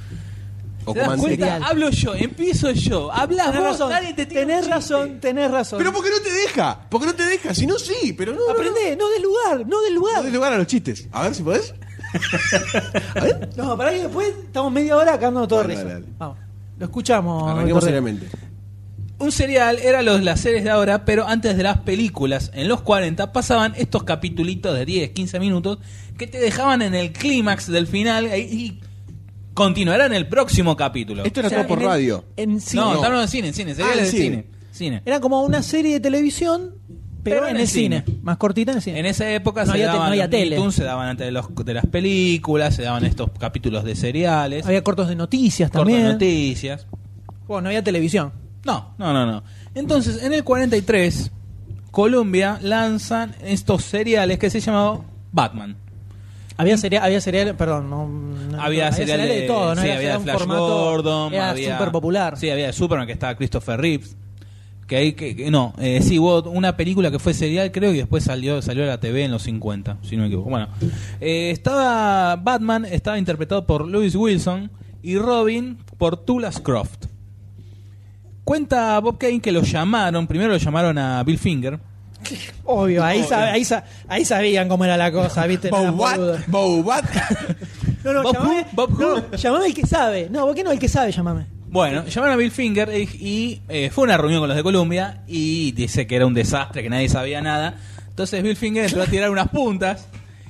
Speaker 2: O
Speaker 4: ¿Te das
Speaker 2: con
Speaker 4: cuenta?
Speaker 1: cereal.
Speaker 4: Hablo yo, empiezo yo. Hablas
Speaker 1: Tenés
Speaker 4: vos,
Speaker 1: razón,
Speaker 4: nadie te tira un
Speaker 1: tenés
Speaker 4: chiste.
Speaker 1: razón, tenés razón.
Speaker 2: Pero porque no te deja, porque no te deja, si no sí, pero no. no,
Speaker 1: Aprende, no des lugar, no des
Speaker 2: No,
Speaker 1: lugar.
Speaker 2: no des lugar a los chistes. A ver si podés.
Speaker 1: No, para que después estamos media hora cagando todo
Speaker 2: Dale,
Speaker 1: risa.
Speaker 2: dale, dale.
Speaker 1: Vamos. Lo escuchamos.
Speaker 2: Arranquemos
Speaker 1: doctor D.
Speaker 2: seriamente.
Speaker 4: Un serial era los, las series de ahora, pero antes de las películas, en los 40, pasaban estos capitulitos de 10, 15 minutos que te dejaban en el clímax del final eh, y continuará en el próximo capítulo.
Speaker 2: Esto era
Speaker 1: O sea,
Speaker 2: todo por
Speaker 1: en el-
Speaker 2: radio.
Speaker 1: En cine.
Speaker 4: no,
Speaker 2: no.
Speaker 4: estamos en cine, en cine,
Speaker 2: Ah, en
Speaker 4: seriales de
Speaker 2: cine.
Speaker 4: cine. cine.
Speaker 1: Era como una serie de televisión pero, en, el cine. Más cortita en el cine.
Speaker 4: En esa época
Speaker 1: No
Speaker 4: se
Speaker 1: había te-
Speaker 4: daban
Speaker 1: no había
Speaker 4: los Looney
Speaker 1: tele.
Speaker 4: Tunes, se daban antes de, los- de las películas, se daban estos capítulos de seriales,
Speaker 1: Había cortos de noticias
Speaker 4: cortos
Speaker 1: también.
Speaker 4: de noticias.
Speaker 1: Bueno, no había televisión.
Speaker 4: No, no, no, no. Entonces, en el 43, Colombia lanzan estos seriales que se llamaba Batman.
Speaker 1: Había serial, había serial, perdón, no, no-
Speaker 4: había serial
Speaker 1: serial
Speaker 4: de,
Speaker 1: todo, ¿no?
Speaker 4: sí,
Speaker 1: Era-
Speaker 4: había
Speaker 1: era
Speaker 4: de
Speaker 1: un
Speaker 4: Flash
Speaker 1: formato-
Speaker 4: Gordon,
Speaker 1: era
Speaker 4: había
Speaker 1: súper popular.
Speaker 4: Sí, había de Superman que estaba Christopher Reeves. Que ahí que, que- no, eh, sí, hubo una película que fue serial, creo, y después salió salió a la TV en los 50, si no me equivoco. Bueno, eh, estaba Batman estaba interpretado por Lewis Wilson y Robin por Tulas Croft. Cuenta Bob Kane que lo llamaron, primero lo llamaron a Bill Finger.
Speaker 1: Obvio, ahí, sab- ahí, sa- ahí sabían cómo era la cosa, ¿viste? Nada, boludo.
Speaker 2: Bobat, Bobat.
Speaker 1: No, no,
Speaker 4: Bob
Speaker 1: llamame,
Speaker 4: Who, Bob
Speaker 1: no,
Speaker 4: Who.
Speaker 1: llamame el que sabe. No, ¿por qué no el que sabe llamame?
Speaker 4: Bueno, llamaron a Bill Finger eh, y eh, fue a una reunión con los de Colombia y dice que era un desastre, que nadie sabía nada. Entonces Bill Finger entró a tirar unas puntas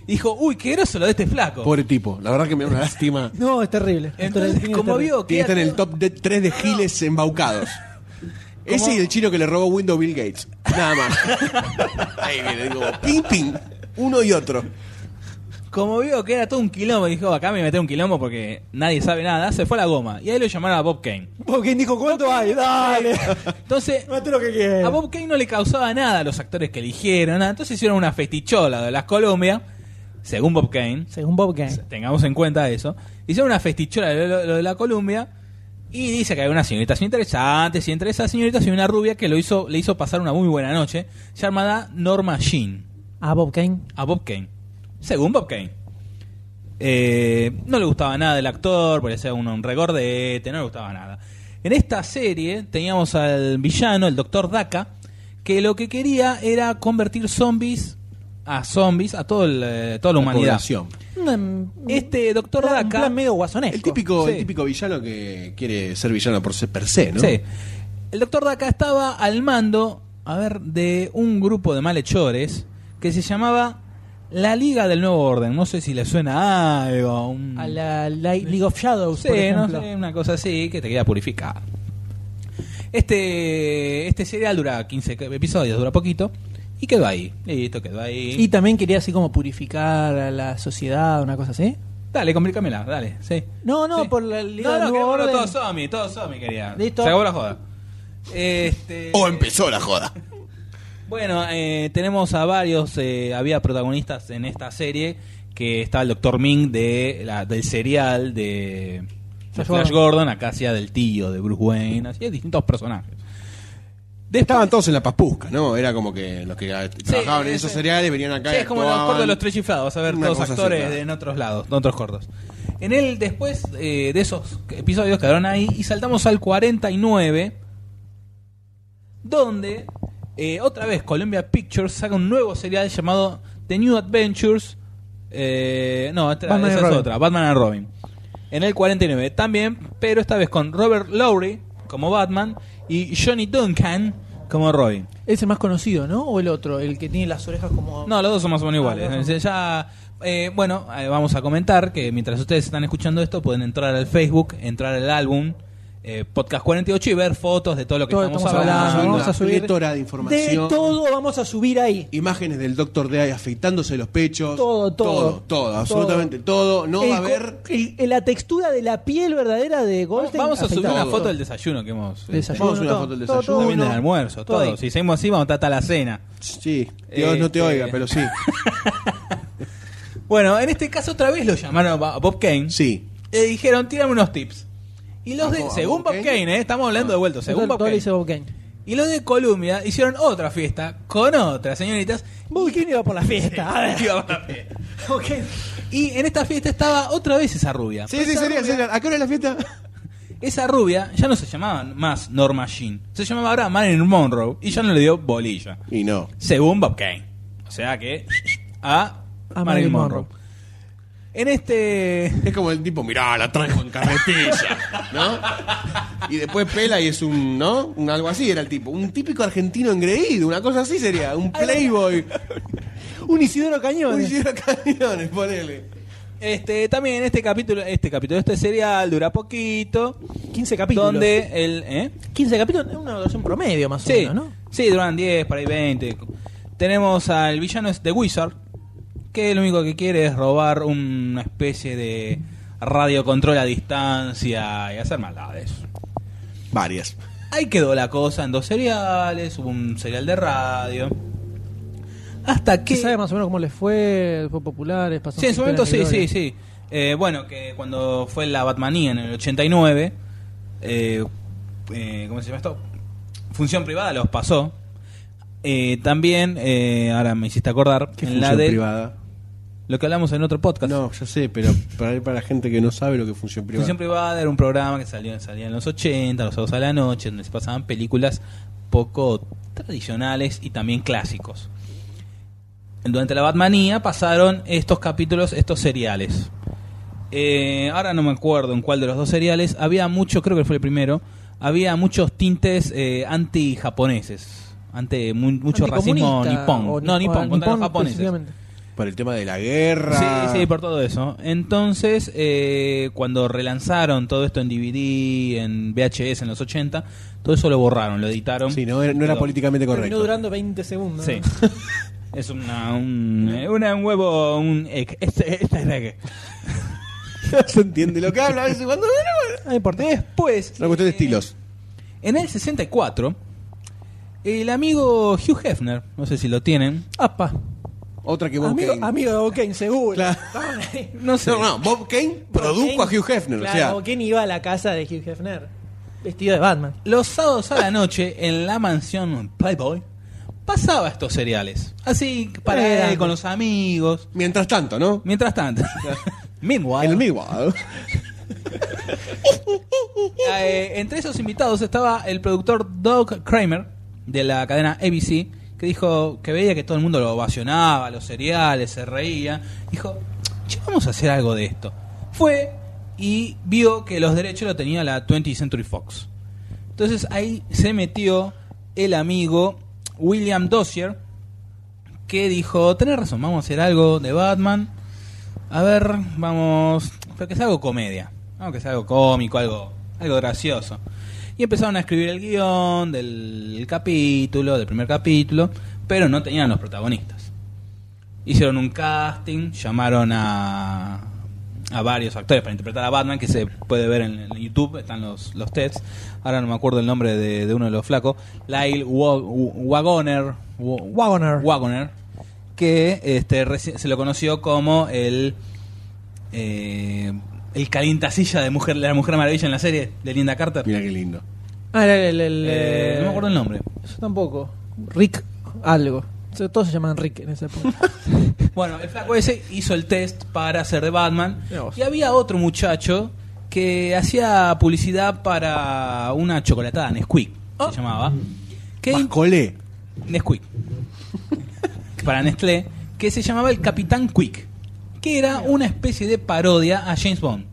Speaker 4: y dijo, uy, qué groso lo de este flaco.
Speaker 2: Pobre tipo, la verdad que me da una lástima.
Speaker 1: No, es terrible.
Speaker 4: Entonces,
Speaker 1: Es
Speaker 4: como
Speaker 1: terrible.
Speaker 4: vio que...
Speaker 2: Tiene que estar en el
Speaker 4: era todo-
Speaker 2: top de 3 de giles embaucados. Ese y el chino que le robó Windows Bill Gates. Nada más. Ahí viene, digo, ping, ping. Uno y otro.
Speaker 4: Como vio que era todo un quilombo, dijo, acá me metí un quilombo porque nadie sabe nada, se fue a la goma. Y ahí lo llamaron a Bob Kane.
Speaker 1: Bob Kane dijo, ¿cuánto hay? Dale.
Speaker 4: Entonces,
Speaker 1: Mate lo que quieras.
Speaker 4: a Bob Kane no le causaba nada a los actores que eligieron, nada. entonces hicieron una festichola de las Colombia, según Bob Kane.
Speaker 1: Según Bob Kane.
Speaker 4: tengamos en cuenta eso, hicieron una festichola de lo, lo de la Columbia y dice que había una señorita sin interesantes y entre esas señoritas y una rubia que lo hizo, le hizo pasar una muy buena noche, llamada Norma Jean,
Speaker 1: A Bob Kane.
Speaker 4: a Bob Kane, según Bob Kane. Eh, no le gustaba nada del actor, parecía un, un regordete, no le gustaba nada. En esta serie teníamos al villano, el doctor Daka, que lo que quería era convertir zombies a zombies, a todo el, eh, toda la, humanidad.
Speaker 2: Población.
Speaker 4: Este doctor
Speaker 1: Plan-
Speaker 4: Daka.
Speaker 1: plan medio guasonesco.
Speaker 2: El típico,
Speaker 4: Sí.
Speaker 2: el típico villano que quiere ser villano por ser per se, ¿no?
Speaker 4: Sí. El doctor Daka estaba al mando, a ver, de un grupo de malhechores que se llamaba la Liga del Nuevo Orden. No sé si le suena algo. un-
Speaker 1: A la, la League of Shadows,
Speaker 4: Sí,
Speaker 1: por
Speaker 4: no
Speaker 1: ejemplo.
Speaker 4: sé, una cosa así que te quería purificar. Este, este serial dura 15 episodios, dura poquito. Y quedó ahí. Listo, quedó ahí.
Speaker 1: Y también quería así como purificar a la sociedad, una cosa así.
Speaker 4: dale, complícamela, dale, sí.
Speaker 1: No, no,
Speaker 4: Sí.
Speaker 1: por la Liga
Speaker 4: No,
Speaker 1: del
Speaker 4: no, que
Speaker 1: Nuevo
Speaker 4: bueno,
Speaker 1: Orden.
Speaker 4: todo Somi, todo Somi quería.
Speaker 1: Listo.
Speaker 4: Se acabó la joda. Este,
Speaker 3: O empezó la joda.
Speaker 4: Bueno, eh, tenemos a varios, eh, había protagonistas en esta serie, que está el Dr. Ming de la, del serial de, de
Speaker 1: Flash
Speaker 4: Flash
Speaker 1: Gordon.
Speaker 4: Gordon. acá hacía del tío de Bruce Wayne, hacía distintos personajes. Después-
Speaker 2: Estaban todos en la papusca, ¿no? Era como que los que ah, trabajaban en
Speaker 4: ese-
Speaker 2: esos cereales venían acá.
Speaker 4: Sí,
Speaker 2: y
Speaker 4: es como los
Speaker 2: actuaban.
Speaker 4: cortos de los tres chiflados, vas a ver
Speaker 2: Una
Speaker 4: todos
Speaker 2: cosa así,
Speaker 4: actores
Speaker 2: claro.
Speaker 4: en otros lados, en otros cortos. En él, después eh, de esos episodios quedaron ahí y saltamos al 49, donde eh, otra vez Columbia Pictures saca un nuevo serial llamado The New Adventures. eh, no, esta-
Speaker 1: Batman
Speaker 4: esa
Speaker 1: and
Speaker 4: es
Speaker 1: Robin.
Speaker 4: otra, Batman and Robin. En el 49 también, pero esta vez con Robert Lowry como Batman y Johnny Duncan como Robin.
Speaker 1: Ese más conocido, ¿no? O el otro, el que tiene las orejas como...
Speaker 4: No, los dos son más o menos
Speaker 1: Ah,
Speaker 4: iguales.
Speaker 1: los dos son-
Speaker 4: Eh, ya, eh, bueno, eh, vamos a comentar que mientras ustedes están escuchando esto, pueden entrar al Facebook, entrar al álbum eh, Podcast 48 y ver fotos de todo lo que
Speaker 1: Todo lo que
Speaker 4: estamos,
Speaker 1: estamos
Speaker 4: hablando.
Speaker 1: hablando, vamos
Speaker 2: Una
Speaker 1: a subir
Speaker 2: plétora de información.
Speaker 1: De todo vamos a subir ahí.
Speaker 2: Imágenes del Doctor D afeitándose los pechos.
Speaker 1: Todo, todo.
Speaker 2: Todo, todo, absolutamente todo. No
Speaker 1: El
Speaker 2: va a
Speaker 1: co-
Speaker 2: haber.
Speaker 1: el- la textura de la piel verdadera de Goldstein.
Speaker 4: Vamos a subir
Speaker 1: afeitada.
Speaker 4: una
Speaker 2: Todo.
Speaker 4: foto del desayuno que hemos... eh,
Speaker 1: Desayuno,
Speaker 2: Vamos a subir una
Speaker 1: todo,
Speaker 2: foto del
Speaker 1: todo,
Speaker 2: desayuno.
Speaker 4: También
Speaker 1: todo.
Speaker 4: del almuerzo,
Speaker 1: Todo
Speaker 4: todo.
Speaker 1: ahí.
Speaker 4: Si seguimos así, vamos a estar hasta la cena.
Speaker 2: Sí, Dios no te
Speaker 4: Este-
Speaker 2: oiga, pero sí.
Speaker 4: Bueno, en este caso otra vez lo llamaron a Bob Kane.
Speaker 2: Sí.
Speaker 4: Le dijeron, tírame unos tips. Y los de,
Speaker 2: ¿A Bob
Speaker 4: según Bob
Speaker 2: Kane?
Speaker 4: Kane, eh, estamos hablando de vuelta, según
Speaker 1: Ah. Todo-
Speaker 4: Bob
Speaker 1: todo le
Speaker 4: Kane.
Speaker 1: dice Bob Kane.
Speaker 4: Y los de Columbia hicieron otra fiesta con otras señoritas.
Speaker 1: Bob Kane iba por la fiesta. A ver.
Speaker 4: Iba para la fiesta.
Speaker 1: Bob Kane.
Speaker 4: Y en esta fiesta estaba otra vez esa rubia.
Speaker 2: Sí, sí, sería, sería. ¿A qué hora es la fiesta?
Speaker 4: Esa rubia ya no se llamaba más Norma Jean. Se llamaba ahora Marilyn Monroe y ya no le dio bolilla.
Speaker 2: Y no.
Speaker 4: Según Bob Kane. O sea que a,
Speaker 1: A Marilyn
Speaker 4: Marilyn
Speaker 1: Monroe.
Speaker 4: Monroe. En este...
Speaker 2: Es como el tipo, mirá, la traigo en carretilla, ¿no? Y después pela y es un, ¿no? Un algo así era el tipo. Un típico argentino engreído, una cosa así sería. Un playboy.
Speaker 1: Un Isidoro Cañón.
Speaker 2: Un Isidro Cañones, ponele.
Speaker 4: Este, también en este capítulo, este capítulo, este serial dura poquito.
Speaker 1: 15 capítulos.
Speaker 4: Donde el... ¿eh?
Speaker 1: 15 capítulos es una duración promedio más o
Speaker 4: Sí,
Speaker 1: menos, ¿no?
Speaker 4: sí, duran 10, por ahí 20. Tenemos al villano es The Wizard, que lo único que quiere es robar una especie de radiocontrol a distancia y hacer maldades.
Speaker 2: Varias.
Speaker 4: Ahí quedó la cosa en dos seriales, hubo un serial de radio. Hasta que...
Speaker 1: ¿Se sabe más o menos cómo les fue? ¿Fue populares? ¿Pasó
Speaker 4: Sí, en su momento sí,
Speaker 1: Nickelodeon?
Speaker 4: sí, sí. Eh, bueno, que cuando fue la Batmanía en el 89, eh, eh, ¿cómo se llama esto? Función privada los pasó. Eh, también, eh, ahora me hiciste acordar,
Speaker 2: ¿Qué
Speaker 4: en la
Speaker 2: función
Speaker 4: de
Speaker 2: privada?
Speaker 4: lo que hablamos en otro podcast.
Speaker 2: No, ya sé, pero para, para la gente que no sabe lo que es función privada.
Speaker 4: Función privada era un programa que salía, salía en los 80, los sábados a la noche, donde se pasaban películas poco tradicionales y también clásicos. Durante la Batmanía pasaron estos capítulos, estos seriales. Eh, ahora no me acuerdo en cuál de los dos seriales. Había mucho, creo que fue el primero. Había muchos tintes eh, anti-japoneses. Ante mu- mucho racismo
Speaker 1: Anticomunista
Speaker 4: nipón.
Speaker 1: o
Speaker 4: no,
Speaker 1: nipo-
Speaker 4: nipón, contra los japoneses.
Speaker 1: específicamente.
Speaker 2: Por el tema de la guerra.
Speaker 4: Sí, sí, por todo eso. Entonces, eh, cuando relanzaron todo esto en DVD, en VHS en los 80, todo eso lo borraron, lo editaron.
Speaker 2: Sí, no era, no era
Speaker 4: Quedó.
Speaker 2: políticamente
Speaker 1: Terminó
Speaker 2: correcto.
Speaker 1: durando 20 segundos.
Speaker 4: Sí.
Speaker 1: ¿no?
Speaker 4: Es una, un, eh, una- un huevo, un egg. Este- esta es la que-
Speaker 2: Se entiende lo que habla a veces cuando.
Speaker 1: No importa.
Speaker 4: Después,
Speaker 2: Una cuestión de
Speaker 4: eh,
Speaker 2: estilos.
Speaker 4: en el 64, el amigo Hugh Hefner, no sé si lo tienen.
Speaker 1: Apa.
Speaker 2: Otra que Bob
Speaker 1: Amigo,
Speaker 2: Kane.
Speaker 1: amigo de O'Kane, seguro.
Speaker 2: Claro.
Speaker 4: No sé.
Speaker 2: No, no, Bob Kane produjo a Hugh Hefner.
Speaker 1: Claro,
Speaker 2: o sea,
Speaker 1: O'Kane iba a la casa de Hugh Hefner. Vestido de Batman.
Speaker 4: Los sábados a la noche en la mansión Playboy pasaba estos cereales. Así para
Speaker 1: Era.
Speaker 2: Eh,
Speaker 4: él, con los amigos.
Speaker 2: mientras tanto, ¿no?
Speaker 4: Mientras tanto. Meanwhile.
Speaker 2: En el Midwall.
Speaker 4: eh, entre esos invitados estaba el productor Doug Kramer de la cadena ABC que dijo que veía que todo el mundo lo ovacionaba, los cereales, se reía. Dijo, "Che, vamos a hacer algo de esto. Fue y vio que los derechos lo tenía la 20th Century Fox. Entonces ahí se metió el amigo William Dossier que dijo, tenés razón, vamos a hacer algo de Batman. A ver, vamos. Pero que sea algo comedia. Vamos, que sea algo cómico, algo, algo gracioso. Y empezaron a escribir el guión del capítulo, del primer capítulo, pero no tenían los protagonistas. Hicieron un casting, llamaron a, a varios actores para interpretar a Batman, que se puede ver en, en YouTube, están los, los tests. Ahora no me acuerdo el nombre de, de uno de los flacos. Lyle Wa- Wagoner. Wa-
Speaker 1: Wagoner.
Speaker 4: Wagoner, que este, reci- se lo conoció como el eh, el calientasilla de mujer, la Mujer Maravilla en la serie de Linda Carter.
Speaker 2: Mira qué lindo.
Speaker 1: Ah, era el. el-
Speaker 4: Eh, no me acuerdo el nombre.
Speaker 1: Yo tampoco. Rick, algo. Se- Todos se llamaban Rick en esa época.
Speaker 4: Bueno, el flaco ese hizo el test para ser de Batman.
Speaker 1: Mirá vos.
Speaker 4: Y había otro muchacho que hacía publicidad para una chocolatada, Nesquik,
Speaker 1: Ah.
Speaker 4: se llamaba. Que
Speaker 2: Mascolé.
Speaker 4: Nesquik. Para Nestlé, que se llamaba el Capitán Quick, que era una especie de parodia a James Bond.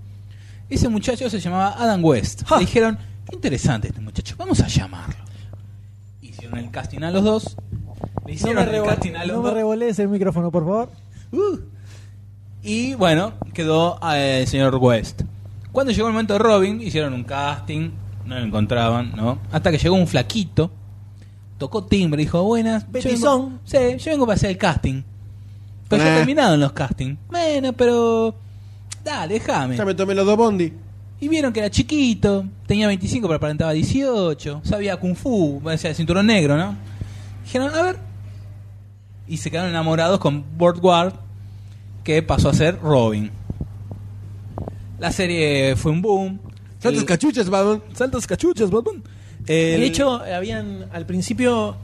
Speaker 4: Ese muchacho se llamaba Adam West.
Speaker 1: Ah.
Speaker 4: Le dijeron, interesante este muchacho, vamos a llamarlo. Hicieron el casting a los dos.
Speaker 1: No
Speaker 4: Le hicieron
Speaker 1: me,
Speaker 4: el
Speaker 1: revo-
Speaker 4: casting a los
Speaker 1: no me
Speaker 4: dos.
Speaker 1: revolees el micrófono, por favor.
Speaker 4: Uh. Y bueno, quedó eh, el señor West. Cuando llegó el momento de Robin, hicieron un casting, no lo encontraban, ¿no? Hasta que llegó un flaquito, tocó timbre, dijo, buenas, yo vengo-
Speaker 1: Petizón.
Speaker 4: Sí, yo vengo para hacer el casting. Pero ya
Speaker 2: Eh.
Speaker 4: terminaron los castings. Bueno, pero... Dale, déjame.
Speaker 2: Ya me tomé los dos bondi.
Speaker 4: Y vieron que era chiquito, tenía 25 pero aparentaba 18, sabía kung fu, o sea, el cinturón negro, ¿no? Dijeron, a ver. Y se quedaron enamorados con Burt Ward, que pasó a ser Robin. La serie fue un boom.
Speaker 2: Santos
Speaker 4: El-
Speaker 2: cachuchas, Batman.
Speaker 4: Saltos cachuchas, boom. El-
Speaker 1: De hecho, habían al principio,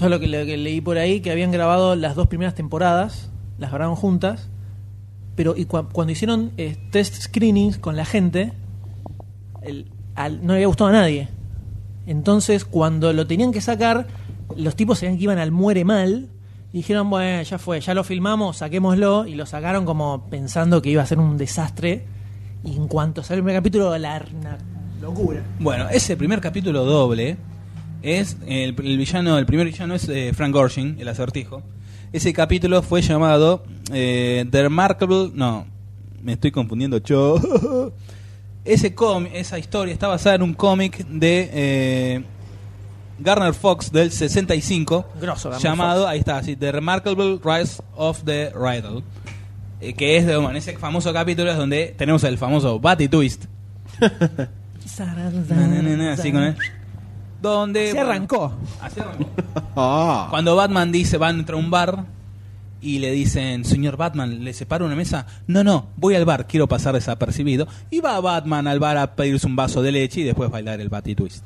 Speaker 1: yo lo que, lo que leí por ahí, que habían grabado las dos primeras temporadas, las grabaron juntas, pero y cua- cuando hicieron eh, test screenings con la gente, el- al- no le había gustado a nadie. Entonces, cuando lo tenían que sacar, los tipos sabían que iban al muere mal. Y dijeron, bueno, ya fue, ya lo filmamos, saquémoslo. Y lo sacaron como pensando que iba a ser un desastre. Y en cuanto salió el primer capítulo, la una locura.
Speaker 4: Bueno, ese primer capítulo doble es el, el villano, el primer villano es eh, Frank Gorshin, el acertijo. Ese capítulo fue llamado eh, The Remarkable, no, me estoy confundiendo, yo. Ese cómic, esa historia está basada en un cómic de eh, Garner Fox del 65,
Speaker 1: Grosso, Garner
Speaker 4: llamado,
Speaker 1: Fox.
Speaker 4: ahí está, así, The Remarkable Rise of the Riddle, eh, que es de, bueno, ese famoso capítulo es donde tenemos el famoso Batty Twist, Na, na, na, na, así con el- donde...
Speaker 1: Se arrancó.
Speaker 4: Así arrancó.
Speaker 2: Ah.
Speaker 4: Cuando Batman dice, van a un bar y le dicen, señor Batman, ¿le separo una mesa? No, no, voy al bar, quiero pasar desapercibido. Y va Batman al bar a pedirse un vaso de leche y después bailar el Batty Twist.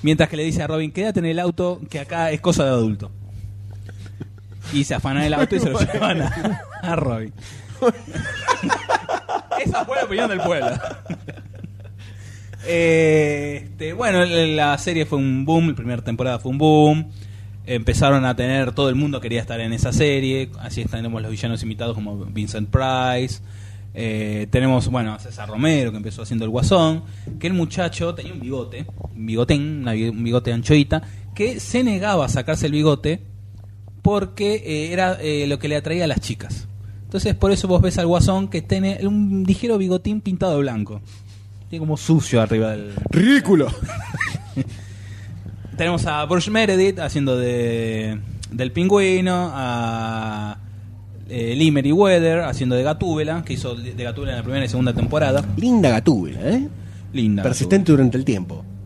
Speaker 4: Mientras que le dice a Robin, quédate en el auto, que acá es cosa de adulto. Y se afanan el auto y se lo llevan a, a Robin. Esa fue la opinión del pueblo. Eh, este, bueno, la serie fue un boom, la primera temporada fue un boom. Empezaron a tener, todo el mundo quería estar en esa serie. Así es, tenemos los villanos invitados como Vincent Price. Eh, tenemos, bueno, a César Romero que empezó haciendo el guasón. Que el muchacho tenía un bigote, un bigotén, una bi- un bigote de anchoita, que se negaba a sacarse el bigote porque eh, era eh, lo que le atraía a las chicas. Entonces, por eso vos ves al guasón que tiene un ligero bigotín pintado de blanco. Tiene como sucio arriba del.
Speaker 2: Ridículo.
Speaker 4: Tenemos a Bruce Meredith haciendo de del pingüino, a eh, Limery Weather haciendo de Gatúbela, que hizo de Gatúbela en la primera y segunda temporada.
Speaker 2: Linda gatúbela, ¿eh?
Speaker 4: Linda.
Speaker 2: Persistente durante el tiempo.
Speaker 4: Gatúbela.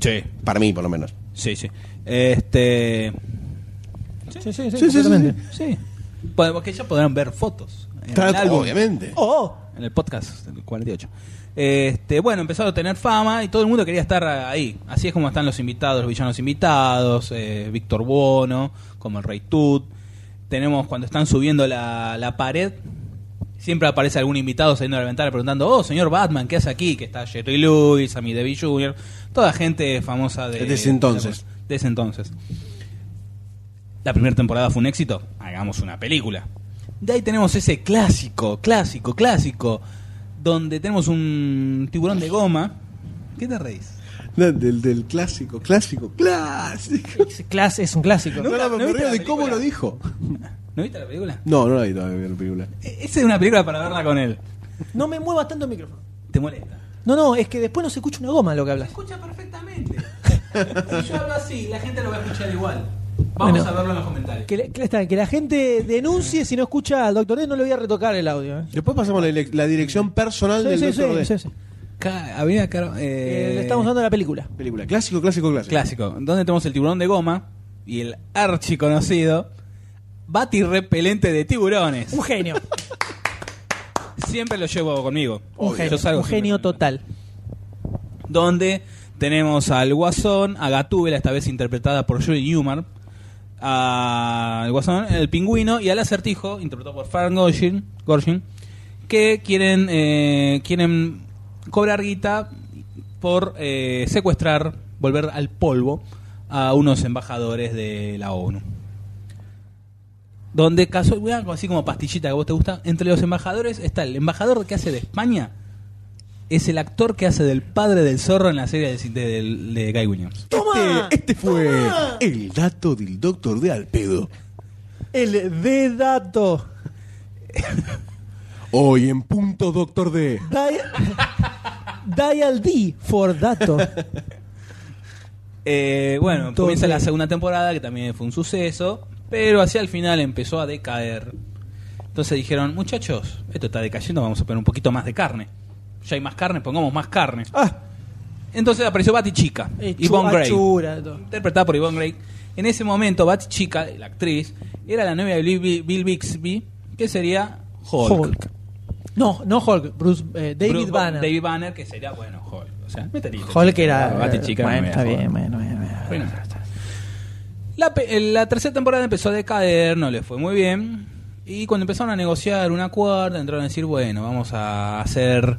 Speaker 4: Sí,
Speaker 2: Para mí, por lo menos.
Speaker 4: sí, sí. Este.
Speaker 1: Sí, sí, sí,
Speaker 2: Sí, sí, sí,
Speaker 1: completamente.
Speaker 4: Sí. Bueno, que ya podrán ver fotos. en el
Speaker 2: Claro,
Speaker 4: álbum.
Speaker 2: obviamente.
Speaker 1: Oh,
Speaker 4: en el podcast del 48. Este, bueno, empezó a tener fama y todo el mundo quería estar ahí. Así es como están los invitados, los villanos invitados, eh, Víctor Bono, como el Rey Tut. Tenemos cuando están subiendo la, la pared, siempre aparece algún invitado saliendo de la ventana preguntando, oh, señor Batman, ¿qué hace aquí? Que está Jerry Lewis, Sammy Devi Jr., toda gente famosa de...
Speaker 2: Desde ese entonces.
Speaker 4: De ese entonces. La primera temporada fue un éxito, hagamos una película. De ahí tenemos ese clásico, clásico, clásico, donde tenemos un tiburón de goma. ¿Qué te reís?
Speaker 2: No, Del, del clásico, clásico, clásico.
Speaker 1: es, clas- es un clásico.
Speaker 2: No, no,
Speaker 4: ¿no
Speaker 2: me
Speaker 4: viste
Speaker 2: río
Speaker 4: la
Speaker 2: de cómo
Speaker 4: película?
Speaker 2: lo dijo.
Speaker 4: ¿No viste la película?
Speaker 2: No, no la vi todavía la película.
Speaker 4: E- Esa es una película para verla con él.
Speaker 1: No me muevas tanto el micrófono.
Speaker 4: Te molesta.
Speaker 1: No, no, es que después no se escucha una goma lo que hablas.
Speaker 4: Escucha perfectamente. Si yo hablo así, la gente lo va a escuchar igual.
Speaker 1: Vamos Bueno. a
Speaker 4: verlo en los comentarios.
Speaker 1: Que, le- que está, que la gente denuncie si no escucha al doctor D, no le voy a retocar el audio. ¿eh?
Speaker 2: Después pasamos la, ele- la dirección personal
Speaker 1: Sí,
Speaker 2: del
Speaker 1: sí,
Speaker 2: Dr.
Speaker 1: sí,
Speaker 2: D.
Speaker 1: sí, sí.
Speaker 4: Había caro- eh,
Speaker 1: Eh, le estamos dando la película.
Speaker 2: Película, clásico, clásico, clásico.
Speaker 4: clásico. Donde tenemos el tiburón de goma y el archi conocido Bati repelente de tiburones.
Speaker 1: Un genio.
Speaker 4: Siempre lo llevo conmigo.
Speaker 1: un genio,
Speaker 4: Yo salgo
Speaker 1: un genio
Speaker 4: siempre con
Speaker 1: total.
Speaker 4: él. donde tenemos al Guasón, a Gatúbela, esta vez interpretada por Julie Newmar, al Guasón, el Pingüino y al Acertijo, interpretado por Fran Gorshin, Gorshin, que quieren, eh, quieren cobrar guita por eh, secuestrar, volver al polvo a unos embajadores de la ONU. Donde caso, así como pastillita que a vos te gusta, entre los embajadores está el embajador que hace de España, es el actor que hace del padre del zorro en la serie de, de- de- de Guy Williams.
Speaker 1: ¡Toma!
Speaker 2: Este, este fue el dato del Doctor D al pedo.
Speaker 1: El de dato.
Speaker 2: Hoy en punto Doctor D.
Speaker 1: Dial, dial D for dato.
Speaker 4: Eh, bueno,
Speaker 1: Entonces-
Speaker 4: comienza la segunda temporada, que también fue un suceso, pero hacia el final empezó a decaer. Entonces dijeron, muchachos, esto está decayendo, vamos a poner un poquito más de carne. Ya hay más carne, pongamos más carne.
Speaker 1: Ah,
Speaker 4: Entonces apareció Batty Chica,
Speaker 1: hechu-
Speaker 4: Yvonne Grey.
Speaker 1: achura, todo.
Speaker 4: interpretada por Yvonne Grey. En ese momento, Bat Chica, la actriz, era la novia de Bill, Bill- Bill Bixby, que sería Hulk.
Speaker 1: Hulk. No, no Hulk, Bruce, eh, David
Speaker 4: Bruce-
Speaker 1: Banner.
Speaker 4: David Banner, que sería, bueno, Hulk. O sea, meterito.
Speaker 1: Hulk era.
Speaker 4: Bati Chica.
Speaker 1: bueno,
Speaker 4: no era
Speaker 1: está
Speaker 4: Hulk.
Speaker 1: bien, bueno, bueno, bueno.
Speaker 4: Bueno, ya está. La, pe- eh, la tercera temporada empezó a decaer, no le fue muy bien. Y cuando empezaron a negociar una cuarta, entraron a decir, bueno, vamos a hacer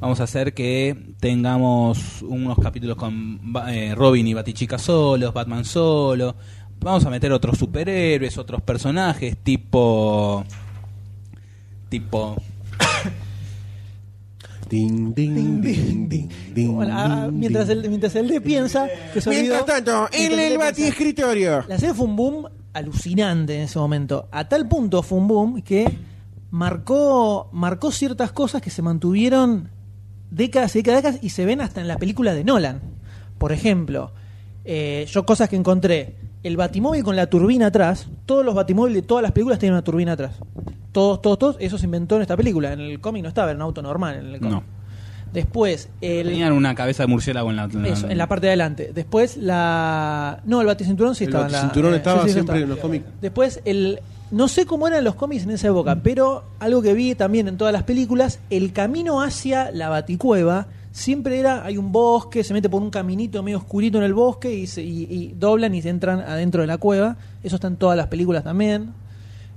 Speaker 4: vamos a hacer que tengamos unos capítulos con Ba- eh, Robin y Batichica solos, Batman solo. Vamos a meter otros superhéroes, otros personajes tipo tipo
Speaker 2: Ding, ding, ding, ding, ding,
Speaker 1: Bueno, ah,
Speaker 2: ding,
Speaker 1: mientras,
Speaker 2: ding.
Speaker 1: el, mientras el de piensa que se
Speaker 2: Mientras
Speaker 1: olvidó-
Speaker 2: tanto, en
Speaker 1: mientras
Speaker 2: el
Speaker 1: piensa.
Speaker 2: bati escritorio.
Speaker 1: La serie fue un boom alucinante en ese momento. A tal punto fue un boom que marcó, marcó ciertas cosas que se mantuvieron décadas y décadas y se ven hasta en la película de Nolan. Por ejemplo, eh, yo cosas que encontré, el batimóvil con la turbina atrás, todos los batimóviles de todas las películas tienen una turbina atrás. Todos, todos, todos, eso se inventó en esta película. En el cómic no estaba, era un auto normal en el cómic.
Speaker 8: No.
Speaker 1: Después, el,
Speaker 8: Tenían una cabeza de murciélago en la, en la-
Speaker 1: eso, en la parte de adelante. Después la... No, el baticinturón sí
Speaker 2: El
Speaker 1: estaba. en la-
Speaker 2: baticinturón
Speaker 1: eh,
Speaker 2: estaba
Speaker 1: sí, sí, sí,
Speaker 2: siempre
Speaker 1: estaba.
Speaker 2: en los cómics. Mm.
Speaker 1: Después el... No sé cómo eran los cómics en esa época, pero algo que vi también en todas las películas, el camino hacia la baticueva siempre era, hay un bosque, se mete por un caminito medio oscurito en el bosque y, se- y- y doblan y se entran adentro de la cueva. Eso está en todas las películas también.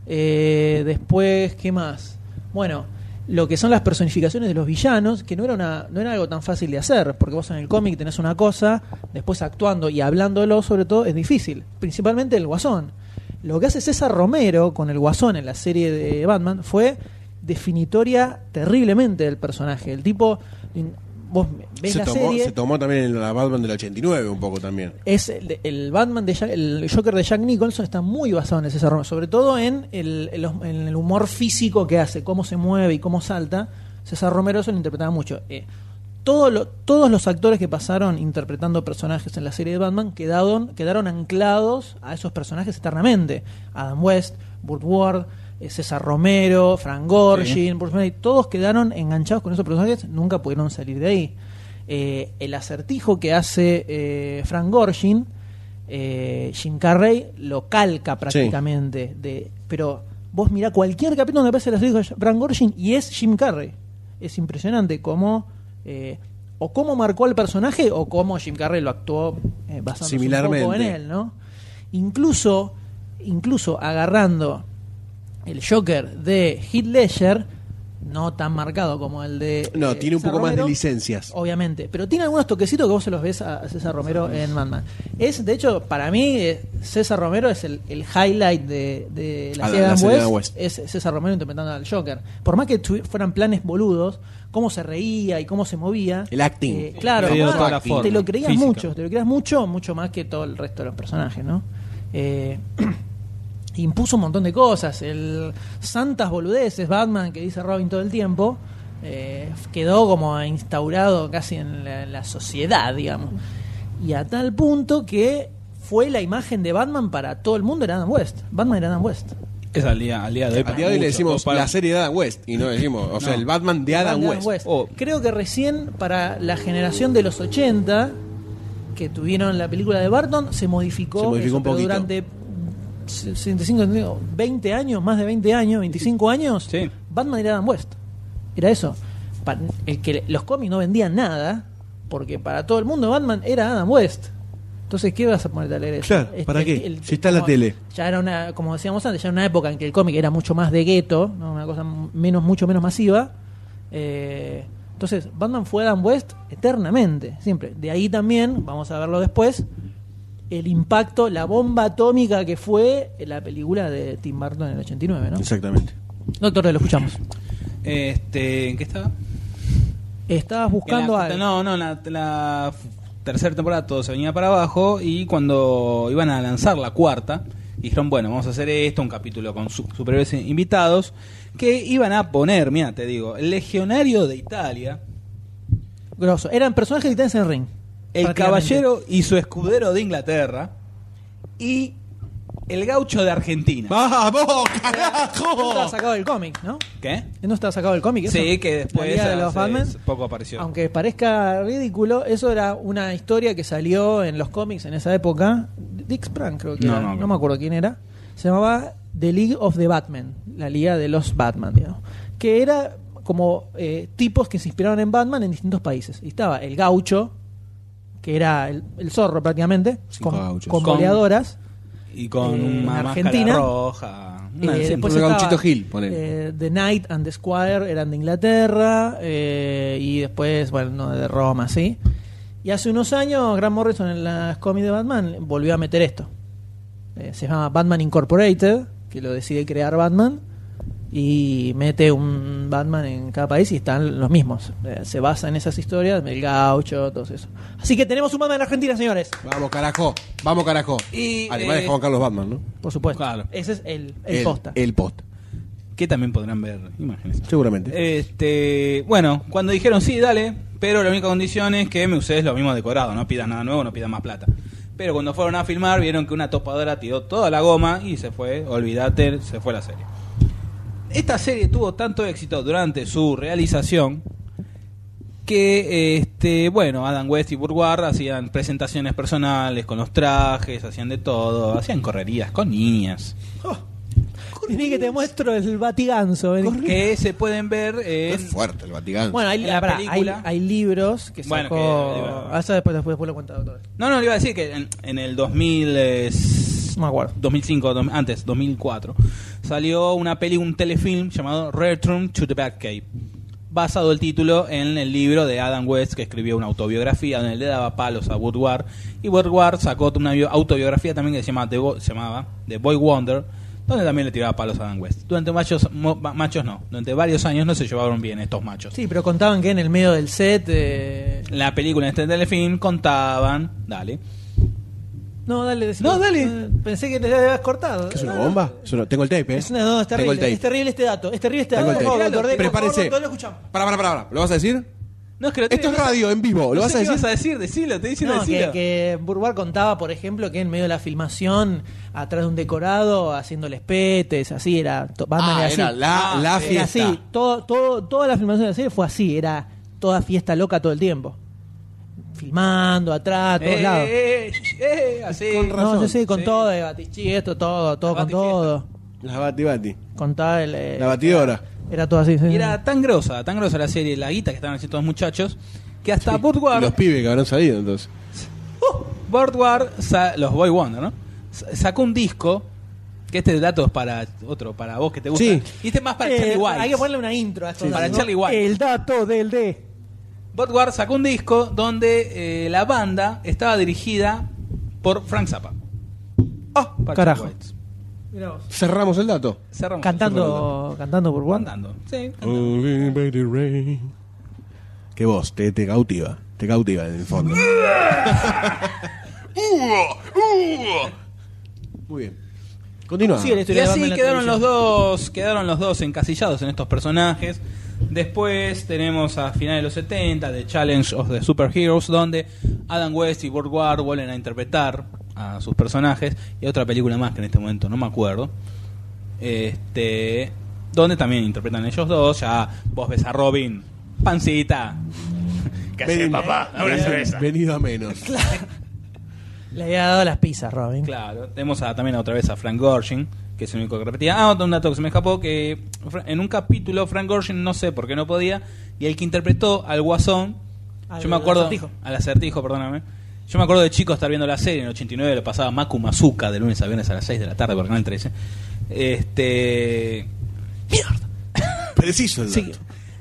Speaker 1: Eh, después, ¿qué más? Bueno, lo que son las personificaciones de los villanos, que no era, una, no era algo tan fácil de hacer, porque vos en el cómic tenés una cosa, después actuando y hablándolo sobre todo es difícil, principalmente el guasón. Lo que hace César Romero con el guasón en la serie de Batman fue definitoria terriblemente del personaje. El tipo, vos ves
Speaker 2: Se
Speaker 1: la
Speaker 2: tomó,
Speaker 1: serie...
Speaker 2: se tomó también en la Batman del 89 un poco también.
Speaker 1: Es el, el Batman de Jack- el Joker de Jack Nicholson está muy basado en el César Romero, sobre todo en el, en los- en el humor físico que hace, cómo se mueve y cómo salta. César Romero eso lo interpretaba mucho. Eh, todo lo- todos los actores que pasaron interpretando personajes en la serie de Batman quedaron, quedaron anclados a esos personajes eternamente. Adam West, Burt Ward, eh, César Romero, Frank Gorshin, Bruce Wayne, todos quedaron enganchados con esos personajes, nunca pudieron salir de ahí. Eh, el acertijo que hace eh, Frank Gorshin, eh, Jim Carrey lo calca prácticamente. De, pero vos mirá cualquier capítulo donde aparece el acertijo de Frank Gorshin y es Jim Carrey. Es impresionante cómo... eh, o cómo marcó al personaje o cómo Jim Carrey lo actuó eh, basándose un poco en
Speaker 2: Similarmente.
Speaker 1: él, ¿no? Incluso, incluso agarrando el Joker de Heath Ledger, no tan marcado como el de.
Speaker 2: No,
Speaker 1: eh,
Speaker 2: tiene un
Speaker 1: César
Speaker 2: poco más de
Speaker 1: Romero,
Speaker 2: licencias.
Speaker 1: Obviamente, pero tiene algunos toquecitos que vos se los ves a a César Romero en Batman. Es, de hecho, para mí, eh, César Romero es el, el highlight de, de la
Speaker 2: Ah,
Speaker 1: serie de
Speaker 2: la
Speaker 1: Adam
Speaker 2: serie de Adam
Speaker 1: West.
Speaker 2: West.
Speaker 1: Es César Romero interpretando al Joker. Por más que tu- fueran planes boludos, cómo se reía y cómo se movía.
Speaker 2: El acting.
Speaker 1: eh, claro,
Speaker 4: Le dio
Speaker 1: claro,
Speaker 4: toda la
Speaker 1: te lo
Speaker 4: forma
Speaker 1: creías
Speaker 4: física.
Speaker 1: mucho, te lo creías mucho, mucho más que todo el resto de los personajes, ¿no? Eh, impuso un montón de cosas. El Santas boludeces, Batman, que dice Robin todo el tiempo, eh, quedó como instaurado casi en la, en la sociedad, digamos. Y a tal punto que fue la imagen de Batman para todo el mundo, era Adam West. Batman era Adam West.
Speaker 4: Es al día, al día de hoy.
Speaker 2: A
Speaker 4: para
Speaker 2: día de hoy le
Speaker 4: muchos,
Speaker 2: decimos
Speaker 4: o para-
Speaker 2: la serie de Adam West y no decimos, o sea, el Batman de Adam,
Speaker 1: Batman de
Speaker 2: West.
Speaker 4: Oh.
Speaker 1: Creo que recién para la generación de los 80 que tuvieron la película de Barton se modificó,
Speaker 2: Se modificó
Speaker 1: eso,
Speaker 2: un
Speaker 1: pero
Speaker 2: poquito.
Speaker 1: durante 65, no, 20 años, más de 20 años, 25 años,
Speaker 8: Sí.
Speaker 1: Batman era Adam West. Era eso. Pa- el que los cómics no vendían nada porque para todo el mundo Batman era Adam West. Entonces, ¿qué vas a ponerte a leer eso?
Speaker 2: Claro, ¿para
Speaker 1: el-
Speaker 2: qué?
Speaker 1: el-
Speaker 2: Si está en la
Speaker 1: como-
Speaker 2: tele.
Speaker 1: Ya era una, como decíamos antes, ya era una época en que el cómic era mucho más de gueto, ¿no? una cosa m- menos, mucho menos masiva. Eh, entonces, Batman fue Adam West eternamente, siempre. De ahí también, vamos a verlo después, el impacto, la bomba atómica que fue la película de Tim Burton en el 89, ¿no?
Speaker 2: Exactamente.
Speaker 1: Doctor, lo escuchamos.
Speaker 4: Este, ¿En qué estaba?
Speaker 1: Estabas buscando
Speaker 4: En la-
Speaker 1: algo.
Speaker 4: No, no, la, la f- tercera temporada todo se venía para abajo y cuando iban a lanzar la cuarta, dijeron, bueno, vamos a hacer esto, un capítulo con su- superhéroes invitados, que iban a poner, mira, te digo, el legionario de Italia,
Speaker 1: Grosso. Eran personajes que tenés en el ring.
Speaker 4: el
Speaker 1: prácticamente.
Speaker 4: caballero y su escudero de Inglaterra y el gaucho de Argentina.
Speaker 2: Ah. ¡Vamos,
Speaker 1: No estaba
Speaker 4: ¡Oh!
Speaker 2: carajo!
Speaker 1: sacado del cómic, ¿no?
Speaker 4: ¿Qué?
Speaker 1: ¿No estaba sacado del cómic? eso?
Speaker 4: Sí, que
Speaker 1: La
Speaker 4: después
Speaker 1: Liga de los
Speaker 4: hace
Speaker 1: Batman.
Speaker 4: poco apareció.
Speaker 1: Aunque parezca ridículo, eso era una historia que salió en los cómics en esa época. Dick Sprang creo que
Speaker 4: No,
Speaker 1: era,
Speaker 4: no,
Speaker 1: no,
Speaker 4: no.
Speaker 1: me acuerdo quién era. Se llamaba The League of the Batman, la Liga de los Batman, digamos. Que era como eh, tipos que se inspiraron en Batman en distintos países. Y estaba el gaucho, que era el, el zorro prácticamente,
Speaker 2: Cinco
Speaker 1: con,
Speaker 2: gauchos.
Speaker 1: con
Speaker 4: Con-
Speaker 1: boleadoras.
Speaker 4: Y con
Speaker 1: Eh,
Speaker 4: una
Speaker 1: en
Speaker 4: máscara
Speaker 1: Argentina.
Speaker 4: roja. Una-
Speaker 1: Eh,
Speaker 4: sí,
Speaker 1: después
Speaker 2: un
Speaker 1: estaba,
Speaker 2: Gauchito Gil, ponele.
Speaker 1: eh, The Knight and the Squire eran de Inglaterra eh, y después, bueno, no, de Roma, sí. Y hace unos años, Grant Morrison en las cómics de Batman volvió a meter esto. Eh, se llama Batman Incorporated, que lo decide crear Batman y mete un Batman en cada país y están los mismos. Eh, se basa en esas historias, el gaucho, todo eso. Así que tenemos un Batman en Argentina, señores.
Speaker 2: Vamos, carajo. Vamos, carajo.
Speaker 4: Y,
Speaker 2: Además
Speaker 4: eh,
Speaker 2: de Juan Carlos Batman, ¿no?
Speaker 1: Por supuesto.
Speaker 4: Claro.
Speaker 1: Ese es el, el, posta.
Speaker 2: El post.
Speaker 4: que también podrán ver imágenes.
Speaker 2: Seguramente.
Speaker 1: Eh,
Speaker 4: Este, bueno, cuando dijeron sí, dale, pero la única condición es que me ustedes lo mismo decorado, no pidan nada nuevo, no pidan más plata. Pero cuando fueron a filmar, vieron que una topadora tiró toda la goma y se fue, olvídate, se fue la serie. Esta serie tuvo tanto éxito durante su realización que este bueno Adam West y Burguard hacían presentaciones personales con los trajes hacían de todo hacían correrías con niñas
Speaker 1: Vení que te muestro el batiganzo. vení.
Speaker 4: que se pueden ver en
Speaker 2: Es fuerte el Vaticano.
Speaker 1: Bueno, hay,
Speaker 4: en la
Speaker 1: pará, hay,
Speaker 4: película.
Speaker 1: hay libros que
Speaker 4: Bueno,
Speaker 1: sacó...
Speaker 4: que-
Speaker 1: Ah, eso después, después, después lo cuento otra vez.
Speaker 4: no no le iba a decir que en, en el 2000 es-
Speaker 1: No me acuerdo.
Speaker 4: 2005 dos- antes 2004 salió una peli un telefilm llamado Return to the Batcave basado el título en el libro de Adam West que escribió una autobiografía donde le daba palos a Woodward y Woodward sacó una bio- autobiografía también que se llamaba The, Bo- se llamaba The Boy Wonder donde también le tiraba palos a Adam West durante machos mo- ma- machos no durante varios años no se llevaron bien estos machos
Speaker 1: Sí, pero contaban que en el medio del set... eh,
Speaker 4: la película en este telefilm contaban dale
Speaker 1: No, dale, decime.
Speaker 4: No, dale.
Speaker 1: Eh, Pensé que te la habías cortado.
Speaker 2: ¿Qué es una
Speaker 1: No, no.
Speaker 2: bomba? Es una- Tengo el tape, ¿eh?
Speaker 1: Es una- no, es
Speaker 2: Tengo
Speaker 1: terrible.
Speaker 2: el tape.
Speaker 1: Es terrible este dato. Es terrible este
Speaker 2: Tengo
Speaker 1: dato. Por
Speaker 2: el
Speaker 1: favor,
Speaker 2: tape.
Speaker 1: doctor D, por favor,
Speaker 2: Prepárese.
Speaker 1: doctor, lo escuchamos.
Speaker 2: Para, para, para, ¿Lo vas a decir?
Speaker 4: No, es que lo
Speaker 2: Esto es
Speaker 4: no sé-
Speaker 2: radio, en vivo. ¿Lo
Speaker 4: no
Speaker 2: vas
Speaker 4: sé
Speaker 2: a
Speaker 4: qué
Speaker 2: decir? Ah,
Speaker 4: vas a decir? Decilo, te dicen
Speaker 1: No, que,
Speaker 4: decilo.
Speaker 1: que Burbar contaba, por ejemplo, que en medio de la filmación, atrás de un decorado, haciéndoles petes, así era. to- Batman
Speaker 2: Ah,
Speaker 1: era así.
Speaker 2: era la, la
Speaker 1: Era
Speaker 2: fiesta.
Speaker 1: así. Todo, todo, toda la filmación de la serie fue así. Era toda fiesta loca todo el tiempo. Filmando, atrás, a todos
Speaker 4: Eh,
Speaker 1: lados.
Speaker 4: eh, eh, eh, así.
Speaker 1: no, sí, sí, con
Speaker 4: Sí.
Speaker 1: todo, eh, Batichí, esto, todo, todo,
Speaker 4: La
Speaker 1: con
Speaker 4: batifiesta.
Speaker 1: todo.
Speaker 2: La bati bati.
Speaker 1: Contaba el. eh,
Speaker 2: La batidora.
Speaker 1: Era todo así. sí,
Speaker 4: Y
Speaker 1: sí.
Speaker 4: era tan grosa, tan grosa la serie, la guita que estaban haciendo los muchachos, que hasta
Speaker 2: Y
Speaker 4: Boardwalk
Speaker 2: Los pibes que habrán salido entonces.
Speaker 4: Boardwalk, sa- los Boy Wonder, ¿no? Sa- Sacó un disco, que este dato es para otro, para vos que te gusta.
Speaker 2: Sí.
Speaker 4: Y este es más para
Speaker 1: Eh,
Speaker 4: Charlie White.
Speaker 1: Hay que ponerle una intro a esto.
Speaker 4: Sí,
Speaker 1: ¿no?
Speaker 4: para Charlie White.
Speaker 1: El dato del D.
Speaker 4: Boardwalk sacó un disco donde eh, la banda estaba dirigida por Frank Zappa. Oh, para
Speaker 1: Carajo.
Speaker 4: Charlie White.
Speaker 2: Cerramos el dato.
Speaker 4: Cerramos.
Speaker 1: Cantando, cantando por Juan.
Speaker 4: Cantando. Sí, cantando.
Speaker 2: Que vos, te, te cautiva. Te cautiva en el fondo. Muy bien. Continúa.
Speaker 1: Sí, la
Speaker 4: Y
Speaker 1: historia de Batman
Speaker 4: así
Speaker 1: en la
Speaker 4: quedaron los
Speaker 1: televisión.
Speaker 4: dos, quedaron los dos encasillados en estos personajes. Después tenemos a finales de los 70 The Challenge of the Superheroes, donde Adam West y Ward vuelven a interpretar a sus personajes. Y otra película más que en este momento no me acuerdo. Este, donde también interpretan ellos dos. Ya vos ves a Robin, pancita.
Speaker 3: ¿Qué haces, papá? Una cerveza.
Speaker 2: Venido a menos.
Speaker 1: Le había dado las pizzas, Robin.
Speaker 4: Claro, tenemos a- también otra vez a Frank Gorshin, que es el único que repetía. Ah, otro- un dato que se me escapó, que Fra- en un capítulo Frank Gorshin, no sé por qué no podía, y el que interpretó al Guasón,
Speaker 1: Al
Speaker 4: yo me acuerdo...
Speaker 1: acertijo.
Speaker 4: Al acertijo, perdóname. Yo me acuerdo de chico estar viendo la serie, en el 89 lo pasaba Maku Mazuka de lunes a viernes a las 6 de la tarde por Canal 13. ¿eh? Este... ¡Mierda!
Speaker 2: Preciso el dato.
Speaker 1: Sí.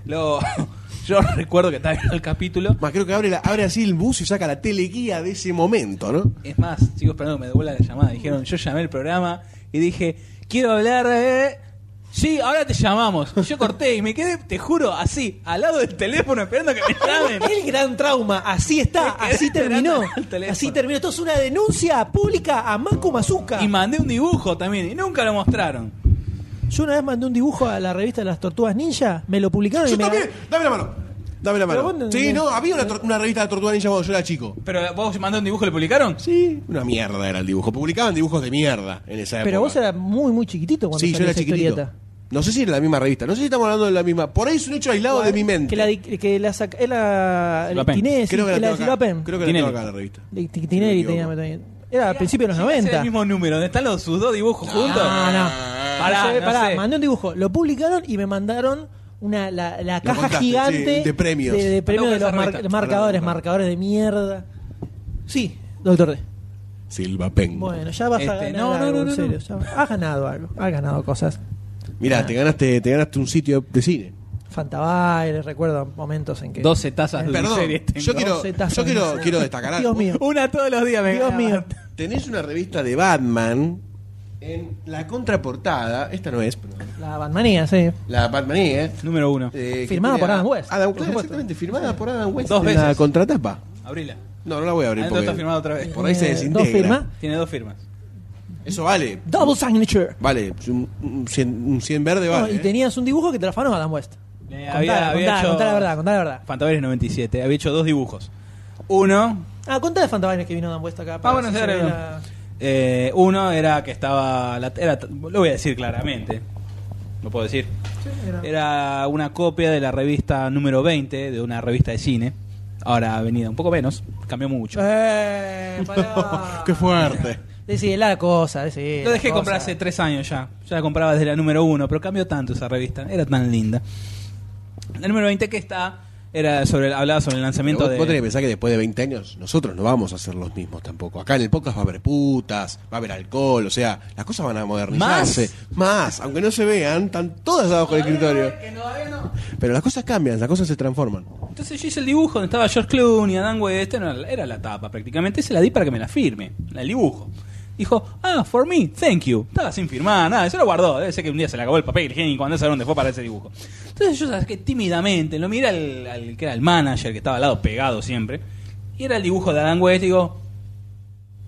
Speaker 4: Lo- yo recuerdo que estaba viendo el capítulo...
Speaker 2: Más creo que abre, la- abre así el bus y saca la teleguía de ese momento, ¿no?
Speaker 4: Es más, sigo esperando que me devuelva la llamada. Dijeron, yo llamé el programa y dije, quiero hablar de... Sí, ahora te llamamos. Yo corté y me quedé, te juro, así, al lado del teléfono esperando que me llamen.
Speaker 1: El gran trauma, así está,
Speaker 4: Me quedé
Speaker 1: así terminó.
Speaker 4: esperando el teléfono.
Speaker 1: Así terminó. Esto es una denuncia pública a Maku Mazuka.
Speaker 4: Y mandé un dibujo también y nunca lo mostraron.
Speaker 1: Yo una vez mandé un dibujo a la revista de las tortugas ninja, me lo publicaron y
Speaker 2: Yo
Speaker 1: me.
Speaker 2: también. Dame la mano. Dame la
Speaker 1: Pero vos
Speaker 2: mano.
Speaker 1: no-
Speaker 2: Sí, no, había una, tor- una revista de Tortuga Ninja cuando yo era chico.
Speaker 4: Pero vos mandaste un dibujo y lo publicaron.
Speaker 2: Sí. Una mierda era el dibujo. Publicaban dibujos de mierda en esa época.
Speaker 1: Pero vos eras muy, muy chiquitito cuando
Speaker 2: Sí, yo
Speaker 1: salió
Speaker 2: era
Speaker 1: esa
Speaker 2: chiquitito.
Speaker 1: historieta.
Speaker 2: No sé si era la misma revista, no sé si estamos hablando de la misma. Por ahí es un hecho aislado de mi mente.
Speaker 1: Que la, di- que la saca- es la- el
Speaker 4: Silva Pen.
Speaker 1: Tinesi,
Speaker 2: Creo que
Speaker 1: es
Speaker 2: la
Speaker 1: la de
Speaker 2: tengo
Speaker 1: Silva
Speaker 2: acá.
Speaker 1: Pen.
Speaker 2: Creo que la
Speaker 4: Tinelli.
Speaker 2: tengo acá la revista.
Speaker 1: De
Speaker 2: Si no me
Speaker 1: Tinelli
Speaker 2: equivoco.
Speaker 1: tenía también. Era a principios de los
Speaker 4: Llega a ser
Speaker 1: 90.
Speaker 4: el mismo número, donde están los, sus dos dibujos juntos.
Speaker 1: No, no.
Speaker 2: Ah,
Speaker 4: Pará,
Speaker 1: No sé,
Speaker 4: no
Speaker 1: pará,
Speaker 4: sé.
Speaker 1: mandé un dibujo, lo publicaron y me mandaron una, la, la caja
Speaker 2: contaste,
Speaker 1: gigante
Speaker 2: sí, de premios.
Speaker 1: De, de
Speaker 2: Andá
Speaker 1: premios
Speaker 4: a
Speaker 1: de los
Speaker 4: buscar
Speaker 1: mar-
Speaker 4: esa revista.
Speaker 1: marcadores,
Speaker 2: Andá a buscar.
Speaker 1: marcadores de mierda. Sí, doctor D.
Speaker 2: Silva Pen.
Speaker 1: Bueno, ya vas a
Speaker 4: Este,
Speaker 1: ganar
Speaker 4: no, no,
Speaker 1: algo,
Speaker 4: no,
Speaker 1: en
Speaker 4: no,
Speaker 1: serio.
Speaker 4: no.
Speaker 1: ya va- has ganado algo, has ganado cosas.
Speaker 2: Mirá, te ganaste, te ganaste un sitio de cine.
Speaker 1: Fantabaires, recuerdo momentos en que...
Speaker 4: 12
Speaker 1: Ah,
Speaker 4: tazas de
Speaker 2: Perdón,
Speaker 4: series tengo.
Speaker 2: yo quiero,
Speaker 1: Doce tazas
Speaker 2: yo
Speaker 1: de
Speaker 2: quiero,
Speaker 1: series.
Speaker 2: quiero destacar algo.
Speaker 1: Dios mío,
Speaker 4: Una todos los días me
Speaker 1: Dios
Speaker 4: ganaba.
Speaker 1: mío.
Speaker 2: Tenés una revista de Batman en la contraportada, esta no es, pero
Speaker 1: La Batmanía, sí.
Speaker 2: la Batmanía, eh,
Speaker 4: Número uno.
Speaker 2: que
Speaker 1: Firmada
Speaker 2: tiene
Speaker 1: por
Speaker 2: a-
Speaker 1: Adam West,
Speaker 2: Adam-
Speaker 1: por
Speaker 2: claro,
Speaker 1: supuesto.
Speaker 2: exactamente, firmada por Adam West.
Speaker 4: Dos
Speaker 2: en
Speaker 4: veces.
Speaker 2: La contratapa.
Speaker 4: Abrila.
Speaker 2: No, no la voy a abrir
Speaker 4: Adentro está
Speaker 2: porque
Speaker 4: firmado otra vez.
Speaker 2: por ahí se
Speaker 1: Eh,
Speaker 2: desintegra.
Speaker 1: Dos firmas.
Speaker 4: Tiene dos firmas.
Speaker 2: Eso vale.
Speaker 1: Double signature.
Speaker 2: Vale, un, un, 100, un 100 verde
Speaker 1: No,
Speaker 2: vale.
Speaker 1: y
Speaker 2: eh.
Speaker 1: tenías un dibujo que te lo afanó Adam West.
Speaker 4: Eh,
Speaker 1: Contá, contá, contá la verdad, contá la verdad.
Speaker 4: Fantaveres 97. Había hecho dos dibujos. Uno
Speaker 1: Ah, contá de Fantabaines que vino Dan West acá. para
Speaker 4: Ah, bueno,
Speaker 1: si
Speaker 4: sí,
Speaker 1: se ve
Speaker 4: ahora
Speaker 1: la-
Speaker 4: Eh, uno era que estaba. la- era- lo voy a decir claramente. Lo puedo decir.
Speaker 1: Sí, era-
Speaker 4: Era una copia de la revista número 20 de una revista de cine. Ahora venida un poco menos, cambió mucho.
Speaker 1: Ah, Eh, pará.
Speaker 2: Qué fuerte.
Speaker 1: Decidí la cosa, decidí.
Speaker 4: Lo dejé
Speaker 1: la
Speaker 4: comprar
Speaker 1: cosa.
Speaker 4: hace tres años ya. Ya la compraba desde la número uno, pero cambió tanto esa revista. Era tan linda. La número 20 que está era sobre, hablaba sobre el lanzamiento
Speaker 2: Vos,
Speaker 4: de.
Speaker 2: vos tenés que pensar que después de 20 años nosotros no vamos a ser los mismos tampoco. Acá en el podcast va a haber putas, va a haber alcohol, o sea, las cosas van a modernizarse. Más, aunque no se vean, están todas abajo del escritorio. Pero las cosas cambian, las cosas se transforman.
Speaker 4: Entonces yo hice el dibujo donde estaba George Clooney, Adam West, no, era la tapa prácticamente, se la di para que me la firme, la el dibujo. Dijo, ah, for me, thank you. Estaba sin firmar, nada, se lo guardó. Debe ser que un día se le acabó el papel higiénico, andá a saber dónde fue para ese dibujo. Entonces yo saqué tímidamente, lo miré al, al que era el manager que estaba al lado pegado siempre, y era el dibujo de Adam West, digo,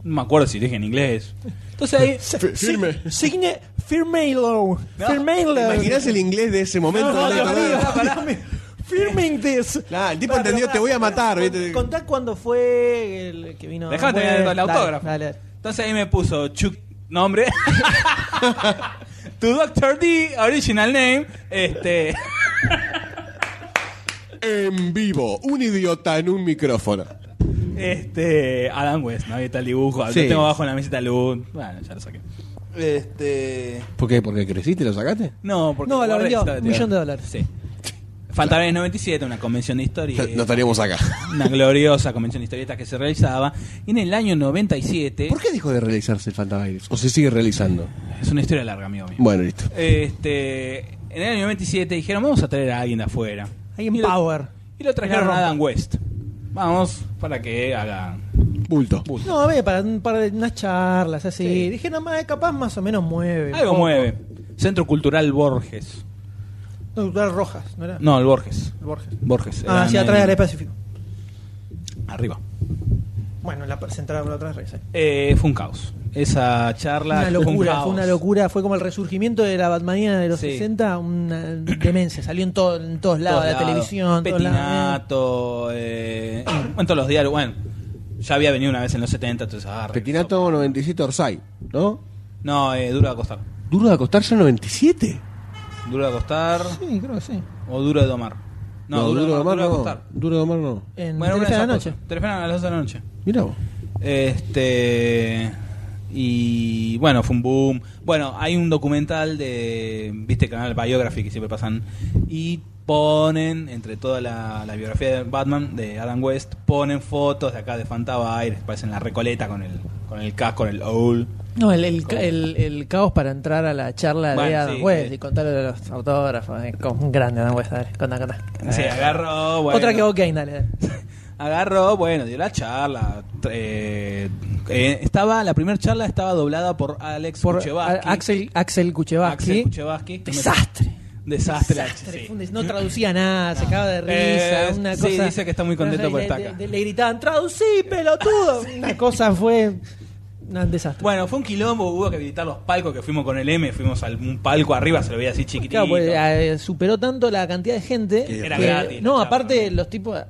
Speaker 4: no me acuerdo si lo dije en inglés. Entonces ahí,
Speaker 2: F- firme.
Speaker 1: Si- Signe Firmalo.
Speaker 4: No,
Speaker 1: Firmalo.
Speaker 2: ¿Te imaginás el inglés de ese momento?
Speaker 1: No,
Speaker 2: ¿Dónde
Speaker 1: Dios mío,
Speaker 2: tardás?
Speaker 1: pará. Firming this.
Speaker 2: Claro, el tipo entendió, te voy a matar,
Speaker 1: con-
Speaker 2: ¿viste?
Speaker 1: Contá cuándo fue el que vino.
Speaker 4: Dejate
Speaker 1: Bueno,
Speaker 4: el, el
Speaker 1: dale,
Speaker 4: autógrafo.
Speaker 1: dale, dale.
Speaker 4: Entonces ahí me puso Chuck nombre. tu Doctor D, original name. Este.
Speaker 2: En vivo, un idiota en un micrófono.
Speaker 4: Este. Adam West, no había tal dibujo.
Speaker 2: Sí.
Speaker 4: Lo tengo abajo en la mesita de luz. Bueno, ya lo saqué. Este.
Speaker 2: ¿Por qué? ¿Porque creciste y lo sacaste?
Speaker 4: No, porque.
Speaker 1: No, lo
Speaker 4: guardé-
Speaker 1: vendió.
Speaker 4: estaba
Speaker 1: Un
Speaker 4: tirado.
Speaker 1: millón de dólares.
Speaker 4: Sí. Faltaban en 97, una convención de historia.
Speaker 2: No estaríamos acá.
Speaker 4: Una gloriosa convención de historietas que se realizaba. Y en el año 97.
Speaker 2: ¿Por qué dejó de realizarse el Fantavirus? ¿O se sigue realizando?
Speaker 4: Es una historia larga, amigo mío.
Speaker 2: Bueno, listo.
Speaker 4: Este, en el año 97 dijeron, vamos a traer a alguien de afuera.
Speaker 1: Alguien
Speaker 4: Y lo-
Speaker 1: power.
Speaker 4: Y lo trajeron
Speaker 1: Una
Speaker 4: a
Speaker 1: rompa.
Speaker 4: Adam West. Vamos, para que haga...
Speaker 2: Bulto.
Speaker 1: No, a ver, para, un par de unas charlas así. Dije, no, más, capaz más o menos mueve.
Speaker 4: Algo mueve. Centro Cultural Borges.
Speaker 1: No, era Rojas, ¿no era?
Speaker 4: No, el Borges.
Speaker 1: El Borges.
Speaker 4: Borges.
Speaker 1: Ah,
Speaker 4: eran
Speaker 1: hacia atrás
Speaker 4: en-
Speaker 1: del Pacífico.
Speaker 4: Arriba.
Speaker 1: Bueno, la central por la otra vez.
Speaker 4: Eh, fue un caos. Esa charla...
Speaker 1: Una
Speaker 4: fue un
Speaker 1: locura,
Speaker 4: caos.
Speaker 1: fue una locura. Fue como el resurgimiento de la Batmanía de los
Speaker 4: Sí.
Speaker 1: 60, una demencia. Salió en, todo, en todos lados,
Speaker 4: Todos
Speaker 1: de la
Speaker 4: lados.
Speaker 1: televisión, todos lados.
Speaker 4: Petinato, eh, en todos los diarios. Bueno, ya había venido una vez en los 70, entonces... ah, regresó.
Speaker 2: Petinato 97 Orsay, ¿no?
Speaker 4: No, eh, duro de acostar.
Speaker 2: ¿Duro de acostarse 97?
Speaker 4: Duro de acostar
Speaker 1: Sí, creo que sí.
Speaker 4: o duro de domar. No, duro, de domar, duro de acostar.
Speaker 2: Duro de domar no.
Speaker 1: En
Speaker 4: Bueno,
Speaker 1: Telefe de
Speaker 4: una de esas
Speaker 1: la noche.
Speaker 4: cosas. Telefe a las 2 de la noche.
Speaker 2: Mirá vos.
Speaker 4: Este. Y bueno, fue un boom. Bueno, hay un documental de. ¿Viste el canal Biography que siempre pasan? Y ponen, entre toda la, la biografía de Batman, de Adam West, ponen fotos de acá de Fantabires, parecen la recoleta con el, con el casco, con el owl.
Speaker 1: No, el, el, ca- el- el caos para entrar a la charla de
Speaker 4: Bueno,
Speaker 1: Adam
Speaker 4: sí,
Speaker 1: West
Speaker 4: eh.
Speaker 1: y contarle a los autógrafos. eh, como un grande Adam West. A ver, contá, contá.
Speaker 4: Se
Speaker 1: Eh,
Speaker 4: agarró, bueno.
Speaker 1: Otra que vos, Kane, dale. dale.
Speaker 4: Agarró, bueno, dio la charla. eh, eh, estaba, la primera charla estaba doblada por Alex
Speaker 1: Por
Speaker 4: Kuchevaski.
Speaker 1: a- Axel, Axel Kuchevaski.
Speaker 4: Axel Kuchevaski.
Speaker 1: Desastre.
Speaker 4: Desastre.
Speaker 1: Desastre,
Speaker 4: sí.
Speaker 1: fue un des- No traducía nada, se acaba de risa.
Speaker 4: Eh,
Speaker 1: una
Speaker 4: sí,
Speaker 1: cosa,
Speaker 4: dice que está muy contento
Speaker 1: No sé,
Speaker 4: por
Speaker 1: le-
Speaker 4: estar
Speaker 1: le-
Speaker 4: acá.
Speaker 1: le- le gritaban, traducí, pelotudo. Una cosa fue un desastre.
Speaker 4: Bueno, fue un quilombo, hubo que habilitar los palcos que fuimos con el M, fuimos a un palco arriba, se lo veía así chiquitito.
Speaker 1: Claro, pues, eh, superó tanto la cantidad de gente.
Speaker 2: Que
Speaker 4: era
Speaker 1: que-
Speaker 4: gratis,
Speaker 1: No,
Speaker 4: la charla,
Speaker 1: aparte,
Speaker 4: ¿no?
Speaker 1: los tipos.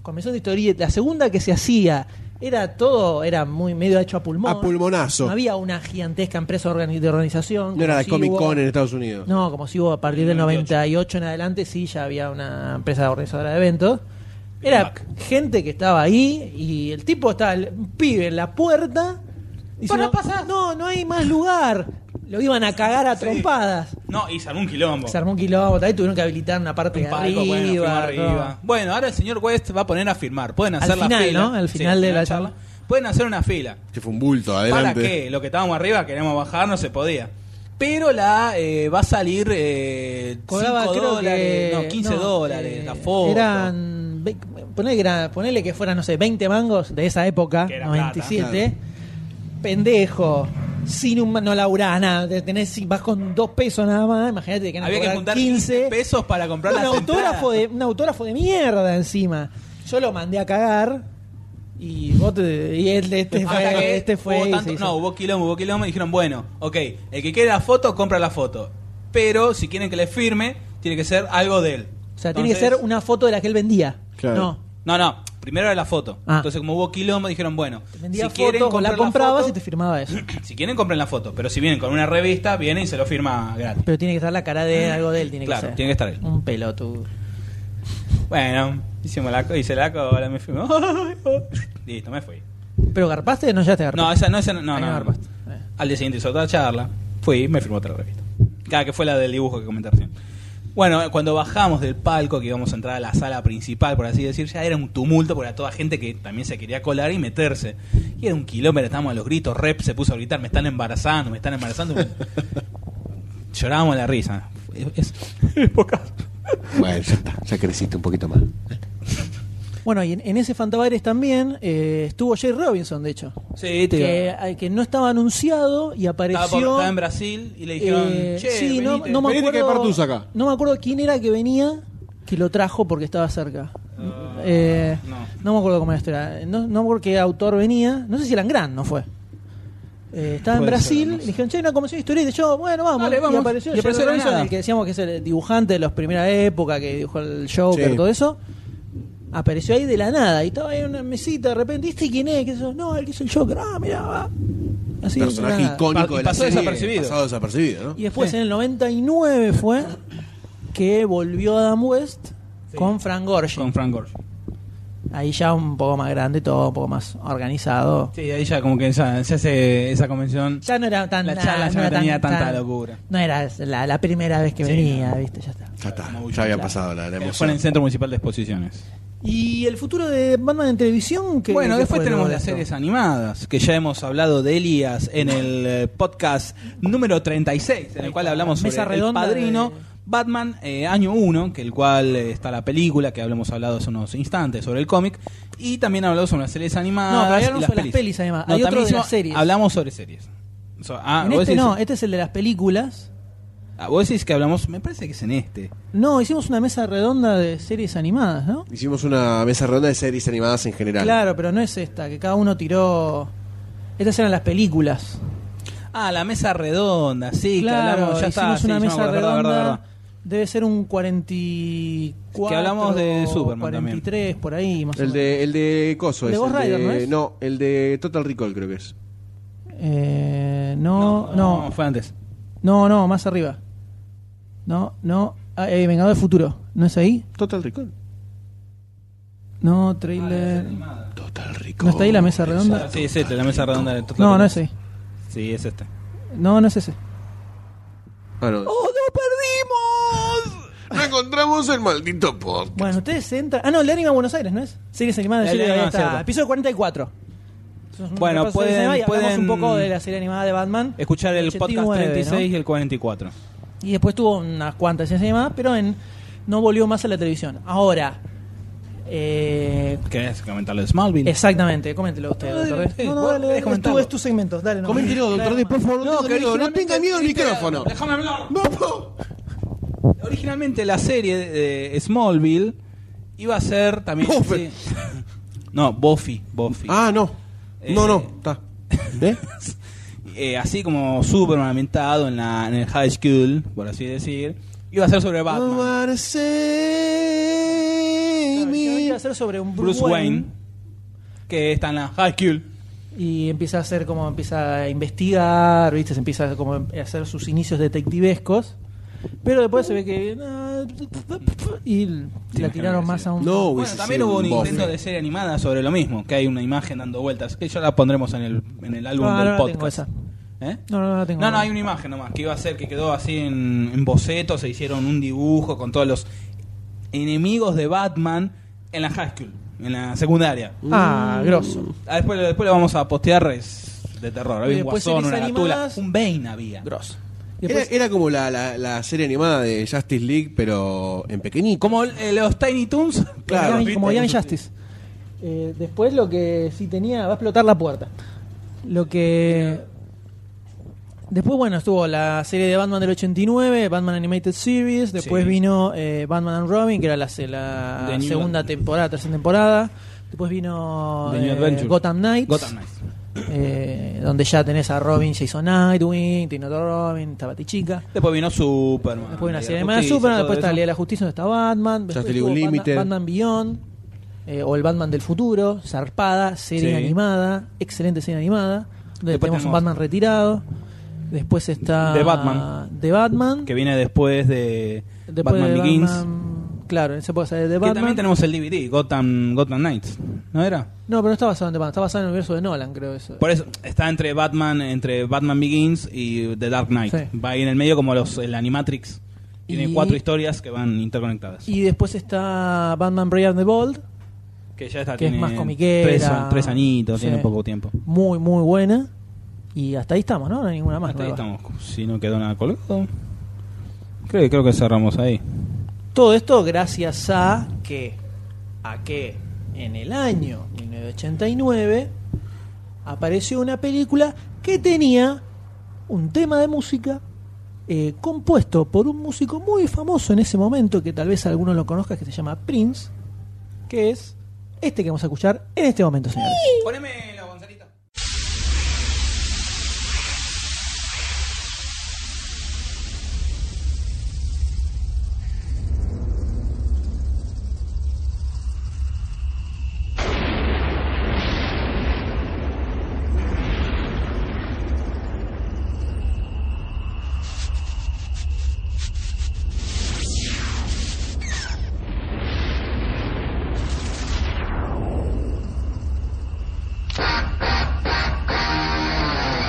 Speaker 1: Comenzó de historieta. La segunda que se hacía era todo, era muy medio hecho a pulmón.
Speaker 2: A pulmonazo.
Speaker 1: No había una gigantesca empresa organi- de organización.
Speaker 2: No era
Speaker 1: como
Speaker 2: la
Speaker 1: sí
Speaker 2: Comic
Speaker 1: hubo-
Speaker 2: Con en Estados Unidos.
Speaker 1: No, como si hubo a partir del
Speaker 4: 98.
Speaker 1: 98 en adelante, sí, ya había una empresa organizadora de eventos. Era
Speaker 4: Mac.
Speaker 1: gente que estaba ahí y el tipo estaba, el un pibe en la puerta. Diciendo, No, no hay más lugar. Lo iban a cagar a trompadas.
Speaker 4: No, y se armó un quilombo.
Speaker 1: Se armó un quilombo, ahí tuvieron que habilitar una parte
Speaker 4: Un
Speaker 1: de
Speaker 4: palco,
Speaker 1: arriba.
Speaker 4: bueno, fuimos
Speaker 1: todo.
Speaker 4: arriba. Bueno, ahora el señor West va a poner a firmar. Pueden
Speaker 1: Al
Speaker 4: hacer la
Speaker 1: final,
Speaker 4: fila.
Speaker 1: ¿no? Al final de la charla.
Speaker 4: Pueden hacer una fila.
Speaker 2: Que fue un bulto,
Speaker 4: ¿Para qué? Lo que estábamos arriba, queríamos bajar, no se podía. Pero la eh, va a salir eh,
Speaker 1: Cobraba,
Speaker 4: 5
Speaker 1: creo
Speaker 4: dólares,
Speaker 1: que-
Speaker 4: no, 15
Speaker 1: no,
Speaker 4: dólares,
Speaker 1: eh,
Speaker 4: la foto.
Speaker 1: Eran. ve- Ponele que, era- ponele que fueran, no sé, 20 mangos de esa época,
Speaker 4: Que era
Speaker 1: 97. Pendejo. Sin un. No laburás nada. te Tenés, si vas con dos pesos nada más. Imagínate que
Speaker 4: Había que juntar 15 pesos para comprar
Speaker 1: un
Speaker 4: las
Speaker 1: autógrafo,
Speaker 4: entradas.
Speaker 1: de, un autógrafo de mierda encima. Yo lo mandé a cagar. Y vos te- y él- este
Speaker 4: Hasta que
Speaker 1: fue. Este fue
Speaker 4: hubo
Speaker 1: y se
Speaker 4: tanto-
Speaker 1: hizo.
Speaker 4: no, hubo quilombo, hubo quilombo y dijeron, bueno, ok, el que quiere la foto, compra la foto. Pero si quieren que le firme, tiene que ser algo de él.
Speaker 1: O sea, tiene que ser una foto de la que él vendía.
Speaker 2: Claro.
Speaker 1: No.
Speaker 4: No, no, Primero era la foto.
Speaker 1: Ah.
Speaker 4: Entonces, como hubo quilombo, dijeron, bueno, si
Speaker 1: Vendía
Speaker 4: quieren
Speaker 1: fotos,
Speaker 4: comprar
Speaker 1: la
Speaker 4: la
Speaker 1: comprabas
Speaker 4: foto-
Speaker 1: y te firmaba eso.
Speaker 4: si quieren compren la foto, pero si vienen con una revista, vienen y se lo firma gratis.
Speaker 1: Pero tiene que estar la cara de él, algo de él. Tiene
Speaker 4: Ah, Claro,
Speaker 1: que ser.
Speaker 4: tiene que estar él.
Speaker 1: Un pelotudo.
Speaker 4: Bueno, hicimos la co- hice la cola, me fui. Listo, me fui.
Speaker 1: ¿Pero garpaste? No, ya te garpaste.
Speaker 4: No, esa no, esa no, no,
Speaker 1: Ahí
Speaker 4: no,
Speaker 1: no
Speaker 4: no.
Speaker 1: armaste. Eh.
Speaker 4: Al día siguiente hizo otra charla, fui y me firmó otra revista. Cada que fue la del dibujo que comenté recién. Bueno, eh, cuando bajamos del palco, que íbamos a entrar a la sala principal, por así decir, ya era un tumulto, porque era toda gente que también se quería colar y meterse. Y era un kilómetro, estábamos a los gritos, Rep se puso a gritar, me están embarazando, me están embarazando. Llorábamos la risa. Es, es poca-
Speaker 2: Bueno, ya está, ya creciste un poquito más.
Speaker 1: Bueno, y en, en ese Fantabares también eh, estuvo Jay Robinson, de hecho.
Speaker 4: Sí, te
Speaker 1: que,
Speaker 4: digo.
Speaker 1: al que no estaba anunciado y apareció.
Speaker 4: Estaba, por- estaba en Brasil y le dijeron,
Speaker 1: eh,
Speaker 4: che,
Speaker 1: sí, no,
Speaker 4: venite".
Speaker 1: no me
Speaker 9: Venite que
Speaker 1: acuerdo.
Speaker 9: Partus acá.
Speaker 1: No me acuerdo quién era que venía que lo trajo porque estaba cerca. Eh, no.
Speaker 4: Ah, no.
Speaker 1: me acuerdo cómo era esto. era. No, no me acuerdo qué autor venía. No sé si eran Gran, no fue. Eh, estaba en
Speaker 4: Puede
Speaker 1: Brasil,
Speaker 4: ser, no sé.
Speaker 1: le dijeron, che, hay una comisión de historieta. Y Yo, bueno, vamos.
Speaker 4: Dale,
Speaker 1: Y
Speaker 4: vamos.
Speaker 1: apareció,
Speaker 4: Y apareció
Speaker 1: Jerry
Speaker 4: de la
Speaker 1: Robinson,
Speaker 4: nada.
Speaker 1: el que decíamos que es el dibujante de los primera época, que dibujó el Joker,
Speaker 2: Sí.
Speaker 1: todo eso. Apareció ahí de la nada. Y estaba ahí en una mesita, de repente, ¿este quién es? ¿Qué es eso? No, el que hizo el Joker. Ah, mirá, va. Así, de
Speaker 2: Personaje
Speaker 1: nada.
Speaker 2: icónico
Speaker 4: Pa- y
Speaker 2: de la
Speaker 4: pasó
Speaker 2: serie,
Speaker 4: desapercibido.
Speaker 2: Pasado desapercibido, ¿no?
Speaker 1: Y después en el 99 fue que volvió Adam West con Frank Gorshin.
Speaker 4: Con Frank Gorge.
Speaker 1: Ahí ya un poco más grande, todo un poco más organizado.
Speaker 4: Sí, ahí ya como que ya- se hace esa convención.
Speaker 1: Ya no era tan
Speaker 4: La charla ya no
Speaker 1: era
Speaker 4: tenía tanta locura.
Speaker 1: No era la, la primera vez que venía, viste, ya está.
Speaker 2: Ya está,
Speaker 4: Como
Speaker 2: ya había
Speaker 4: Bullseye.
Speaker 2: pasado la,
Speaker 4: Que Fue
Speaker 2: la
Speaker 4: en el
Speaker 2: emoción.
Speaker 4: Centro Municipal de Exposiciones.
Speaker 1: Y el futuro de Batman en televisión que
Speaker 4: Bueno, después tenemos las series animadas, que ya hemos hablado de Elías en el eh, podcast número 36, en el cual hablamos sobre
Speaker 1: Mesa redonda
Speaker 4: El Padrino,
Speaker 1: de-
Speaker 4: Batman eh, Año 1, que el cual eh, está la película, que hablamos hablado hace unos instantes sobre el cómic, y también hablamos sobre las series animadas.
Speaker 1: No, pero ahí
Speaker 4: y
Speaker 1: hablamos sobre las pelis, además. Hay otro
Speaker 4: también
Speaker 1: de las
Speaker 4: hicimos-
Speaker 1: series.
Speaker 4: Hablamos sobre series. So- ah,
Speaker 1: en
Speaker 4: vos
Speaker 1: este
Speaker 4: decís-
Speaker 1: no, este es el de las películas.
Speaker 4: ah, vos decís que hablamos, me parece que es en este.
Speaker 1: No, hicimos una mesa redonda de series animadas, ¿no?
Speaker 2: Hicimos una mesa redonda de series animadas en general.
Speaker 1: Claro, pero no es esta, que cada uno tiró. Estas eran las películas.
Speaker 4: Ah, la mesa redonda, sí, que
Speaker 1: claro,
Speaker 4: hablamos, ya
Speaker 1: hicimos una
Speaker 4: está, sí, ya me
Speaker 1: mesa
Speaker 4: acuerdo,
Speaker 1: redonda.
Speaker 4: verdad, verdad, verdad.
Speaker 1: Debe ser un 44.
Speaker 4: Que hablamos de Superman
Speaker 1: 43, por ahí, más o
Speaker 2: El
Speaker 1: menos.
Speaker 2: de, el de Coso
Speaker 1: El de
Speaker 2: es,
Speaker 1: Ghost Rider,
Speaker 2: de-
Speaker 1: ¿no es?
Speaker 2: el de Total Recall creo que es.
Speaker 1: Eh, no, no, no,
Speaker 4: fue antes.
Speaker 1: no, más arriba. No, no. Ah, eh, Vengador del Futuro, ¿no es ahí?
Speaker 2: Total Recall.
Speaker 1: No, trailer.
Speaker 2: Total Recall.
Speaker 1: ¿No está ahí la mesa redonda?
Speaker 4: Ah, Sí, es este, la mesa redonda de Total
Speaker 1: No, no
Speaker 4: Recall.
Speaker 1: es ahí.
Speaker 4: Sí, es este.
Speaker 1: No, no es ese.
Speaker 2: Ah, no.
Speaker 4: ¡Oh,
Speaker 1: ¡Oh, lo perdimos!
Speaker 6: No encontramos el maldito podcast.
Speaker 1: Bueno, ustedes entran. Ah, no, el de Anima Buenos Aires, ¿no es? Series animadas de
Speaker 4: El de
Speaker 1: Chile, ahí
Speaker 4: Anima,
Speaker 1: está.
Speaker 4: cierto.
Speaker 1: Episodio 44. Eso es un
Speaker 4: Bueno,
Speaker 1: repaso de series
Speaker 4: pueden-
Speaker 1: animadas y hablamos
Speaker 4: pueden-
Speaker 1: un poco de la serie animada de Batman.
Speaker 4: Escuchar el
Speaker 1: 89,
Speaker 4: podcast
Speaker 1: ¿no?
Speaker 4: 36 y el 44.
Speaker 1: Y después tuvo unas cuantas series animadas, pero en- no volvió más a la televisión. Ahora, eh,
Speaker 4: ¿Querés comentarlo de Smallville?
Speaker 1: exactamente, coméntelo usted,
Speaker 4: No,
Speaker 1: doctor. D.
Speaker 4: eh,
Speaker 1: No, no, dale,
Speaker 4: vos querés
Speaker 1: dale, es tu,
Speaker 4: comentarlo.
Speaker 1: es tu segmento. Dale, no.
Speaker 2: Coméntelo, doctor D, por favor, no,
Speaker 4: No,
Speaker 2: tenga
Speaker 4: que
Speaker 2: miedo, no
Speaker 4: originalmente-
Speaker 2: tenga miedo al micrófono.
Speaker 4: Déjame hablar.
Speaker 2: ¡Vamos!
Speaker 4: Originalmente la serie de de Smallville iba a ser también...
Speaker 2: Buffy.
Speaker 4: sí. No, Buffy. Buffy.
Speaker 2: Ah, no. No,
Speaker 4: Eh,
Speaker 2: no, está. ¿Eh?
Speaker 4: Eh, así como súper ornamentado en, la, en el high school, por así decir. Iba a ser sobre
Speaker 2: You
Speaker 4: Batman.
Speaker 2: wanna
Speaker 1: Claro,
Speaker 2: save
Speaker 1: yo
Speaker 2: me.
Speaker 1: iba a hacer sobre un
Speaker 4: Bruce Wayne, que está en la high school.
Speaker 1: y empieza a hacer como empieza a investigar, ¿viste? Se empieza a como a hacer sus inicios detectivescos. Pero después se ve que no, y la tiraron más a un
Speaker 2: No,
Speaker 4: Bueno,
Speaker 2: hubiese
Speaker 4: también
Speaker 2: sido
Speaker 4: hubo un
Speaker 2: bofe.
Speaker 4: intento de serie animada sobre lo mismo, que hay una imagen dando vueltas, que ya la pondremos en el, en el álbum
Speaker 1: No,
Speaker 4: del
Speaker 1: no, no tengo
Speaker 4: podcast.
Speaker 1: esa.
Speaker 4: ¿Eh?
Speaker 1: No, no, no la tengo.
Speaker 4: No, no, hay una imagen nomás, que iba a ser que quedó así en, en boceto, se hicieron un dibujo con todos los enemigos de Batman en la high school, en la secundaria.
Speaker 1: Ah, grosso.
Speaker 4: Ah, después, después lo vamos a postear, es de terror. Había
Speaker 1: Y
Speaker 4: un
Speaker 1: después
Speaker 4: guasón, una
Speaker 1: series
Speaker 4: gatula,
Speaker 1: animadas.
Speaker 4: un Bane había.
Speaker 1: Grosso. Y
Speaker 2: Era,
Speaker 1: después-
Speaker 2: era como la, la, la serie animada de Justice League, pero en pequeñito.
Speaker 4: Como eh, los Tiny Toons,
Speaker 1: Como Young-
Speaker 4: ¿viste?
Speaker 1: como Young Justice. Eh, después lo que sí tenía, va a explotar la puerta. Lo que... Después, bueno, estuvo la serie de Batman del 89, Batman Animated Series, después
Speaker 4: Sí.
Speaker 1: vino eh, Batman and Robin, que era la, se- la
Speaker 4: The New
Speaker 1: segunda
Speaker 4: Batman.
Speaker 1: temporada, tercera temporada. Después vino
Speaker 4: The New
Speaker 1: eh,
Speaker 4: Adventure.
Speaker 1: Gotham Knights,
Speaker 4: Gotham Knights.
Speaker 1: eh, donde ya tenés a Robin, Jason Nightwing, Tino Robin, está Batichica.
Speaker 4: Después vino Superman.
Speaker 1: Después una
Speaker 4: Liga
Speaker 1: serie
Speaker 4: de
Speaker 1: animada de
Speaker 4: Justicia,
Speaker 1: Superman,
Speaker 4: todo
Speaker 1: después está
Speaker 4: eso.
Speaker 1: la Liga de la Justicia donde está Batman,
Speaker 2: Justice
Speaker 1: después
Speaker 2: League
Speaker 1: estuvo Batman,
Speaker 2: Unlimited.
Speaker 1: Batman Beyond, eh, o el Batman del futuro, zarpada, serie
Speaker 10: Sí.
Speaker 1: animada, excelente serie animada. Donde
Speaker 4: Después
Speaker 1: tenemos un
Speaker 4: tenemos-
Speaker 1: Batman retirado. Después está.
Speaker 10: The Batman.
Speaker 1: The Batman.
Speaker 10: que viene después de
Speaker 1: Después
Speaker 10: Batman
Speaker 1: de
Speaker 10: Begins.
Speaker 1: Batman- claro, en esa época sale The
Speaker 4: Que
Speaker 1: Batman.
Speaker 4: también tenemos el DVD, Gotham, Gotham Knights, ¿no era?
Speaker 1: No, pero no está basado en The Batman, está basado en el universo de Nolan, creo eso.
Speaker 4: Por eso está entre Batman, entre Batman Begins y The Dark Knight.
Speaker 1: Sí.
Speaker 4: Va ahí en el medio como los el Animatrix. Tiene
Speaker 1: Y-
Speaker 4: cuatro historias que van interconectadas.
Speaker 1: Y después está Batman Brave the Bold,
Speaker 4: que ya está
Speaker 1: que es
Speaker 4: tiene
Speaker 1: más comiquera.
Speaker 4: Tres, tres añitos,
Speaker 1: Sí.
Speaker 4: tiene poco tiempo.
Speaker 1: muy, muy buena. Y hasta ahí estamos, ¿no? No hay ninguna más.
Speaker 4: Hasta ahí
Speaker 1: nueva.
Speaker 4: estamos. Si no quedó nada colgado. Creo, creo que cerramos ahí.
Speaker 1: Todo esto gracias a que, a que en el año 1989 apareció una película que tenía un tema de música eh, compuesto por un músico muy famoso en ese momento, que tal vez algunos lo conozcan, que se llama Prince, que es este que vamos a escuchar en este momento, señores.
Speaker 4: Poneme la Gonzalita.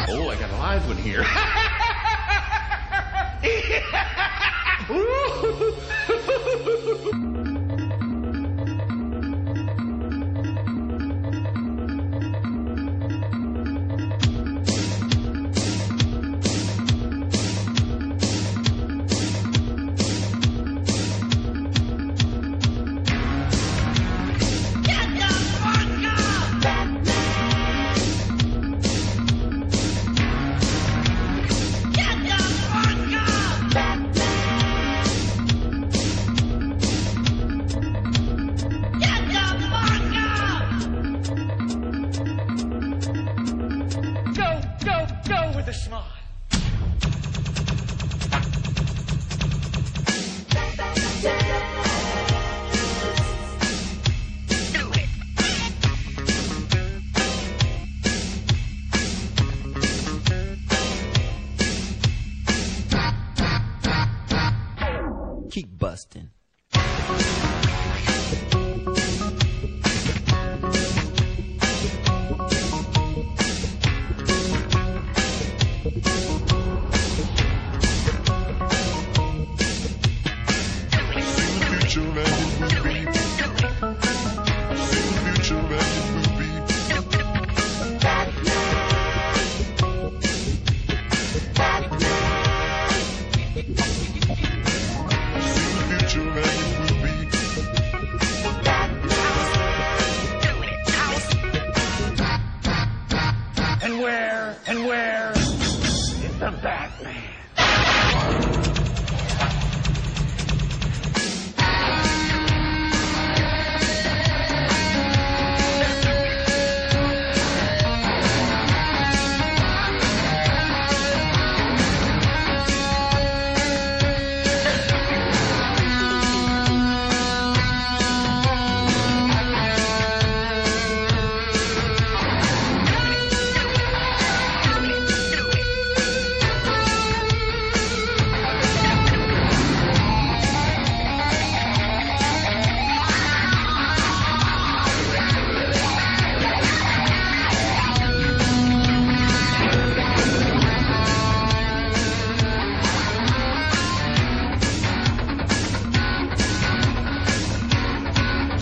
Speaker 3: Oh, I got a live one here.
Speaker 9: Go, go, go with the smile. Do it.
Speaker 3: Keep busting. And where, and where is the Batman?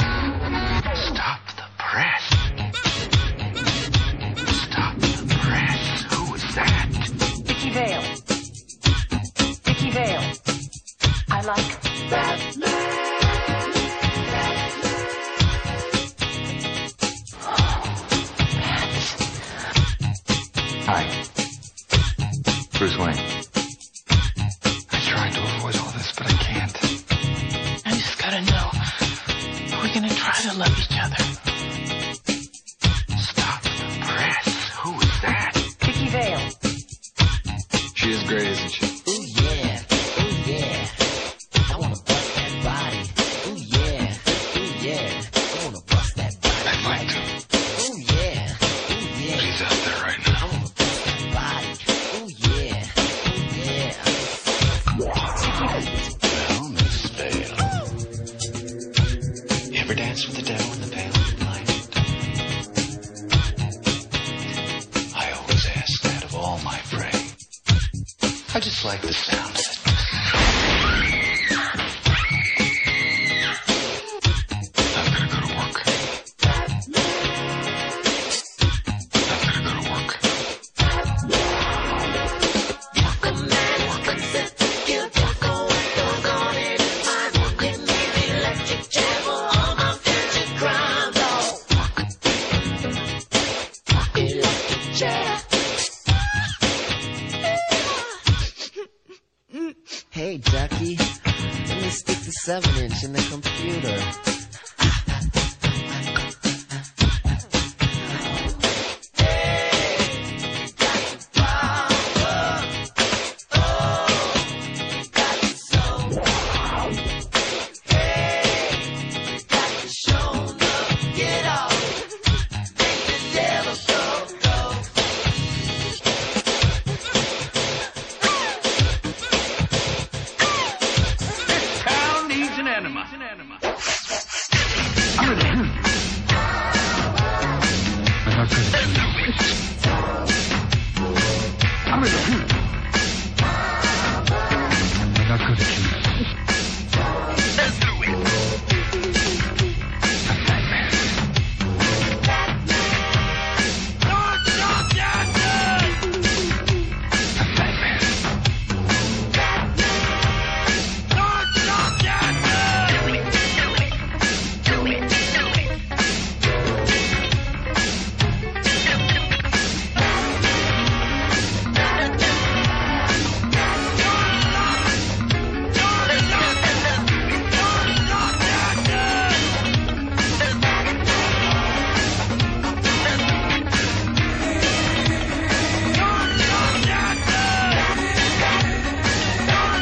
Speaker 3: Stop the press. Stop the press. Who was that?
Speaker 9: Vicky Vale. Vicky Vale. I like
Speaker 3: Hi. Bruce Wayne. I tried to avoid all this, but I can't.
Speaker 9: I just gotta know. We're gonna try to love each other.
Speaker 3: Stop the press. Who was that?
Speaker 9: Vicky Vale.
Speaker 3: She is great, isn't she? Ooh, yeah. Ooh, yeah. I wanna bust that body. Ooh, yeah. Ooh, yeah. I wanna bust
Speaker 9: dance with the devil in the pale moonlight. I always ask that of all my prey. I just like the sound of it. I'm gonna go to work. I'm gonna go to work.
Speaker 3: Hey, Ducky, let me stick the 7 inch in the computer.
Speaker 11: Town needs an enema.
Speaker 9: Oh,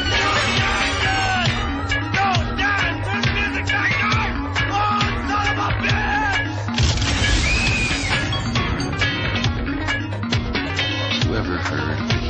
Speaker 9: Whoever heard